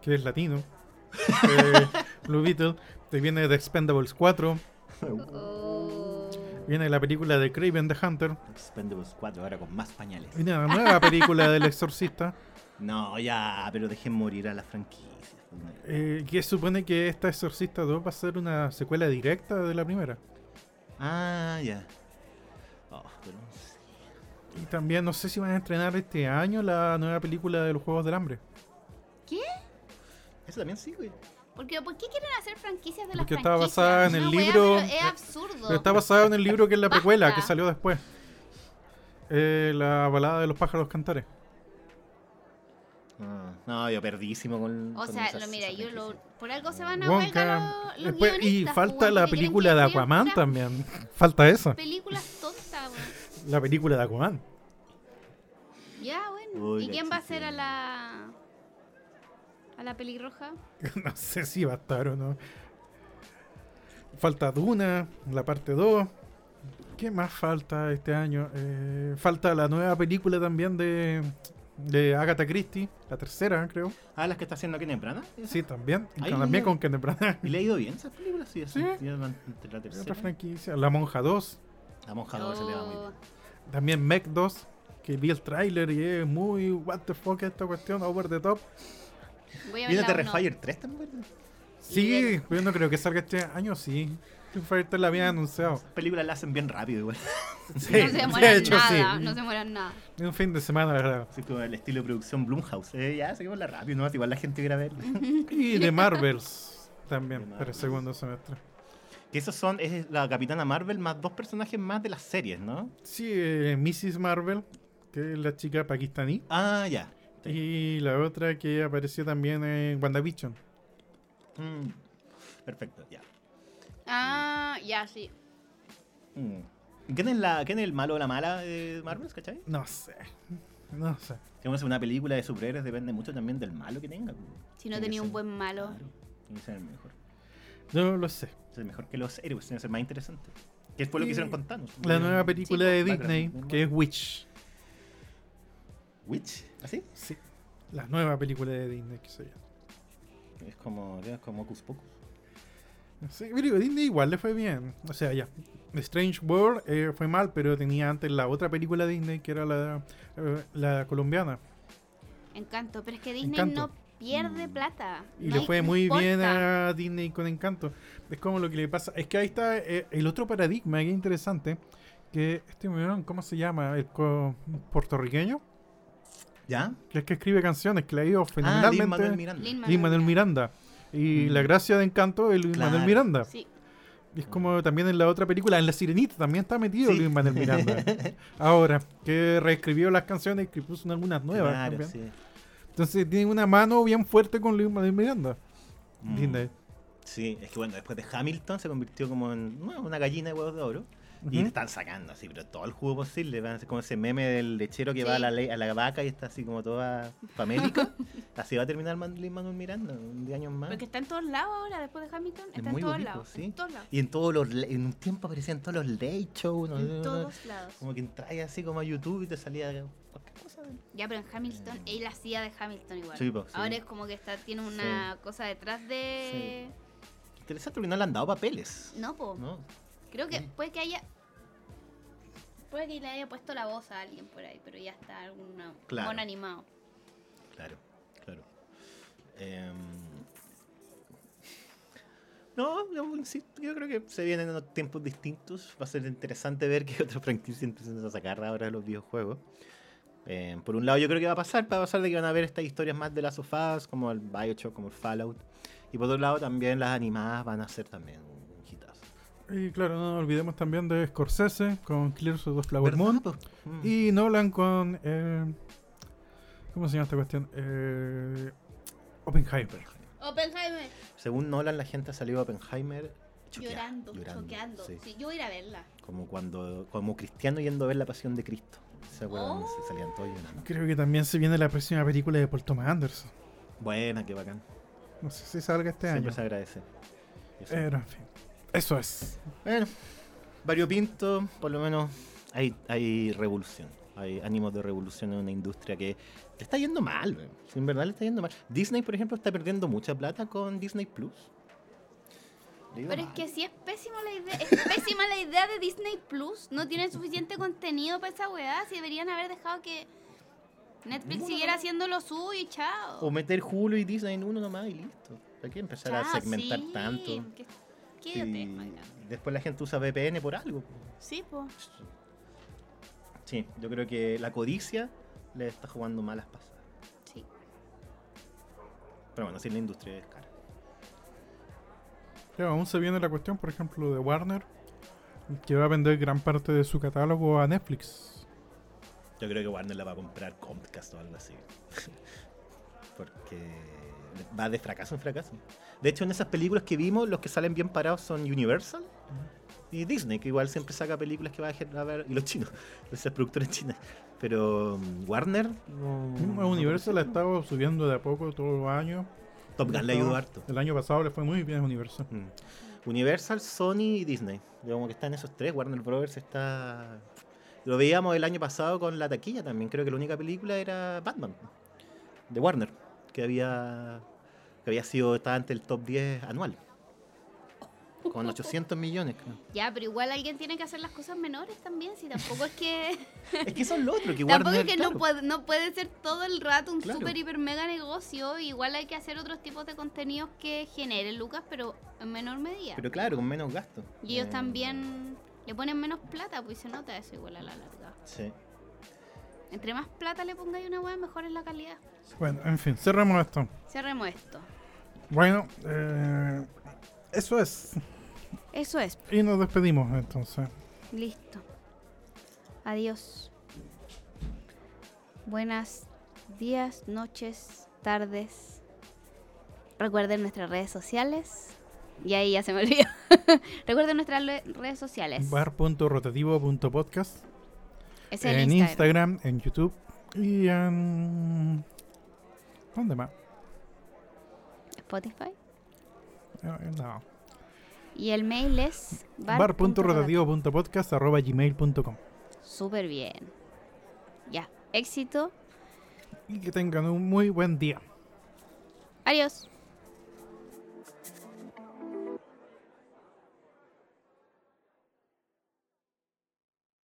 Speaker 2: Que es latino. Eh, Blue Beetle. Te viene de Expendables 4.
Speaker 3: Oh.
Speaker 2: Viene la película de Craven the Hunter.
Speaker 4: Expendables 4, ahora con más pañales.
Speaker 2: Viene la nueva película del Exorcista.
Speaker 4: No, ya, pero dejen morir a la franquicia.
Speaker 2: eh, que supone que esta Exorcista 2 va a ser una secuela directa de la primera.
Speaker 4: Ah, ya. Oh, pero no sé.
Speaker 2: Y también no sé si van a estrenar este año la nueva película de los Juegos del Hambre.
Speaker 4: Eso también sí, güey.
Speaker 3: Porque, ¿Por qué quieren hacer franquicias de las
Speaker 2: Porque está
Speaker 3: franquicias?
Speaker 2: basada en
Speaker 3: Una
Speaker 2: el
Speaker 3: weá,
Speaker 2: libro- Eh,
Speaker 3: pero es absurdo.
Speaker 2: Pero está basado en el libro que es la
Speaker 3: Basta.
Speaker 2: precuela, que salió después. Eh, la balada de los pájaros cantares.
Speaker 4: Ah, no, yo perdísimo con.
Speaker 3: o
Speaker 4: con
Speaker 3: sea,
Speaker 4: esas-
Speaker 3: lo, mira,
Speaker 4: esas
Speaker 3: yo lo,
Speaker 4: franquicias.
Speaker 3: por algo se van a
Speaker 2: Wonka.
Speaker 3: huelga los, los
Speaker 2: Después- y
Speaker 3: guionistas, pues,
Speaker 2: falta
Speaker 3: weón,
Speaker 2: la
Speaker 3: porque
Speaker 2: película
Speaker 3: creen
Speaker 2: de
Speaker 3: que crean
Speaker 2: Aquaman
Speaker 3: puras
Speaker 2: también. Falta esa.
Speaker 3: Películas tontas, weón.
Speaker 2: La película de Aquaman.
Speaker 3: Ya, bueno.
Speaker 4: Uy,
Speaker 3: ¿Y
Speaker 4: la
Speaker 3: quién va a ser a
Speaker 4: chiquilla.
Speaker 3: la. a la pelirroja?
Speaker 2: No sé si va a estar o no. Falta Duna, la parte 2. ¿Qué más falta este año? Eh, falta la nueva película también de, de Agatha Christie, la tercera, creo.
Speaker 4: Ah, las que está haciendo aquí en Brana.
Speaker 2: Sí, también. Y
Speaker 4: Ahí
Speaker 2: con-
Speaker 4: la
Speaker 2: también
Speaker 4: llevo.
Speaker 2: con Kenneth Branagh.
Speaker 4: ¿Y le ha ido bien esas películas? Sí, así.
Speaker 2: Sí.
Speaker 4: ya van entre la
Speaker 2: Otra
Speaker 4: tercera.
Speaker 2: franquicia. La Monja 2.
Speaker 4: La monja 2 se le
Speaker 3: Oh,
Speaker 4: va muy bien.
Speaker 2: También Mech 2. Que vi el tráiler y es muy what the fuck esta cuestión, over the top.
Speaker 3: Voy a ver
Speaker 4: ¿Viene
Speaker 3: la uno.
Speaker 4: Terrifier 3 también?
Speaker 2: Sí, pero yo no creo que salga este año, sí. Fire la había anunciado.
Speaker 4: Las películas las hacen bien rápido igual.
Speaker 2: Sí,
Speaker 3: No se demoran nada,
Speaker 2: sí.
Speaker 3: no se demoran nada.
Speaker 2: Un fin de semana, la verdad.
Speaker 4: Así como el estilo de producción Blumhouse. Eh, ya, seguimosla rápido, ¿no? Igual la gente quiere verla.
Speaker 2: Y de Marvels también,
Speaker 4: De
Speaker 2: para el
Speaker 4: Marvels.
Speaker 2: segundo semestre.
Speaker 4: Que esos son, es la Capitana Marvel más dos personajes más de las series, ¿no?
Speaker 2: Sí, eh, Mrs. Marvel, que es la chica pakistaní.
Speaker 4: Ah, ya. Sí.
Speaker 2: Y la otra que apareció también en WandaVision.
Speaker 4: Mm. Perfecto, ya.
Speaker 3: Ah, ya, sí.
Speaker 4: Mm. ¿Quién es, la, ¿Quién es el malo o la mala de Marvel, cachai?
Speaker 2: No sé. No sé.
Speaker 4: Si vamos a hacer una película de superhéroes, depende mucho también del malo que tenga. pues.
Speaker 3: Si no
Speaker 4: Tiene que
Speaker 3: tenía un
Speaker 4: ser-
Speaker 3: buen malo.
Speaker 4: Claro, tiene que ser el mejor.
Speaker 2: No lo sé.
Speaker 4: Tiene que ser mejor que los héroes, tiene que ser más interesante. Que fue lo
Speaker 2: Y
Speaker 4: que hicieron con Thanos.
Speaker 2: La nueva película
Speaker 3: Sí,
Speaker 2: de
Speaker 4: pues,
Speaker 2: Disney,
Speaker 4: background.
Speaker 2: que es Witch.
Speaker 4: Witch, ¿Ah, ¿así?
Speaker 2: Sí. La nueva película de Disney que se llama.
Speaker 4: Es como, es como Hocus Pocus.
Speaker 2: Sí, pero digo, Disney igual le fue bien. O sea, ya. Strange World eh, fue mal, pero tenía antes la otra película de Disney que era la, eh, la colombiana.
Speaker 3: Encanto. Pero es que Disney
Speaker 2: Encanto.
Speaker 3: no pierde
Speaker 4: Mm.
Speaker 3: plata.
Speaker 2: Y
Speaker 3: No
Speaker 2: le
Speaker 3: hay-
Speaker 2: fue
Speaker 3: no
Speaker 2: muy
Speaker 3: importa.
Speaker 2: bien a Disney con Encanto. Es como lo que le pasa. Es que ahí está eh, el otro paradigma que es interesante. Que este weón, ¿cómo se llama? El co- puertorriqueño.
Speaker 4: ¿Ya?
Speaker 2: Que es que escribe canciones, que le ha ido
Speaker 4: Ah, Lin
Speaker 2: fenomenalmente.
Speaker 4: Manuel Miranda.
Speaker 3: Lin-Manuel
Speaker 2: Lin Manuel
Speaker 3: Miranda.
Speaker 2: Miranda. Y
Speaker 4: Mm.
Speaker 2: la gracia de Encanto es Luis Manuel
Speaker 4: Claro.
Speaker 2: Miranda.
Speaker 3: Sí.
Speaker 2: Y es como también en la otra película, en La Sirenita, también está metido
Speaker 4: Sí.
Speaker 2: Luis Manuel Miranda. Ahora, que reescribió las canciones y que puso en algunas nuevas
Speaker 4: Claro,
Speaker 2: también.
Speaker 4: sí.
Speaker 2: Entonces tiene una mano bien fuerte con Luis Manuel Miranda.
Speaker 4: Mm.
Speaker 2: Disney.
Speaker 4: Sí, es que bueno, después de Hamilton se convirtió como en bueno, una gallina de huevos de oro. Y
Speaker 2: Ujú.
Speaker 4: le están sacando así, pero todo el jugo posible. van a hacer como ese meme del lechero que
Speaker 3: Sí.
Speaker 4: va a la, le- a la vaca y está así como toda famélica. así va a terminar Man- Lin Manuel Miranda, un de años más.
Speaker 3: Porque está en todos lados ahora, después de Hamilton. Está en
Speaker 4: muy
Speaker 3: todos
Speaker 4: bonito,
Speaker 3: lados.
Speaker 4: sí.
Speaker 3: En todos lados.
Speaker 4: Y en todos los le- en un tiempo aparecían todos los late shows, no sé, no
Speaker 3: En
Speaker 4: sé,
Speaker 3: todos lados.
Speaker 4: Mm, como que entras así como a YouTube y te salía cualquier cosa.
Speaker 3: Ya, pero en Hamilton, él hacía de Hamilton igual.
Speaker 4: Mm. Sí, po, sí.
Speaker 3: Ahora es como que está, tiene una cosa detrás de.
Speaker 4: Interesante porque no le han dado papeles.
Speaker 3: No, po.
Speaker 4: ¿no?
Speaker 3: Creo que
Speaker 4: Sí.
Speaker 3: puede que haya. Puede que le haya puesto la voz a alguien por ahí, pero ya está alguna,
Speaker 4: Claro.
Speaker 3: mono animado.
Speaker 4: Claro, claro. Em, no, yo insisto, yo creo que se vienen unos tiempos distintos. Va a ser interesante ver qué otras franquicias empiezan a sacar ahora los videojuegos. Em, por un lado, yo creo que va a pasar, va a pasar de que van a haber estas historias más de las sofás, como el Bioshock, como el Fallout. Y por otro lado, también las animadas van a ser también un hitazo.
Speaker 2: Y claro, no olvidemos también de Scorsese con Clears of the Flower
Speaker 4: ¿Verdad,
Speaker 2: Moon.
Speaker 4: po? Mm.
Speaker 2: Y Nolan con. eh, ¿Cómo se llama esta cuestión? Eh, Oppenheimer.
Speaker 3: Oppenheimer,
Speaker 4: Según Nolan, la gente salió a Oppenheimer choqueada,
Speaker 3: llorando, choqueando.
Speaker 4: sí.
Speaker 3: Sí, yo voy a ir a verla.
Speaker 4: Como cuando, como cristiano yendo a ver la pasión de Cristo. ¿Se acuerdan?
Speaker 2: Oh.
Speaker 4: Se salían todos llorando.
Speaker 2: Creo que también se viene la próxima película de Paul Thomas Anderson.
Speaker 4: Buena, qué bacán.
Speaker 2: No sé si salga este
Speaker 4: Siempre
Speaker 2: año. Er.
Speaker 4: se agradece. Eso.
Speaker 2: Pero en fin. Eso es.
Speaker 4: Bueno, variopinto, por lo menos hay, hay revolución. Hay ánimos de revolución en una industria que le está yendo mal, weón. Sí, en verdad le está yendo mal. Disney, por ejemplo, está perdiendo mucha plata con Disney Plus. Le ha ido
Speaker 3: Pero es
Speaker 4: mal.
Speaker 3: que si es pésima la idea, es pésima la idea de Disney Plus. No tienen suficiente contenido para esa weá. Si deberían haber dejado que Netflix siguiera haciendo lo suyo y chao.
Speaker 4: O meter Hulu y Disney en uno nomás y listo. Hay que empezar a
Speaker 3: Chao,
Speaker 4: segmentar
Speaker 3: sí,
Speaker 4: tanto.
Speaker 3: que- Qué
Speaker 4: Sí,
Speaker 3: idiotez, Magda.
Speaker 4: Después la gente usa VPN por algo. po.
Speaker 3: Sí, po.
Speaker 4: Sí, yo creo que la codicia le está jugando malas pasadas.
Speaker 3: Sí.
Speaker 4: Pero bueno, si la industria es cara.
Speaker 2: Claro, aún se viene la cuestión, por ejemplo, de Warner, que va a vender gran parte de su catálogo a Netflix.
Speaker 4: Yo creo que Warner la va a comprar Comcast o algo así. Porque va de fracaso en fracaso. De hecho, en esas películas que vimos, los que salen bien parados son Universal y Disney, que igual siempre saca películas que va a gen- a ver. Y los chinos, esas productoras chinas. Pero mm, Warner. Mm,
Speaker 2: A Universal la ha estado subiendo de a poco todos los años.
Speaker 4: Top Gun le ayudó harto.
Speaker 2: El año pasado le fue muy bien a Universal.
Speaker 4: Mm. Universal, Sony y Disney. Yo como que están esos tres. Warner Brothers está. Lo veíamos el año pasado con la taquilla también. Creo que la única película era Batman. De Warner. Que había. Que había sido. Estaba ante el top 10 anual. Con 800 millones. creo.
Speaker 3: Ya, pero igual alguien tiene que hacer las cosas menores también, si tampoco es que
Speaker 4: Es que eso es lo otro. Que
Speaker 3: tampoco
Speaker 4: Warner,
Speaker 3: es que
Speaker 4: claro,
Speaker 3: no puede no puede ser todo el rato un
Speaker 4: Claro.
Speaker 3: super hiper mega negocio, igual hay que hacer otros tipos de contenidos que generen lucas, pero en menor medida.
Speaker 4: Pero claro, con menos gasto.
Speaker 3: y ellos
Speaker 4: Eh,
Speaker 3: también le ponen menos plata, pues se nota eso igual a la larga.
Speaker 4: Sí.
Speaker 3: Entre más plata le pongáis una weá, mejor es la calidad.
Speaker 2: Bueno, en fin, cerramos esto.
Speaker 3: Cerremos esto.
Speaker 2: Bueno, eh, eso es.
Speaker 3: Eso es,
Speaker 2: Y nos despedimos entonces.
Speaker 3: listo. Adiós. Buenas días, noches, tardes. Recuerden nuestras redes sociales. Y ahí ya se me olvidó. Recuerden nuestras le- redes sociales.
Speaker 2: Bar.rotativo.podcast.
Speaker 3: es el
Speaker 2: En
Speaker 3: Instagram.
Speaker 2: Instagram, en YouTube y en. ¿Dónde más?
Speaker 3: Spotify.
Speaker 2: Eh, No.
Speaker 3: Y el mail es
Speaker 2: Bar.rotativo.podcast.gmail.com.
Speaker 3: Súper bien. Ya. Éxito.
Speaker 2: Y que tengan un muy buen día.
Speaker 3: Adiós.